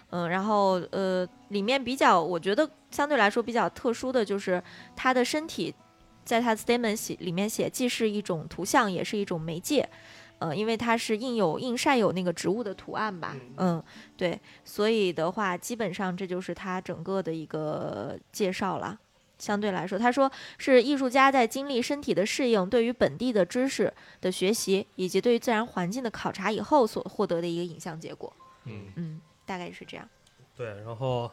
Speaker 2: 嗯、然后呃，里面比较我觉得相对来说比较特殊的就是他的身体，在他的 statement 写里面写，既是一种图像，也是一种媒介，呃，因为它是印有印晒有那个植物的图案吧，嗯、对，所以的话，基本上这就是他整个的一个介绍了。相对来说，他说是艺术家在经历身体的适应、对于本地的知识的学习，以及对于自然环境的考察以后所获得的一个影像结果。
Speaker 3: 嗯
Speaker 2: 嗯，大概是这样。
Speaker 1: 对，然后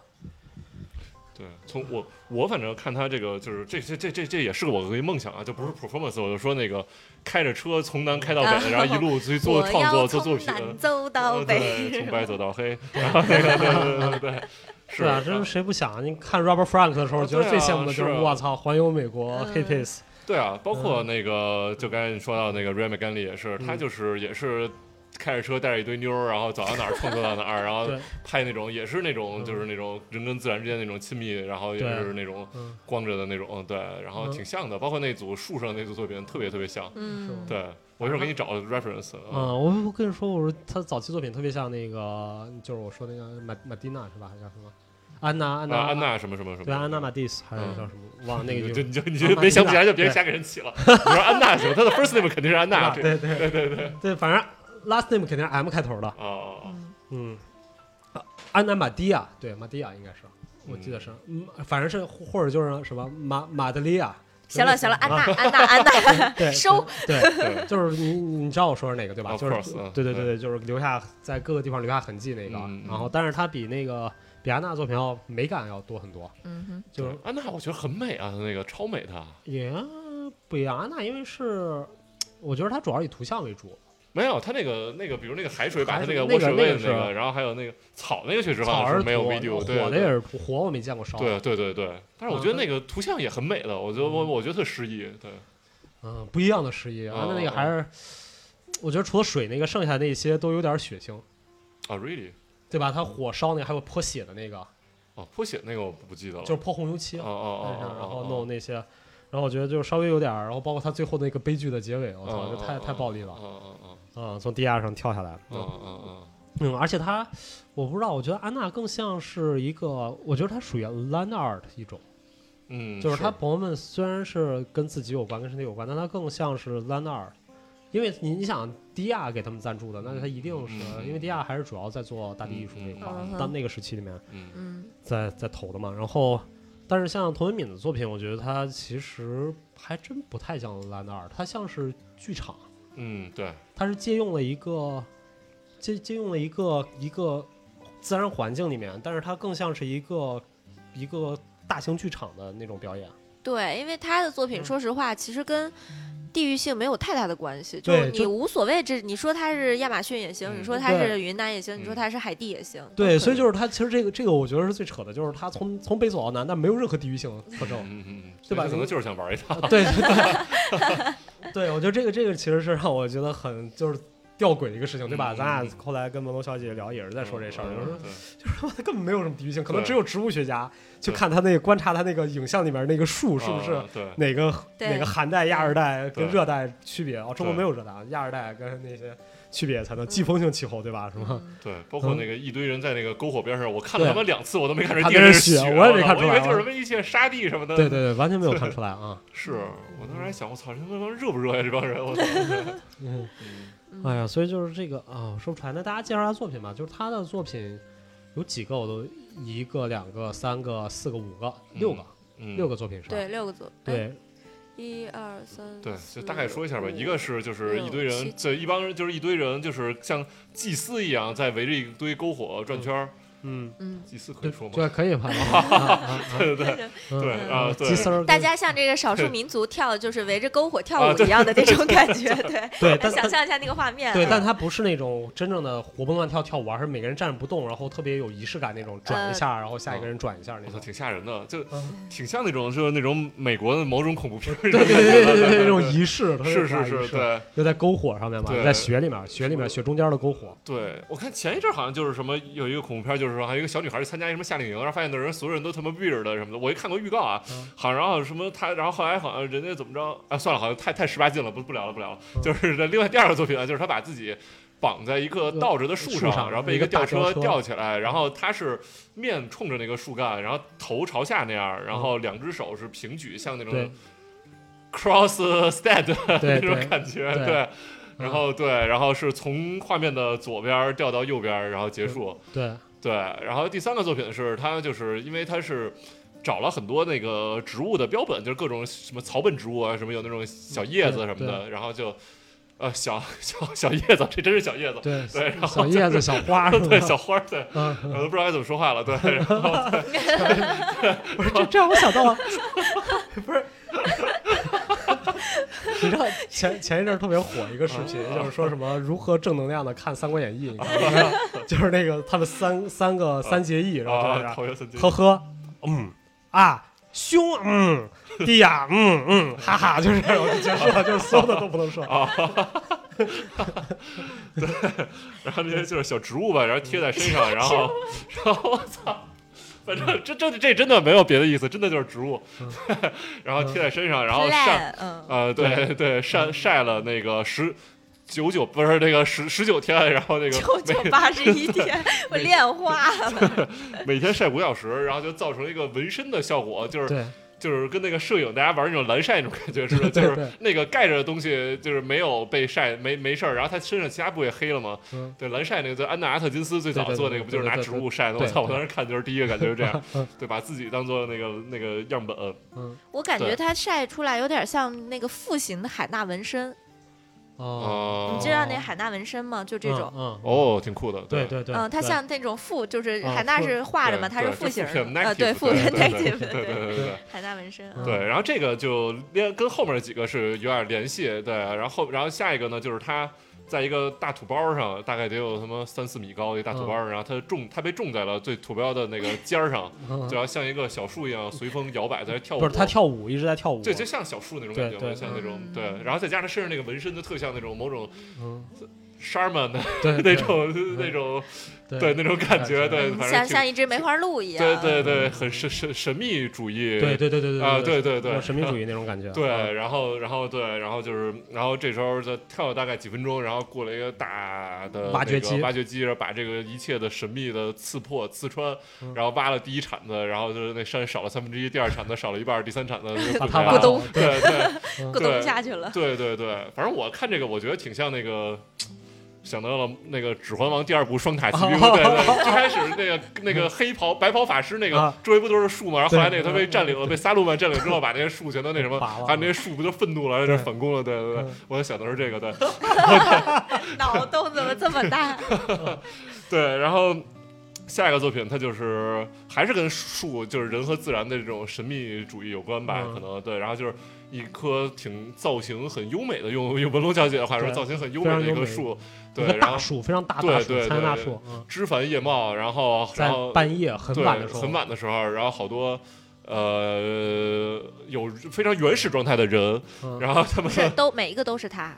Speaker 3: 对，从我我反正看他这个就是这这这这这也是我的一梦想啊，就不是 performance，我就说那个开着车从南开到北，
Speaker 2: 啊
Speaker 3: 然后一路去做
Speaker 2: 我
Speaker 3: 创
Speaker 2: 要
Speaker 3: 作做作
Speaker 2: 从
Speaker 3: 品，
Speaker 2: 南走到
Speaker 3: 呃
Speaker 2: 北
Speaker 3: 对，，从白走到黑，然后那个对对对对对，是
Speaker 1: 对啊，真是谁不想啊？你看 Robert Frank 的时候，
Speaker 3: 啊
Speaker 1: 觉得最
Speaker 3: 对啊
Speaker 1: 羡慕的就是
Speaker 3: 啊
Speaker 1: 我操，环游美国
Speaker 2: 嗯
Speaker 1: h i p p i e s
Speaker 3: 对啊，包括那个、就刚才你说到那个 Ray McGinley 也是，他
Speaker 1: 嗯
Speaker 3: 就是也是开着车带着一堆妞儿，然后走到哪儿创作到哪儿，然后
Speaker 1: 对
Speaker 3: 拍那种也是那种
Speaker 1: 嗯
Speaker 3: 就是那种人跟自然之间那种亲密，然后也
Speaker 1: 对
Speaker 3: 是那种
Speaker 1: 嗯
Speaker 3: 光着的那种，对，然后
Speaker 1: 嗯
Speaker 3: 挺像的，包括那组树上那组作品特别特别像，
Speaker 2: 嗯，
Speaker 3: 对我一会儿给你找 reference，
Speaker 1: 嗯，我我跟你说，我说他早期作品特别像那个，就是我说那个马马蒂娜是吧？叫什么？安娜啊安
Speaker 3: 安
Speaker 1: 娜
Speaker 3: 娜安娜什么什么什么，
Speaker 1: 对安娜马蒂斯还是叫什么？忘了那个
Speaker 3: 你就
Speaker 1: 就
Speaker 3: 你就你
Speaker 1: 啊
Speaker 3: 就
Speaker 1: 马
Speaker 3: 没想不
Speaker 1: 蒂
Speaker 3: 起
Speaker 1: 娜
Speaker 3: 来就别
Speaker 1: 对
Speaker 3: 瞎给人起了，你说安娜行，他的 first name 肯定是安娜，
Speaker 1: 吧 *laughs*
Speaker 3: 这
Speaker 1: 对对对对对对，反正 last name 肯定是 M 开头的，
Speaker 3: 哦哦哦
Speaker 2: 嗯
Speaker 1: 嗯，啊安娜马蒂亚，对马蒂亚应该是，我记得是，嗯，反正是或者就是什么马马德利亚。啊
Speaker 2: 行了行了，
Speaker 3: *laughs*
Speaker 2: 安娜安娜安娜，
Speaker 1: 对，
Speaker 2: 收
Speaker 1: 对，
Speaker 3: 对
Speaker 1: 就是你你你知道我说的哪个对吧？
Speaker 3: Of
Speaker 1: 就是
Speaker 3: course，嗯
Speaker 1: 对对对对，就是留下在各个地方留下痕迹那个
Speaker 3: 嗯嗯。
Speaker 1: 然后，但是它比那个比安娜作品要美感要多很多，
Speaker 2: *laughs* 嗯哼，
Speaker 1: *laughs* 就是
Speaker 3: 安娜，我觉得很美啊，那个超美她。
Speaker 1: 也比安娜，因为是我觉得它主要以图像为主，
Speaker 3: 没有，他那个那个，比如那个海水把
Speaker 1: 海
Speaker 3: 他
Speaker 1: 水
Speaker 3: 个
Speaker 1: 那
Speaker 3: 窝
Speaker 1: 个
Speaker 3: 水
Speaker 1: 那
Speaker 3: 位
Speaker 1: 个
Speaker 3: 的
Speaker 1: 是
Speaker 3: 那个，然后还有那个草那个，确实好
Speaker 1: 草
Speaker 3: 像
Speaker 1: 儿
Speaker 3: 是没有
Speaker 1: 土
Speaker 3: video，对
Speaker 1: 火的也是啊土火，我没见过烧。，
Speaker 3: 对对对对。但是我觉得那个图像也很美的，我觉得我我觉得特诗意，对
Speaker 1: 嗯，不一样的诗意。安娜那个
Speaker 3: 哦
Speaker 1: 还是，我觉得除了水那个，剩下那些都有点血腥，
Speaker 3: 啊，really
Speaker 1: 对吧？它火烧那个，还有泼血的那个，
Speaker 3: 哦，泼血那个我不记得了，
Speaker 1: 就是泼红油漆
Speaker 3: 哦。哦
Speaker 1: 身
Speaker 3: 哦
Speaker 1: 上，哎然后弄
Speaker 3: 哦，
Speaker 1: 那些，然后我觉得就是稍微有点儿，然后包括他最后那个悲剧的结尾，我操，
Speaker 3: 哦
Speaker 1: 就太太暴力了，
Speaker 3: 哦哦
Speaker 1: 嗯，从地下上跳下来，
Speaker 3: 哦哦哦
Speaker 1: 嗯，而且他，我不知道，我觉得安娜更像是一个，我觉得它属于 land art 一种，
Speaker 3: 嗯，
Speaker 1: 就是他朋友们虽然是跟自己有关，跟身体有关，但他更像是 land art。因为你你想迪亚给他们赞助的，那他一定是、
Speaker 3: 嗯
Speaker 1: 因为迪亚还是主要在做大地艺术这一块儿，
Speaker 2: 嗯嗯嗯
Speaker 1: 到那个时期里面，
Speaker 3: 嗯
Speaker 2: 嗯
Speaker 1: 在在投的嘛。然后，但是像童文敏的作品，我觉得他其实还真不太像兰德尔，他像是剧场，
Speaker 3: 嗯对，
Speaker 1: 他是借用了一个借借用了一个一个自然环境里面，但是它更像是一个一个大型剧场的那种表演。
Speaker 2: 对，因为他的作品，
Speaker 1: 嗯
Speaker 2: 说实话，其实跟。地域性没有太大的关系，就
Speaker 1: 对
Speaker 2: 是你
Speaker 1: 就
Speaker 2: 无所谓这，你说它是亚马逊也行，
Speaker 3: 嗯
Speaker 2: 你说它
Speaker 1: 对
Speaker 2: 是云南也行，你说
Speaker 3: 嗯
Speaker 2: 它是海地也行，都可
Speaker 1: 对，所以就是他其实这个这个我觉得是最扯的，就是他从从北走到南，但没有任何地域性特征。
Speaker 3: 嗯嗯，可能就是想玩一趟， *laughs*
Speaker 1: 啊对对对， *laughs* 对我觉得这个这个其实是让我觉得很就是吊诡的一个事情，对吧？
Speaker 3: 嗯
Speaker 1: 咱
Speaker 3: 嗯
Speaker 1: 俩后来跟朦胧小姐聊也是在说这事儿，就是说
Speaker 3: 对，
Speaker 1: 它根本没有什么地域性，可能
Speaker 3: 对
Speaker 1: 只有植物学家去
Speaker 3: 对
Speaker 1: 看他那个观察他那个影像里面那个树是不是
Speaker 3: 哦对
Speaker 1: 哪个
Speaker 2: 对
Speaker 1: 哪个寒带、亚热带跟
Speaker 3: 嗯对
Speaker 1: 热带区别啊？中国
Speaker 3: 对
Speaker 1: 没有热带，啊，亚热带跟那些区别，才能季风性气候，对吧？什么？
Speaker 2: 嗯
Speaker 3: 对，包括那个一堆人在那个篝火边上，我看了他妈两次，我都没看出
Speaker 1: 看
Speaker 3: 地
Speaker 1: 那
Speaker 3: 上
Speaker 1: 是
Speaker 3: 血，
Speaker 1: 血我也没看
Speaker 3: 我
Speaker 1: 出
Speaker 3: 以
Speaker 1: 来
Speaker 3: 为就是什么一些沙地什么的。
Speaker 1: 对对，对，完全没有看出来啊！
Speaker 3: 是我当时还想，我操，这他妈热不热呀？这帮人，我操！
Speaker 1: 嗯，
Speaker 3: 嗯
Speaker 2: 嗯
Speaker 1: 哎呀，所以就是这个啊，我说不出来。那大家介绍一下作品吧，就是他的作品有几个我都一个、两个、三个、四个、五个、六个，
Speaker 3: 嗯，
Speaker 1: 六个作品是吧？
Speaker 2: 对，六个组，哎，
Speaker 1: 对
Speaker 2: 一二三，
Speaker 3: 对，
Speaker 2: 四
Speaker 3: 就大概说一下吧。
Speaker 2: 五
Speaker 3: 一个是就是
Speaker 2: 六
Speaker 3: 一堆人
Speaker 2: 七，
Speaker 3: 这一帮人就是一堆人，就是像祭司一样在围着一堆篝火转圈儿。
Speaker 1: 嗯，
Speaker 2: 嗯，
Speaker 3: 祭司可
Speaker 1: 对
Speaker 3: 以说，吗？
Speaker 1: 对，可以
Speaker 3: *laughs*
Speaker 1: 吧？啊啊啊
Speaker 3: 对对对
Speaker 1: 嗯
Speaker 3: 对啊，对啊
Speaker 1: 鸡丝儿跟，
Speaker 2: 大家像这个少数民族跳，就是围着篝火跳舞一样的那种感
Speaker 3: *laughs*
Speaker 2: 觉，对。
Speaker 1: 对，
Speaker 2: 来
Speaker 1: 但
Speaker 2: 想
Speaker 1: 但
Speaker 2: 象一下那个画面啊，
Speaker 1: 对，但它不是那种真正的活蹦乱跳跳舞，啊而是每个人站着不动，然后特别有仪式感那种，转一
Speaker 2: 嗯
Speaker 1: 下，然后下一个人转一下那
Speaker 3: 哦我操，
Speaker 1: 种。
Speaker 3: 挺吓人的，就
Speaker 1: 嗯
Speaker 3: 挺像那种就是那种美国的某种恐怖片儿。对
Speaker 1: 对对对对对，那种仪式，特别
Speaker 3: 是
Speaker 1: 大
Speaker 3: 是
Speaker 1: 仪
Speaker 3: 是，
Speaker 1: 式
Speaker 3: 对
Speaker 1: 就在篝火上面嘛，
Speaker 3: 对
Speaker 1: 在雪里面，雪里面雪中间的篝火。
Speaker 3: 对。我看前一阵儿好像就是什么有一个恐怖片儿，就是说还有一个小女孩儿去参加一什么夏令营，然后发现那人所有人都他妈 weird 的什么的。我一看过预告啊
Speaker 1: 嗯，
Speaker 3: 好，然后什么他，然后后来好像人家怎么着啊？算了，好像太太十八禁了，不不聊了不聊了
Speaker 1: 嗯。
Speaker 3: 就是这另外第二个作品啊，就是他把自己。绑在一个倒着的树
Speaker 1: 树上
Speaker 3: 然后被
Speaker 1: 一
Speaker 3: 一
Speaker 1: 个
Speaker 3: 个
Speaker 1: 大
Speaker 3: 吊
Speaker 1: 吊车
Speaker 3: 吊起来，然后他是面冲着那个树干，然后头朝下那样，然后两只手是平举，像那
Speaker 1: 对
Speaker 3: 种 cross stand *laughs*
Speaker 1: 对
Speaker 3: 那种
Speaker 1: 对
Speaker 3: 感觉，
Speaker 1: 对嗯
Speaker 3: 对。然后对，然后是从画面的左边儿调到右边儿，然后结束。
Speaker 1: 对，
Speaker 3: 对，然后第三个作品是它就是因为它是找了很多那个植物的标本，就是各种什么草本植物啊，什么有那种小叶子
Speaker 1: 对
Speaker 3: 什么的，然后就呃小 *laughs* 小小叶子，这真是小叶子，
Speaker 1: 对，
Speaker 3: 对然后
Speaker 1: 小叶子、小花什么
Speaker 3: *laughs* 对
Speaker 1: 的，
Speaker 3: 小花儿，
Speaker 1: *laughs*
Speaker 3: 对，
Speaker 1: 嗯，
Speaker 3: 我都不知道该怎么说话了，对，然后
Speaker 1: 不是这这让我想到
Speaker 3: *laughs*
Speaker 1: 了，不是， *laughs* 你知道前前一阵儿特别火一个视频，
Speaker 3: 啊
Speaker 1: 就是说什么如何正能量的看《三国演义》，你知道吗 *laughs* 就是那个他们三三个三结义，然后就在那
Speaker 3: 啊
Speaker 1: 儿
Speaker 3: 桃园三结义
Speaker 1: 呵呵，嗯啊，兄，嗯，弟呀，嗯嗯，哈哈，就是这种就结束了，就是所有的都不能说，
Speaker 3: 啊然后那些就是小植物吧，然后贴在身上，然后，
Speaker 2: 嗯
Speaker 3: *laughs* 然后我操，反正这这这真的没有别的意思，真的就是植物， *laughs* 然后贴在身上，然后晒，
Speaker 2: 烂，嗯，
Speaker 3: 呃，对对，晒晒了那个十九九不是那个十十九天，然后那
Speaker 2: 九九
Speaker 3: 个
Speaker 2: 八十一
Speaker 3: *laughs*
Speaker 2: 天，我
Speaker 3: 每
Speaker 2: 练化了，
Speaker 3: 每每天晒五小时，然后就造成了一个纹身的效果，就是
Speaker 1: 对
Speaker 3: 就是跟那个摄影大家玩那种蓝晒那种感觉似的，就
Speaker 1: 对
Speaker 3: 是那个盖着的东西就是没有被晒，没没事儿，然后他身上其他部位黑了嘛。
Speaker 1: 嗯
Speaker 3: 对，蓝晒那个在安娜阿特金斯最早
Speaker 1: 对对对
Speaker 3: 做那个，不就是拿
Speaker 1: 对对
Speaker 3: 植物晒的？我
Speaker 1: 对
Speaker 3: 操！我
Speaker 1: 对
Speaker 3: 当时看就是第一个感觉是这样
Speaker 1: *laughs* 嗯，
Speaker 3: 对，把自己当做那个那个样本。
Speaker 1: 嗯
Speaker 2: *laughs* 我感觉
Speaker 3: 对
Speaker 2: 它晒出来有点像那个复型的海纳纹身，
Speaker 1: 哦，
Speaker 2: 你
Speaker 3: 哦
Speaker 2: 知道那海纳纹身吗？就这种，
Speaker 1: 嗯，嗯
Speaker 3: 哦，挺酷的。
Speaker 1: 对对对，
Speaker 2: 嗯，它
Speaker 1: 对
Speaker 2: 像那种复，就是
Speaker 1: 啊
Speaker 2: 海纳
Speaker 1: 复
Speaker 2: 是画着嘛，
Speaker 3: 对
Speaker 2: 它是
Speaker 3: 对
Speaker 2: 复型
Speaker 3: 这复
Speaker 2: 的，
Speaker 3: native，
Speaker 2: 呃，对，复
Speaker 3: 对
Speaker 2: 型
Speaker 3: 对
Speaker 2: native，
Speaker 3: 对对对对对。
Speaker 2: *laughs* 海纳纹身，
Speaker 1: 嗯
Speaker 3: 对，然后这个就连跟后面几个是有点联系，对，然后然后下一个呢，就是他在一个大土包上，大概得有他妈三四米高的一
Speaker 1: 嗯
Speaker 3: 大土包，然后他种他被种在了最土包的那个尖儿上，
Speaker 1: 嗯
Speaker 3: 就要像一个小树一样随风摇摆在那跳舞，
Speaker 1: 不是他跳舞一直在跳舞，啊
Speaker 3: 对，就像小树那种感觉，
Speaker 1: 对对
Speaker 3: 像那种
Speaker 2: 嗯
Speaker 3: 对，然后再加上身上那个纹身，就特像那种某种
Speaker 1: 嗯，*laughs*
Speaker 3: Sharman 的
Speaker 1: 对
Speaker 3: 那种那种
Speaker 1: 对嗯
Speaker 3: 对那种感觉，对，
Speaker 2: 嗯
Speaker 3: 反
Speaker 2: 像
Speaker 3: 正挺
Speaker 2: 像一只梅花鹿一样，
Speaker 3: 对对对，很神神神秘主义，
Speaker 1: 对对对对对
Speaker 3: 啊
Speaker 1: 对
Speaker 3: 对对对
Speaker 1: 有神秘主义那种感觉。啊
Speaker 3: 对，然后然后对，然后就是，然后这时候就跳了大概几分钟，然后过了一个大的
Speaker 1: 挖
Speaker 3: 那
Speaker 1: 掘
Speaker 3: 个
Speaker 1: 机
Speaker 3: 挖掘机，然后把这个一切的神秘的刺破、刺穿
Speaker 1: 嗯，
Speaker 3: 然后挖了第一铲子，然后就是那山少了三分之一，第二铲子少了一半儿，第三铲子就
Speaker 1: 把
Speaker 3: 滚
Speaker 1: 它
Speaker 3: 开
Speaker 1: 挖
Speaker 3: 了。
Speaker 1: 走
Speaker 2: 咚，
Speaker 3: 对对
Speaker 2: 咕咚下去了，
Speaker 3: 对对对，反正我看这个，我觉得挺像那个。想到了那个《指环王》第二部双塔奇兵，
Speaker 1: *laughs*
Speaker 3: 对对，最开始那个那个黑袍白袍法师那个
Speaker 1: 啊
Speaker 3: 周围不都是树嘛，然后后来
Speaker 1: 对
Speaker 3: 那个他被占领了，被撒鲁曼占领之后，把那些树全都那什么，
Speaker 1: 拔了
Speaker 3: 把那些树不就愤怒了，在那反攻了，对对对
Speaker 1: 嗯，
Speaker 3: 我想的是这个，对
Speaker 2: 脑洞怎么这么
Speaker 3: *laughs*
Speaker 2: 大？
Speaker 3: 对，然后。下一个作品，它就是还是跟树，就是人和自然的这种神秘主义有关吧，
Speaker 1: 嗯
Speaker 3: 可能对。然后就是一棵挺造型很优美的，用用文龙小姐的话说，
Speaker 1: 对
Speaker 3: 造型很优
Speaker 1: 非
Speaker 3: 美
Speaker 1: 常
Speaker 3: 的一
Speaker 1: 优美
Speaker 3: 棵树，
Speaker 1: *laughs* 一
Speaker 3: 对，
Speaker 1: 个
Speaker 3: 然
Speaker 1: 大
Speaker 3: 后
Speaker 1: 树，非常大
Speaker 3: 对
Speaker 1: 大树，
Speaker 3: 对
Speaker 1: 参大
Speaker 3: 对
Speaker 1: 树，嗯，
Speaker 3: 枝繁叶茂，然后然
Speaker 1: 在
Speaker 3: 后
Speaker 1: 半夜很
Speaker 3: 对
Speaker 1: 晚的时候，
Speaker 3: 很晚的时候，然后好多呃有非常原始状态的人，
Speaker 1: 嗯，
Speaker 3: 然后他们
Speaker 2: 是都每一个都是他，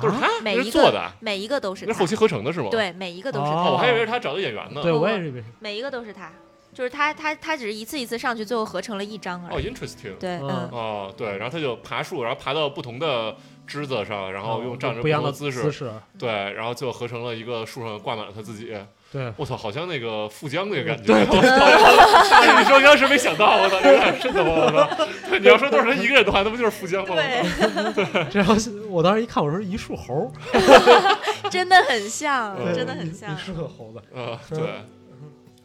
Speaker 3: 都是
Speaker 1: 啊
Speaker 3: 他
Speaker 2: 每
Speaker 3: 那
Speaker 2: 一
Speaker 3: 是
Speaker 2: 个
Speaker 3: 做的啊，
Speaker 2: 每一个都是
Speaker 3: 那是
Speaker 2: 他
Speaker 3: 后，期合成的是吗？
Speaker 2: 对，每一个都是
Speaker 1: 哦
Speaker 2: 他，
Speaker 3: 哦，我还以为是他找的演员呢。
Speaker 1: 对
Speaker 2: 不
Speaker 1: 我也是以为是，
Speaker 2: 每一个都是他，就是他他他只是一次一次上去，最后合成了一张而
Speaker 3: 哦
Speaker 2: 已。
Speaker 3: ，interesting，
Speaker 2: 对，
Speaker 1: 嗯
Speaker 2: 嗯，
Speaker 3: 哦，对，然后他就爬树，然后爬到不同的枝子上，然后啊用站着
Speaker 1: 嗯不一样
Speaker 3: 同
Speaker 1: 的
Speaker 3: 的姿势，
Speaker 1: 姿势，
Speaker 3: 对，然后就合成了一个树上挂满了他自己。
Speaker 1: 对，
Speaker 3: 我操，好像那个富江那个感觉。我
Speaker 1: *laughs*
Speaker 3: *laughs* 操！你说当时没想到，我操，有点瘆得慌。我操！对你要说都是他一个人的话，那不就是富江吗？我操，
Speaker 1: 这样
Speaker 3: *laughs*
Speaker 1: 我当时一看，我说一树猴儿，
Speaker 2: 真的很像，
Speaker 3: 嗯
Speaker 2: 真的
Speaker 1: 一
Speaker 2: 很
Speaker 1: *laughs*
Speaker 2: 像
Speaker 1: 一。树个猴子，
Speaker 3: 呃，对。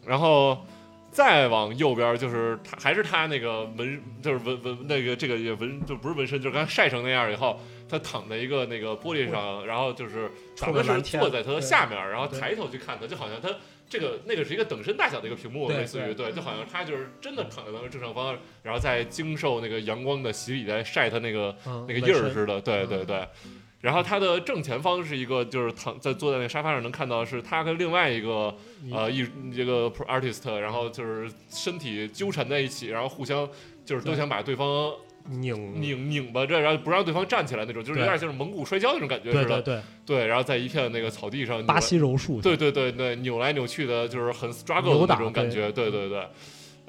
Speaker 3: 然后再往右边就是他，还是他那个纹，就是纹纹那个这个也纹，就不是纹身，就是刚才晒成那样以后，他躺在一个那个玻璃上，然后就是
Speaker 1: 冲
Speaker 3: 咱
Speaker 1: 着
Speaker 3: 们是
Speaker 1: 蓝天
Speaker 3: 坐在他的下面，然后
Speaker 1: 对
Speaker 3: 抬头去看他，就好像他。这个那个是一个等身大小的一个屏幕，
Speaker 1: 对
Speaker 3: 类似于对，就好像他就是真的躺在咱们正上方，然后在经受那个阳光的洗礼，在晒他那个
Speaker 1: 嗯，
Speaker 3: 那个
Speaker 1: 纹
Speaker 3: 印儿
Speaker 1: 身嗯
Speaker 3: 似的，对对对。然后他的正前方是一个，就是躺在坐在那个沙发上能看到是他跟另外一个
Speaker 1: 一
Speaker 3: 呃艺这个 pro- artist，然后就是身体纠缠在一起，然后互相就是都
Speaker 1: 对
Speaker 3: 想把对方
Speaker 1: 拧，
Speaker 3: 拧拧巴着，然后不让对方站起来那种，就是
Speaker 1: 嗯
Speaker 3: 有
Speaker 1: 对
Speaker 3: 点像是蒙古摔跤那种感觉
Speaker 1: 对
Speaker 3: 似
Speaker 1: 对
Speaker 3: 的。
Speaker 1: 对，
Speaker 3: 对，然后在一片那个草地上扭
Speaker 1: 巴
Speaker 3: 来，
Speaker 1: 西柔术，
Speaker 3: 对对对对，扭来扭去的，就是很 struggle
Speaker 1: 扭
Speaker 3: 的
Speaker 1: 打
Speaker 3: 那种感
Speaker 1: 对
Speaker 3: 觉，对对对。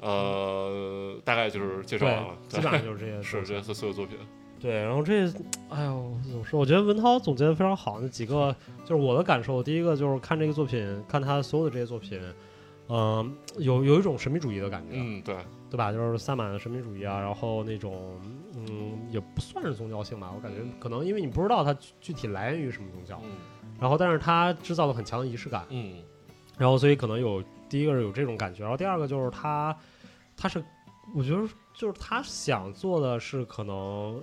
Speaker 3: 呃，大概就是介绍完了，
Speaker 1: 对，基
Speaker 3: 对，
Speaker 1: 本上就是这些东西，
Speaker 3: 是这是所有作品，
Speaker 1: 对，然后这，哎呦，怎么说？我觉得文涛总结的非常好。那几个就是我的感受，第一个就是看这个作品，看他所有的这些作品，嗯、有有一种神秘主义的感觉，
Speaker 3: 嗯，对，
Speaker 1: 对吧？就是萨满的神秘主义啊，然后那种，嗯，也不算是宗教性吧，我感觉
Speaker 3: 嗯
Speaker 1: 可能因为你不知道它具具体来源于什么宗教，
Speaker 3: 嗯
Speaker 1: 然后但是它制造了很强的仪式感，
Speaker 3: 嗯。
Speaker 1: 然后所以可能有第一个是有这种感觉，然后第二个就是他，他是我觉得就是他想做的是可能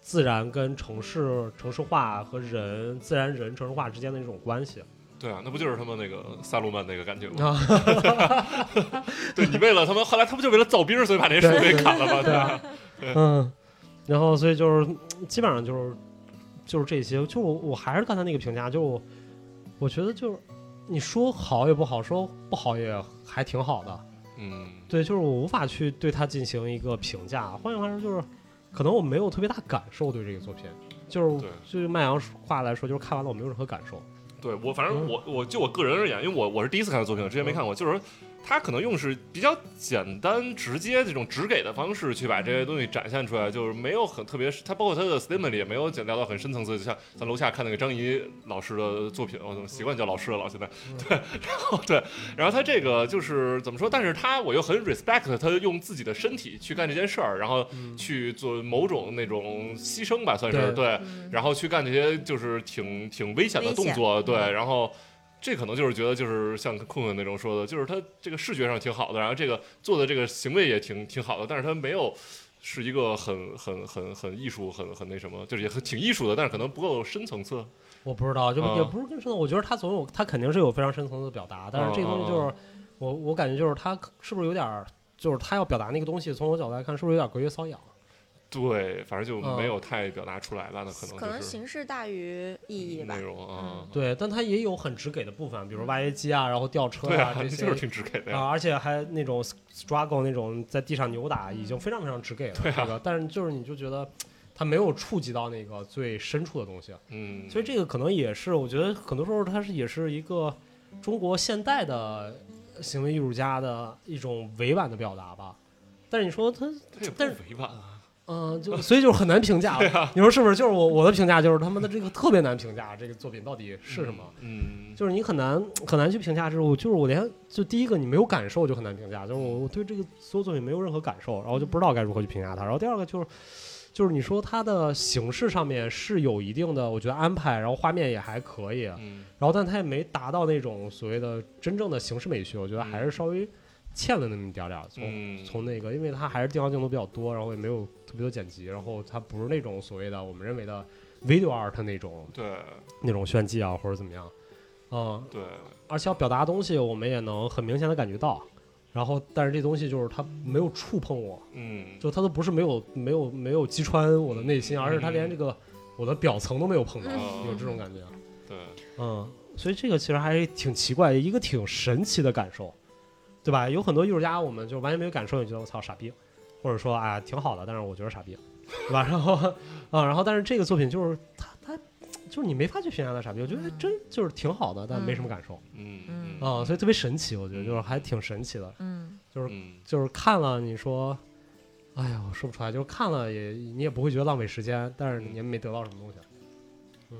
Speaker 1: 自然跟城市城市化和人自然人城市化之间的一种关系
Speaker 3: 对啊，那不就是他们那个萨鲁曼那个感觉吗？
Speaker 1: *laughs* 啊，
Speaker 3: 对你为了他们，后来他不就为了造兵，所以把那树给砍了吗？
Speaker 1: 对
Speaker 3: 吧
Speaker 1: 啊？嗯，然后所以就是基本上就是就是这些，就我我还是刚才那个评价，就我我觉得就是你说好也不好，说不好也还挺好的，
Speaker 3: 嗯，
Speaker 1: 对，就是我无法去对它进行一个评价。换句话说，就是可能我没有特别大感受对这个作品，就是
Speaker 3: 对
Speaker 1: 就是麦阳话来说，就是看完了我没有任何感受。
Speaker 3: 对我反
Speaker 1: 嗯
Speaker 3: 正我我就我个人而言，因为我我是第一次看的作品，之前没看过，就是说他可能用是比较简单直接这种直给的方式去把这些东西展现出来，
Speaker 1: 嗯
Speaker 3: 就是没有很特别，他包括他的 statement 里也没有讲聊到很深层次，就像咱楼下看那个张怡老师的作品，我怎么习惯叫老师了？现在
Speaker 1: 嗯
Speaker 3: 对，然后对，然后他这个就是怎么说？但是他我又很 respect 他用自己的身体去干这件事儿，然后
Speaker 1: 嗯
Speaker 3: 去做某种那种牺牲吧，算是
Speaker 1: 对
Speaker 3: 对。
Speaker 2: 嗯
Speaker 3: 然后去干这些就是挺挺危险的
Speaker 2: 危
Speaker 3: 动
Speaker 2: 险嗯
Speaker 3: 作，对，然后。这可能就是觉得，就是像困困那种说的，就是他这个视觉上挺好的，然后这个做的这个行为也挺挺好的，但是他没有是一个很很很很艺术、很很那什么，就是也很挺艺术的，但是可能不够深层次。
Speaker 1: 我不知道，就
Speaker 3: 啊
Speaker 1: 也不是更深层，我觉得他总有他肯定是有非常深层次的表达，但是这个
Speaker 3: 嗯
Speaker 1: 东西就是我我感觉就是他是不是有点儿就是他要表达那个东西，从我角度来看是不是有点隔靴搔痒？
Speaker 3: 对，反正就
Speaker 1: 嗯
Speaker 3: 没有太表达出来吧，那可
Speaker 2: 可能
Speaker 3: 能就是
Speaker 2: 形式大于意义吧嗯
Speaker 3: 内。容啊，
Speaker 1: 对，但他也有很直给的部分，比如挖掘机啊，然后吊车
Speaker 3: 对啊，
Speaker 1: 这些
Speaker 3: *laughs* 就是挺直给的呀，
Speaker 1: 啊，而且还那种 struggle 那种在地上扭打，已经非常非常直给了。
Speaker 3: 对啊
Speaker 1: 这个，但是就是你就觉得它没有触及到那个最深处的东西，
Speaker 3: 嗯，
Speaker 1: 所以这个可能也是我觉得很多时候它是也是一个中国现代的行为艺术家的一种委婉的表达吧。但是你说他，
Speaker 3: 这也不
Speaker 1: 但是
Speaker 3: 委婉啊，
Speaker 1: 嗯、
Speaker 3: *laughs*
Speaker 1: 就所以就很难评价了。你说是不是？就是我我的评价就是他们的这个特别难评价，这个作品到底是什么？
Speaker 3: 嗯，
Speaker 1: 就是你很难很难去评价这种，就是我连就第一个你没有感受就很难评价，就是我我对这个所有作品没有任何感受，然后就不知道该如何去评价它。然后第二个就是就是你说它的形式上面是有一定的我觉得安排，然后画面也还可以，啊然
Speaker 3: 嗯
Speaker 1: 后但它也没达到那种所谓的真正的形式美学，我觉得还是稍微欠了那么一点点儿。从
Speaker 3: 嗯，
Speaker 1: 从那个，因为它还是定焦镜头比较多，然后也没有特别多剪辑，然后它不是那种所谓的我们认为的 video art 那种
Speaker 3: 对
Speaker 1: 那种炫技啊或者怎么样，嗯，
Speaker 3: 对，
Speaker 1: 而且要表达的东西，我们也能很明显的感觉到。然后，但是这东西就是它没有触碰我，
Speaker 3: 嗯，
Speaker 1: 就它都不是没有没有没有击穿我的内心，
Speaker 3: 嗯
Speaker 1: 而是它连这个我的表层都没有碰到，
Speaker 3: 嗯
Speaker 1: 有这种感觉。
Speaker 3: 对。
Speaker 1: 嗯，所以这个其实还挺奇怪，一个挺神奇的感受，对吧？有很多艺术家，我们就完全没有感受，你觉得我操傻逼，或者说啊、挺好的，但是我觉得傻逼，对吧？然后啊，然后但是这个作品就是它它就是你没法去评价它傻逼，我觉得还真就是挺好的，但没什么感受。
Speaker 3: 嗯
Speaker 2: 嗯
Speaker 3: 嗯
Speaker 1: 哦啊、所以特别神奇，我觉得就是还挺神奇的。
Speaker 2: 嗯，
Speaker 1: 就是
Speaker 3: 嗯
Speaker 1: 就是看了你说，哎呀，我说不出来，就是看了也你也不会觉得浪费时间，但是你也没得到什么东西。啊嗯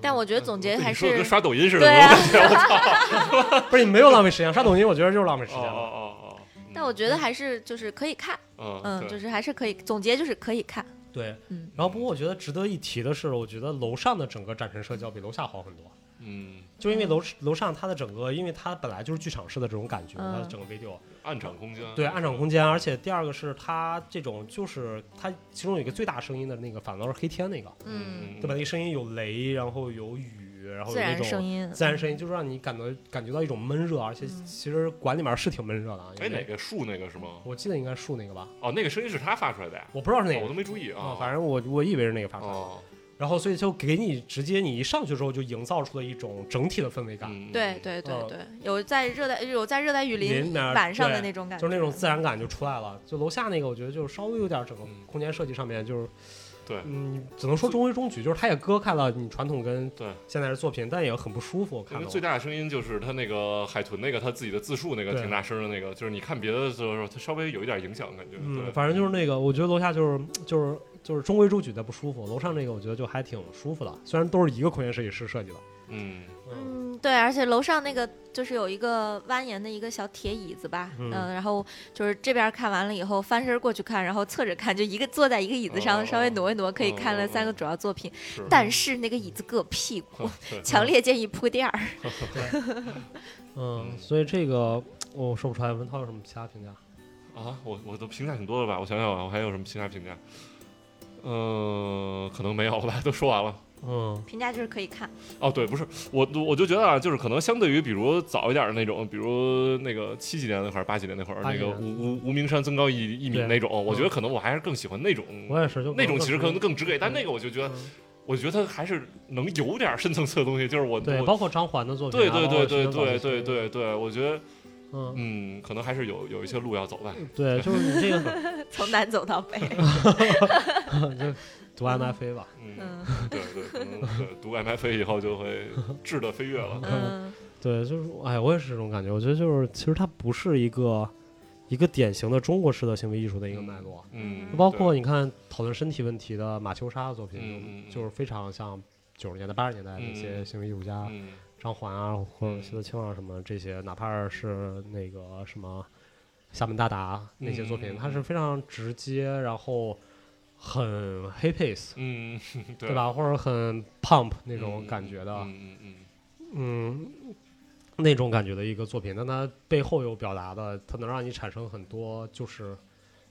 Speaker 2: 但我觉得总结还
Speaker 3: 你说的
Speaker 2: 是
Speaker 3: 跟刷抖音似的，
Speaker 2: 对啊
Speaker 3: 我感觉我操！
Speaker 1: 啊不是你没有浪费时间，刷抖音我觉得就是浪费时
Speaker 3: 哦
Speaker 1: 间了。
Speaker 3: 哦哦哦！嗯
Speaker 2: 但我觉得还是就是可以看，
Speaker 3: 嗯
Speaker 2: 嗯，
Speaker 3: 对
Speaker 2: 就是还是可以总结就是可以看，
Speaker 1: 对，
Speaker 2: 嗯，
Speaker 1: 然后不过我觉得值得一提的是，我觉得楼上的整个展陈社交比楼下好很多，
Speaker 3: 嗯，
Speaker 1: 就因为楼楼上它的整个，因为它本来就是剧场式的这种感觉，
Speaker 2: 嗯
Speaker 1: 它的整个 video
Speaker 3: 暗场空间
Speaker 1: 对暗场空间，而且第二个是它这种就是它其中有一个最大声音的那个，反倒是黑天那个，
Speaker 2: 嗯，
Speaker 1: 对吧？那个声音有雷，然后有雨，然后
Speaker 2: 自
Speaker 1: 有那
Speaker 2: 然
Speaker 1: 种
Speaker 2: 声音，
Speaker 1: 自然声音就是让你感到感觉到一种闷热，而且
Speaker 2: 嗯
Speaker 1: 其实馆里面是挺闷热的啊。
Speaker 3: 哎，
Speaker 1: 因为
Speaker 3: 哪？个树那个是吗？
Speaker 1: 我记得应该树那个吧，
Speaker 3: 哦，那个声音是他发出来的呀，
Speaker 1: 我不知道是哪
Speaker 3: 哦我
Speaker 1: 个
Speaker 3: 都没注意啊
Speaker 1: 啊，。反正我我以为是那个发出来的。
Speaker 3: 哦，
Speaker 1: 然后所以就给你直接你一上去之后就营造出了一种整体的氛围感，
Speaker 3: 嗯
Speaker 2: 对，对对
Speaker 1: 嗯
Speaker 2: 对，有在热带有在热带雨
Speaker 1: 林
Speaker 2: 林
Speaker 1: 里面
Speaker 2: 晚上的
Speaker 1: 对
Speaker 2: 那种感觉，嗯
Speaker 1: 就是那种自然感就出来了。就楼下那个，我觉得就是稍微有点整个
Speaker 3: 嗯
Speaker 1: 空间设计上面就是，
Speaker 3: 对
Speaker 1: 嗯，只能说中规中矩，就是它也割开了你传统跟
Speaker 3: 对
Speaker 1: 现在的作品，但也很不舒服。我
Speaker 3: 因
Speaker 1: 看
Speaker 3: 为
Speaker 1: 到
Speaker 3: 最大的声音就是他那个海豚那个他自己的自述那个
Speaker 1: 对
Speaker 3: 挺大声的那个，就是你看别的的时候，他稍微有一点影响感觉。
Speaker 1: 嗯，
Speaker 3: 对，
Speaker 1: 反正就是那个，我觉得楼下就是就是就是中规中矩的不舒服，楼上这个我觉得就还挺舒服的，虽然都是一个空间设计师设计的。
Speaker 3: 嗯
Speaker 1: 嗯，
Speaker 2: 嗯，对，而且楼上那个就是有一个蜿蜒的一个小铁椅子吧，
Speaker 1: 嗯
Speaker 2: 嗯、然后就是这边看完了以后，翻身过去看，然后侧着看，就一个坐在一个椅子
Speaker 3: 哦
Speaker 2: 上，稍微挪一挪，可以看了三
Speaker 3: 哦嗯
Speaker 2: 个主要作品，
Speaker 3: 是，
Speaker 2: 但是那个椅子硌屁股，*laughs*
Speaker 3: 对
Speaker 2: 强烈建议铺垫儿。
Speaker 3: *laughs*
Speaker 1: 嗯，所以这个我说不出来，文涛有什么其他评价？
Speaker 3: 啊，我我都评价挺多的吧？我想想啊，我还有什么其他评价？嗯，可能没有了吧，都说完了。
Speaker 1: 嗯
Speaker 2: 评价就是可以看，
Speaker 3: 哦，对，不是我，我就觉得啊，就是可能相对于比如早一点的那种，比如那个七几年那会儿、八几年那会儿，
Speaker 1: 八
Speaker 3: 那
Speaker 1: 几
Speaker 3: 个
Speaker 1: 年
Speaker 3: 无无无名山增高一一米
Speaker 1: 对
Speaker 3: 那种，我觉得
Speaker 1: 嗯
Speaker 3: 可能我还是更喜欢那种，
Speaker 1: 我也是，就
Speaker 3: 那种其实可能更直给，但
Speaker 1: 嗯
Speaker 3: 那个我就觉得，
Speaker 1: 嗯
Speaker 3: 我觉得它还是能有点深层次的东西，就是我
Speaker 1: 对，
Speaker 3: 嗯我
Speaker 1: 包括张环的作品
Speaker 3: 对
Speaker 1: 啊，
Speaker 3: 对
Speaker 1: 包括
Speaker 3: 对对
Speaker 1: 徐峥
Speaker 3: 对
Speaker 1: 早期的
Speaker 3: 对对对，我觉得
Speaker 1: 嗯，
Speaker 3: 嗯，可能还是有有一些路要走吧。
Speaker 1: 对，就是你这个
Speaker 2: 从南走到北。
Speaker 1: 就读 MFA
Speaker 3: *laughs*
Speaker 1: 吧，
Speaker 3: 嗯，
Speaker 2: 嗯
Speaker 3: 对对，可能对读 MFA 以后就
Speaker 1: *laughs*
Speaker 3: 会质的飞跃了。
Speaker 2: 嗯，
Speaker 1: 对，就是哎，我也是这种感觉，我觉得就是其实它不是一个一个典型的中国式的行为艺术的一个脉络，
Speaker 3: 嗯，
Speaker 1: 包括你看讨论身体问题的马秋莎的作
Speaker 3: 嗯嗯
Speaker 1: 品
Speaker 3: 嗯，
Speaker 1: 就是非常像九十年代八十年代那
Speaker 3: 嗯
Speaker 1: 些行为艺术
Speaker 3: 对
Speaker 1: 家，
Speaker 3: 嗯
Speaker 1: 张环啊，或者徐德清啊什么这些，哪怕是那个什么厦门大达那些作
Speaker 3: 嗯
Speaker 1: 品，它是非常直接，然后很 hip pace，
Speaker 3: 嗯， *laughs* 对
Speaker 1: 对？吧？或者很 pump 那种感觉的，
Speaker 3: 嗯嗯嗯。
Speaker 1: 嗯，那种感觉的一个作品，但它背后有表达的，它能让你产生很多就是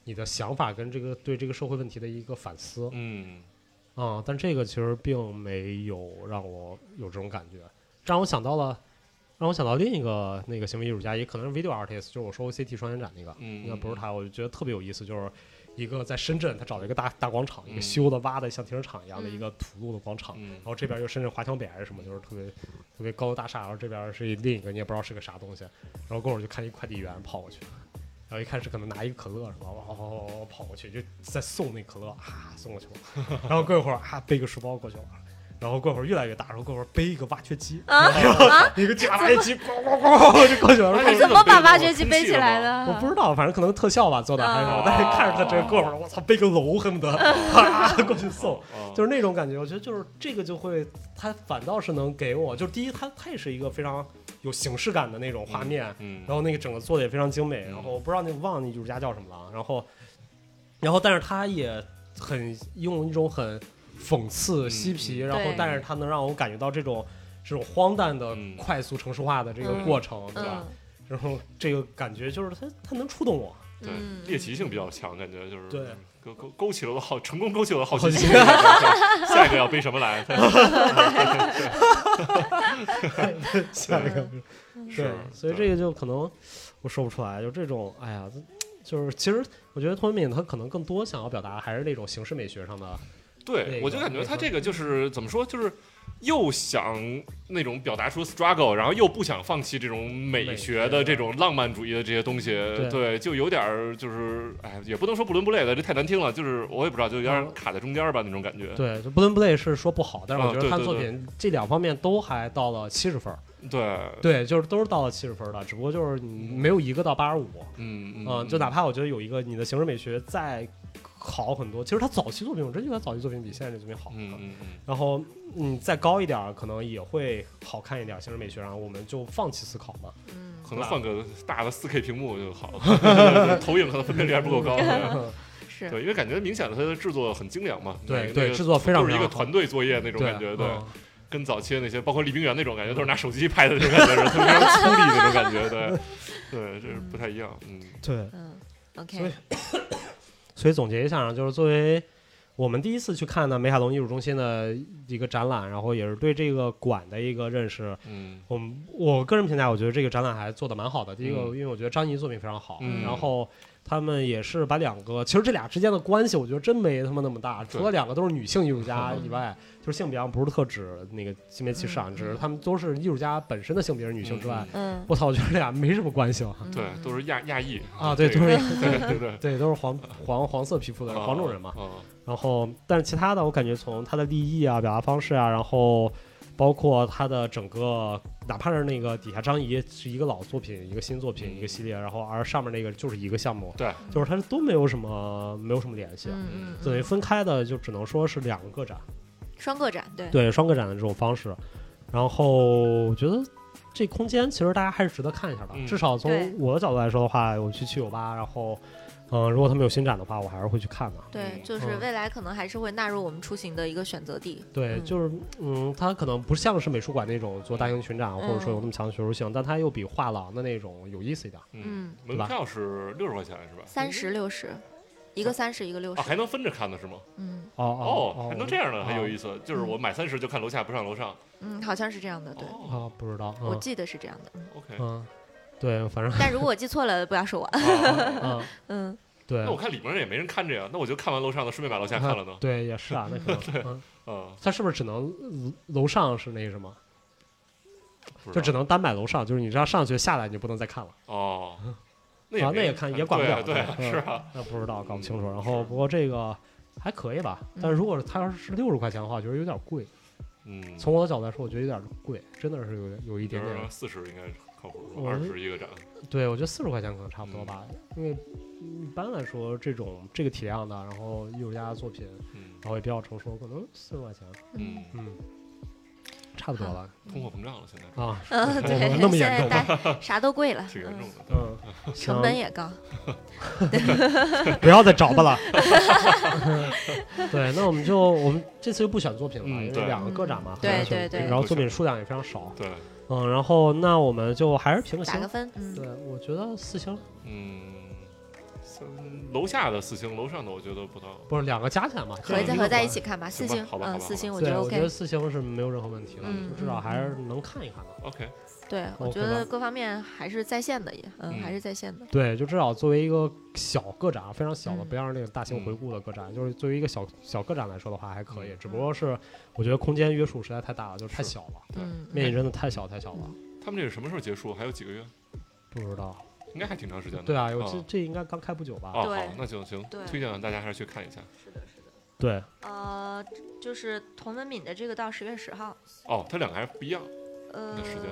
Speaker 1: 你的想法跟这个对这个社会问题的一个反思啊、
Speaker 3: 嗯
Speaker 1: 嗯但这个其实并没有让我有这种感觉，让我想到了，让我想到另一个那个行为艺术家，也可能是 video artist，就是我说 OCT 双年展那个，
Speaker 3: 嗯
Speaker 1: 应该不是他，我就觉得特别有意思，就是一个在深圳，他找了一个大大广场，一
Speaker 3: 嗯
Speaker 1: 个修的挖的像停车场一样的一
Speaker 2: 嗯
Speaker 1: 个土路的广场，啊
Speaker 3: 嗯
Speaker 1: 然后这边就深圳华强北还是什么，就是特别特别高楼大厦，然后这边是另一个你也不知道是个啥东西，然后过会儿就看一快递员跑过去，然后一看是可能拿一个可乐什么，哇哇哇哇哇跑过去就在送那可乐啊送过去了， *laughs* 然后过一会儿啊背个书包过去了。然后过会儿越来越大，然后过会儿背一个挖掘机，
Speaker 2: 啊啊！
Speaker 1: 一个大挖掘机，咣咣咣就过去了。然后
Speaker 3: 哎
Speaker 2: 你怎么把挖掘机背起来的？
Speaker 1: 我不知道，反正可能特效吧做的还是什么，但是看着他这个过会儿，我操，背个楼恨不得啪过去送，
Speaker 3: 哦
Speaker 1: 就是是那种感觉。我觉得就是这个就会，它反倒是能给我，就是第一，它它也是一个非常有形式感的那种画面，
Speaker 3: 嗯，
Speaker 1: 然后那个整个做的也非常精美，
Speaker 3: 嗯
Speaker 1: 然后我不知道那个忘了那艺术家叫什么了，然后，然后但是他也很用一种很讽刺嬉皮，
Speaker 3: 嗯
Speaker 1: 然后
Speaker 2: 对
Speaker 1: 但是他能让我感觉到这种这种荒诞的
Speaker 3: 嗯
Speaker 1: 快速城市化的这个
Speaker 2: 嗯
Speaker 1: 过程，对吧？
Speaker 2: 嗯
Speaker 1: 然后这个感觉就是它它能触动我，
Speaker 3: 对
Speaker 2: 嗯，
Speaker 3: 猎奇性比较强，感觉就是
Speaker 1: 对
Speaker 3: 勾勾勾起了我好，成功勾起了我好奇
Speaker 1: 好奇心
Speaker 3: 心。对下一个要背什么
Speaker 1: *laughs*
Speaker 3: 来？
Speaker 1: 下一个嗯
Speaker 3: 是
Speaker 1: 对，，
Speaker 3: 啊
Speaker 1: 所以这个就可能我说不出来，就这种哎呀，就是其实我觉得托敏他可能更多想要表达还是那种形式美学上的，
Speaker 3: 对
Speaker 1: 那个
Speaker 3: 我就感觉他这个就是怎么说，就是又想那种表达出 struggle，然后又不想放弃这种美学的这种浪漫主义的这些东西，
Speaker 1: 对
Speaker 3: 对，就有点儿就是，哎，也不能说不伦不类的，这太难听了，就是我也不知道，就有点卡在中间儿吧那种感觉。
Speaker 1: 嗯对，就不伦不类是说不好，但是我
Speaker 3: 啊
Speaker 1: 觉得
Speaker 3: 对
Speaker 1: 他的
Speaker 3: 对
Speaker 1: 作
Speaker 3: 对
Speaker 1: 品这两方面都还到了七十分儿，
Speaker 3: 对，
Speaker 1: 对，就是都是到了七十分儿的，只不过就是你没有一个到八十五，
Speaker 3: 嗯
Speaker 1: 嗯，就哪怕我觉得有一个你的形式美学再好很多，其实他早期作品我真觉得他早期作品比现在这作品好，啊
Speaker 3: 嗯嗯嗯
Speaker 1: 然后你再高一点儿可能也会好看一点儿形式美学，然后我们就放弃思考嘛，
Speaker 2: 嗯，
Speaker 3: 可能换个大的四 K 屏幕就好
Speaker 1: *laughs*
Speaker 3: 了， *laughs* 投影可能分辨率还不够高。对
Speaker 2: 是
Speaker 3: 对，因为感觉明显的它的制作很精良嘛，那
Speaker 1: 对
Speaker 3: 个
Speaker 1: 对，制作非常
Speaker 3: 都是一
Speaker 1: 非
Speaker 3: 个
Speaker 1: 常好
Speaker 3: 团队作
Speaker 1: *laughs*
Speaker 3: 业那种感觉，对，
Speaker 1: 嗯
Speaker 3: 跟早期的那些，包括李冰原那种感觉，都是拿手机拍的那种感觉，特别非常粗粝的那种感觉，对，对，这是不太一样，嗯，
Speaker 1: 对，
Speaker 2: 嗯
Speaker 1: 所
Speaker 2: ，OK，
Speaker 1: 以所以总结一下啊，就是作为我们第一次去看的梅海龙艺术中心的一个展览，然后也是对这个馆的一个认识。
Speaker 3: 嗯
Speaker 1: 我们我个人评价，我觉得这个展览还做得蛮好的。第一个，
Speaker 3: 嗯
Speaker 1: 因为我觉得张怡作品非常好，
Speaker 3: 嗯
Speaker 1: 然后他们也是把两个，其实这俩之间的关系，我觉得真没他妈那么大。除了两个都是女性艺术
Speaker 3: *laughs*
Speaker 1: 家以外，就是性别上不是特指那个性别歧视啊，
Speaker 2: 嗯
Speaker 1: 只是他们都是艺术家本身的性别是女性之外，
Speaker 2: 嗯，
Speaker 1: 我操，我觉得这俩没什么关系了。
Speaker 3: 嗯对，都
Speaker 2: 是
Speaker 3: 是亚亚裔
Speaker 1: 啊，对，
Speaker 3: 这
Speaker 1: 都
Speaker 3: 个
Speaker 1: 是
Speaker 3: 对对对，
Speaker 1: *laughs* 对，都是黄黄黄色皮肤的人黄种人嘛。
Speaker 3: 嗯
Speaker 1: 然后，但是其他的，我感觉从他的立意啊、表达方式啊，然后包括他的整个，哪怕是那个底下张仪是一个老作品、一个新作品、
Speaker 3: 嗯
Speaker 1: 一个系列，然后而上面那个就是一个项目，
Speaker 3: 对，
Speaker 1: 就是它都没有什么没有什么联系，
Speaker 2: 嗯嗯
Speaker 1: 等于
Speaker 2: 嗯，
Speaker 1: 分开的就只能说是两个展，
Speaker 2: 双个展，对，
Speaker 1: 对，双个展的这种方式。然后我觉得这空间其实大家还是值得看一下的，
Speaker 3: 嗯
Speaker 1: 至少
Speaker 2: 对
Speaker 1: 从我的角度来说的话，我去七九八，然后嗯、呃如果他们有新展的话，我还是会去看的。
Speaker 2: 对
Speaker 3: 嗯，
Speaker 2: 就是
Speaker 1: 嗯
Speaker 2: 未来可能还是会纳入我们出行的一个选择地。
Speaker 1: 对，
Speaker 2: 嗯
Speaker 1: 就是嗯，它可能不像是美术馆那种做大型群展，或者说有那么强的学术性，但它又比画廊的那种有意思一点。
Speaker 3: 嗯
Speaker 2: 嗯，
Speaker 3: 门票是六十块钱是吧？
Speaker 2: 三十六十，一个三十，一个六
Speaker 3: 啊，
Speaker 2: 十。
Speaker 3: 还能分着看的是吗？
Speaker 2: 嗯
Speaker 1: 哦
Speaker 3: 哦
Speaker 1: 哦，
Speaker 3: 还能这样的，
Speaker 1: 哦
Speaker 3: 还有意思。就是我买三十就看楼下不上楼上。
Speaker 2: 嗯，好像是这样嗯的，对，
Speaker 3: 哦
Speaker 1: 啊，不知道，
Speaker 2: 我
Speaker 1: 嗯
Speaker 2: 记得是这样的。嗯
Speaker 1: *laughs*
Speaker 3: ，OK。
Speaker 1: 嗯，对，反
Speaker 2: *laughs*
Speaker 1: 正
Speaker 2: 但如果我记错了，不要说我。
Speaker 3: 啊
Speaker 1: 嗯，
Speaker 2: 嗯，
Speaker 1: 对
Speaker 3: *laughs* 那我，看里面也没人看这个，那我就看完楼上的，顺便把楼下看了
Speaker 1: *laughs*
Speaker 3: 呢。
Speaker 1: 对，也是啊，那可
Speaker 3: *laughs*
Speaker 1: 能，嗯，
Speaker 3: 嗯，
Speaker 1: 它是不是只能楼楼上是那什么，
Speaker 3: 不
Speaker 1: 就
Speaker 3: 知道
Speaker 1: 只能单买楼上，就是你这样上去下来你就不能再看了
Speaker 3: 哦，
Speaker 1: *laughs*
Speaker 3: 那也
Speaker 1: 啊？
Speaker 3: 没
Speaker 1: 那也
Speaker 3: 人
Speaker 1: 看也管不
Speaker 3: 对
Speaker 1: 了，
Speaker 3: 对啊，
Speaker 1: 嗯
Speaker 3: 是啊，
Speaker 1: 那不知道，搞不清楚。
Speaker 3: 嗯
Speaker 1: 然后
Speaker 3: 是
Speaker 1: 不过这个还可以吧，
Speaker 2: 嗯
Speaker 1: 但是如果是它要是六十块钱的话，我觉得有点贵。
Speaker 3: 嗯，
Speaker 1: 从我的角度来说，我觉得有点贵，真的是有点有一
Speaker 3: 一
Speaker 1: 点点。
Speaker 3: 四十应该靠谱，
Speaker 1: 我
Speaker 3: 二
Speaker 1: 是
Speaker 3: 十一个展，
Speaker 1: 对，我觉得四十块钱可能差不多吧，因为一般来说这种这个体量的，然后艺术家的作品，
Speaker 3: 嗯
Speaker 1: 然后也比较成熟，可能四十块钱，
Speaker 3: 嗯，
Speaker 1: 嗯，差不多了
Speaker 3: 通货膨胀了，现在
Speaker 1: 啊。
Speaker 2: *laughs* 嗯，
Speaker 1: 我
Speaker 2: 对
Speaker 3: 哦
Speaker 1: 们，那么
Speaker 2: 现
Speaker 1: 严
Speaker 2: 在
Speaker 1: 重吗
Speaker 2: 大啥都
Speaker 3: *laughs*
Speaker 2: 贵了，
Speaker 3: 挺严重
Speaker 2: 嗯
Speaker 3: 的。
Speaker 1: 嗯，
Speaker 2: 成本也高。
Speaker 1: 行不要再找吧了。 *laughs* 对，那我们就我们这次就不选作品了，
Speaker 3: 嗯
Speaker 1: 因
Speaker 3: 对
Speaker 1: 为两个个展嘛，
Speaker 2: 对
Speaker 1: 还是
Speaker 2: 对对
Speaker 1: 然后作品数量也非常少。
Speaker 3: 对，
Speaker 1: 嗯，然后那我们就还是评个
Speaker 2: 打个
Speaker 1: 星。
Speaker 2: 分，嗯
Speaker 3: *laughs*
Speaker 1: 对，我觉得四星
Speaker 3: 嗯，三楼下的四星，楼上的我觉得不到。
Speaker 1: 不是两个加起来嘛，
Speaker 2: 合
Speaker 3: 以再
Speaker 2: 在
Speaker 1: 一
Speaker 2: 合
Speaker 1: 个
Speaker 2: 在
Speaker 1: 馆
Speaker 2: 一起看吧，四
Speaker 3: 行吧
Speaker 2: 星
Speaker 3: 好，吧
Speaker 2: 嗯，
Speaker 3: 好吧
Speaker 2: 四星
Speaker 3: 好
Speaker 2: 我
Speaker 1: 对，
Speaker 2: 觉得
Speaker 1: 我觉得
Speaker 2: OK，
Speaker 1: 四星是没有任何问题的，
Speaker 2: 嗯
Speaker 1: 就至少还是能看一看的。
Speaker 3: OK，
Speaker 2: 对，我
Speaker 1: ，OK
Speaker 2: 觉得各方面还是在线的，也，嗯，
Speaker 3: 嗯
Speaker 2: 还是在线的，
Speaker 1: 对，就至少作为一个小个展，非常小的，
Speaker 2: 嗯
Speaker 1: 不像是那种大型回顾的个展，就是作为一个小小个展来说的话还可以
Speaker 3: 嗯，
Speaker 1: 只不过是我觉得空间约束实在太大了，就是太
Speaker 3: 是
Speaker 1: 小了，
Speaker 3: 对
Speaker 2: 嗯，
Speaker 1: 面积真的太小太小了，
Speaker 3: 他们这是什么时候结束？还有几个月？
Speaker 1: 不知道。
Speaker 3: 应该还挺长时间的。
Speaker 1: 对啊，我
Speaker 3: 哦
Speaker 1: 这这应该刚开不久吧？
Speaker 3: 哦，
Speaker 2: 对
Speaker 3: 好，那就行，
Speaker 2: 对
Speaker 3: 推荐大家还是去看一下。
Speaker 2: 是的，是的，
Speaker 1: 对，
Speaker 2: 呃，就是童文敏的这个到十月十号，
Speaker 3: 哦，它两个还不一样。
Speaker 2: 呃
Speaker 3: 那时间，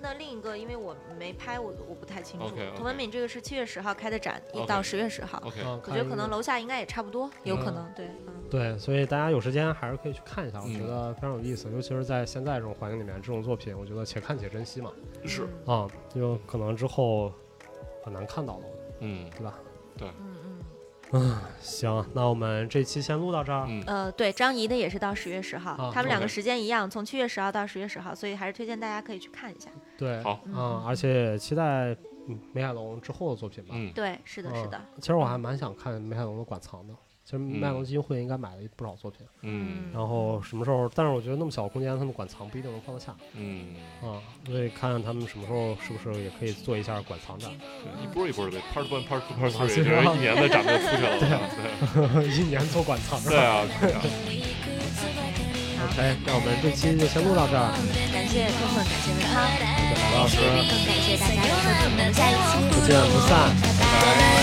Speaker 2: 那另一个，因为我没拍，我我不太清楚。
Speaker 3: OK，OK
Speaker 2: 童文敏这个是七月十号开的展，一
Speaker 3: OK
Speaker 2: 到十月十号。
Speaker 3: OK，
Speaker 1: 嗯，
Speaker 2: 我觉得
Speaker 1: 看
Speaker 2: 可能楼下应该也差不多，有可
Speaker 1: 嗯
Speaker 2: 能对，嗯
Speaker 1: 对，所以大家有时间还是可以去看一下，我
Speaker 3: 嗯
Speaker 1: 觉得非常有意思，尤其是在现在这种环境里面，这种作品我觉得且看且珍惜嘛。
Speaker 3: 是，
Speaker 2: 嗯
Speaker 1: 啊，就可能之后很难看到了，
Speaker 3: 嗯
Speaker 1: 对吧？
Speaker 2: 嗯嗯，
Speaker 1: 行，那我们这期先录到这儿。
Speaker 3: 嗯，
Speaker 2: 呃，对，张怡的也是到十月十号，
Speaker 1: 啊
Speaker 2: 他们两个
Speaker 3: OK
Speaker 2: 时间一样，从七月十号到十月十号，所以还是推荐大家可以去看一下。
Speaker 1: 对，
Speaker 3: 好，
Speaker 2: 嗯，
Speaker 1: 嗯，而且也期待嗯梅海龙之后的作品吧。
Speaker 3: 嗯，
Speaker 2: 对，是的，是的，
Speaker 1: 其实我还蛮想看梅海龙的馆藏的。其实
Speaker 3: 嗯
Speaker 1: 麦龙基金会应该买了一不少作品，
Speaker 3: 嗯，
Speaker 1: 然后什么时候？但是我觉得那么小的空间，他们馆藏不一定能放得下
Speaker 3: 嗯，
Speaker 1: 啊，所以看看他们什么时候是不是也可以做一下馆藏展，
Speaker 3: 嗯对一波一波的呗，Part One、Part *laughs* Two、Part
Speaker 1: 啊
Speaker 3: Three，
Speaker 1: 是
Speaker 3: 这
Speaker 1: 吧
Speaker 3: 一年的展 *laughs* 都出去了。
Speaker 1: *laughs*
Speaker 3: 对啊
Speaker 1: 一年做馆藏展。
Speaker 3: 对啊，对啊
Speaker 4: いくつばかり
Speaker 2: 好，
Speaker 1: 哎，那我们这期就先录到这儿，
Speaker 4: 感谢坤坤，感谢维康，
Speaker 1: 感谢马老师，
Speaker 4: 更感谢大家的收听，我们下一期
Speaker 1: 不见不散。
Speaker 4: 拜拜。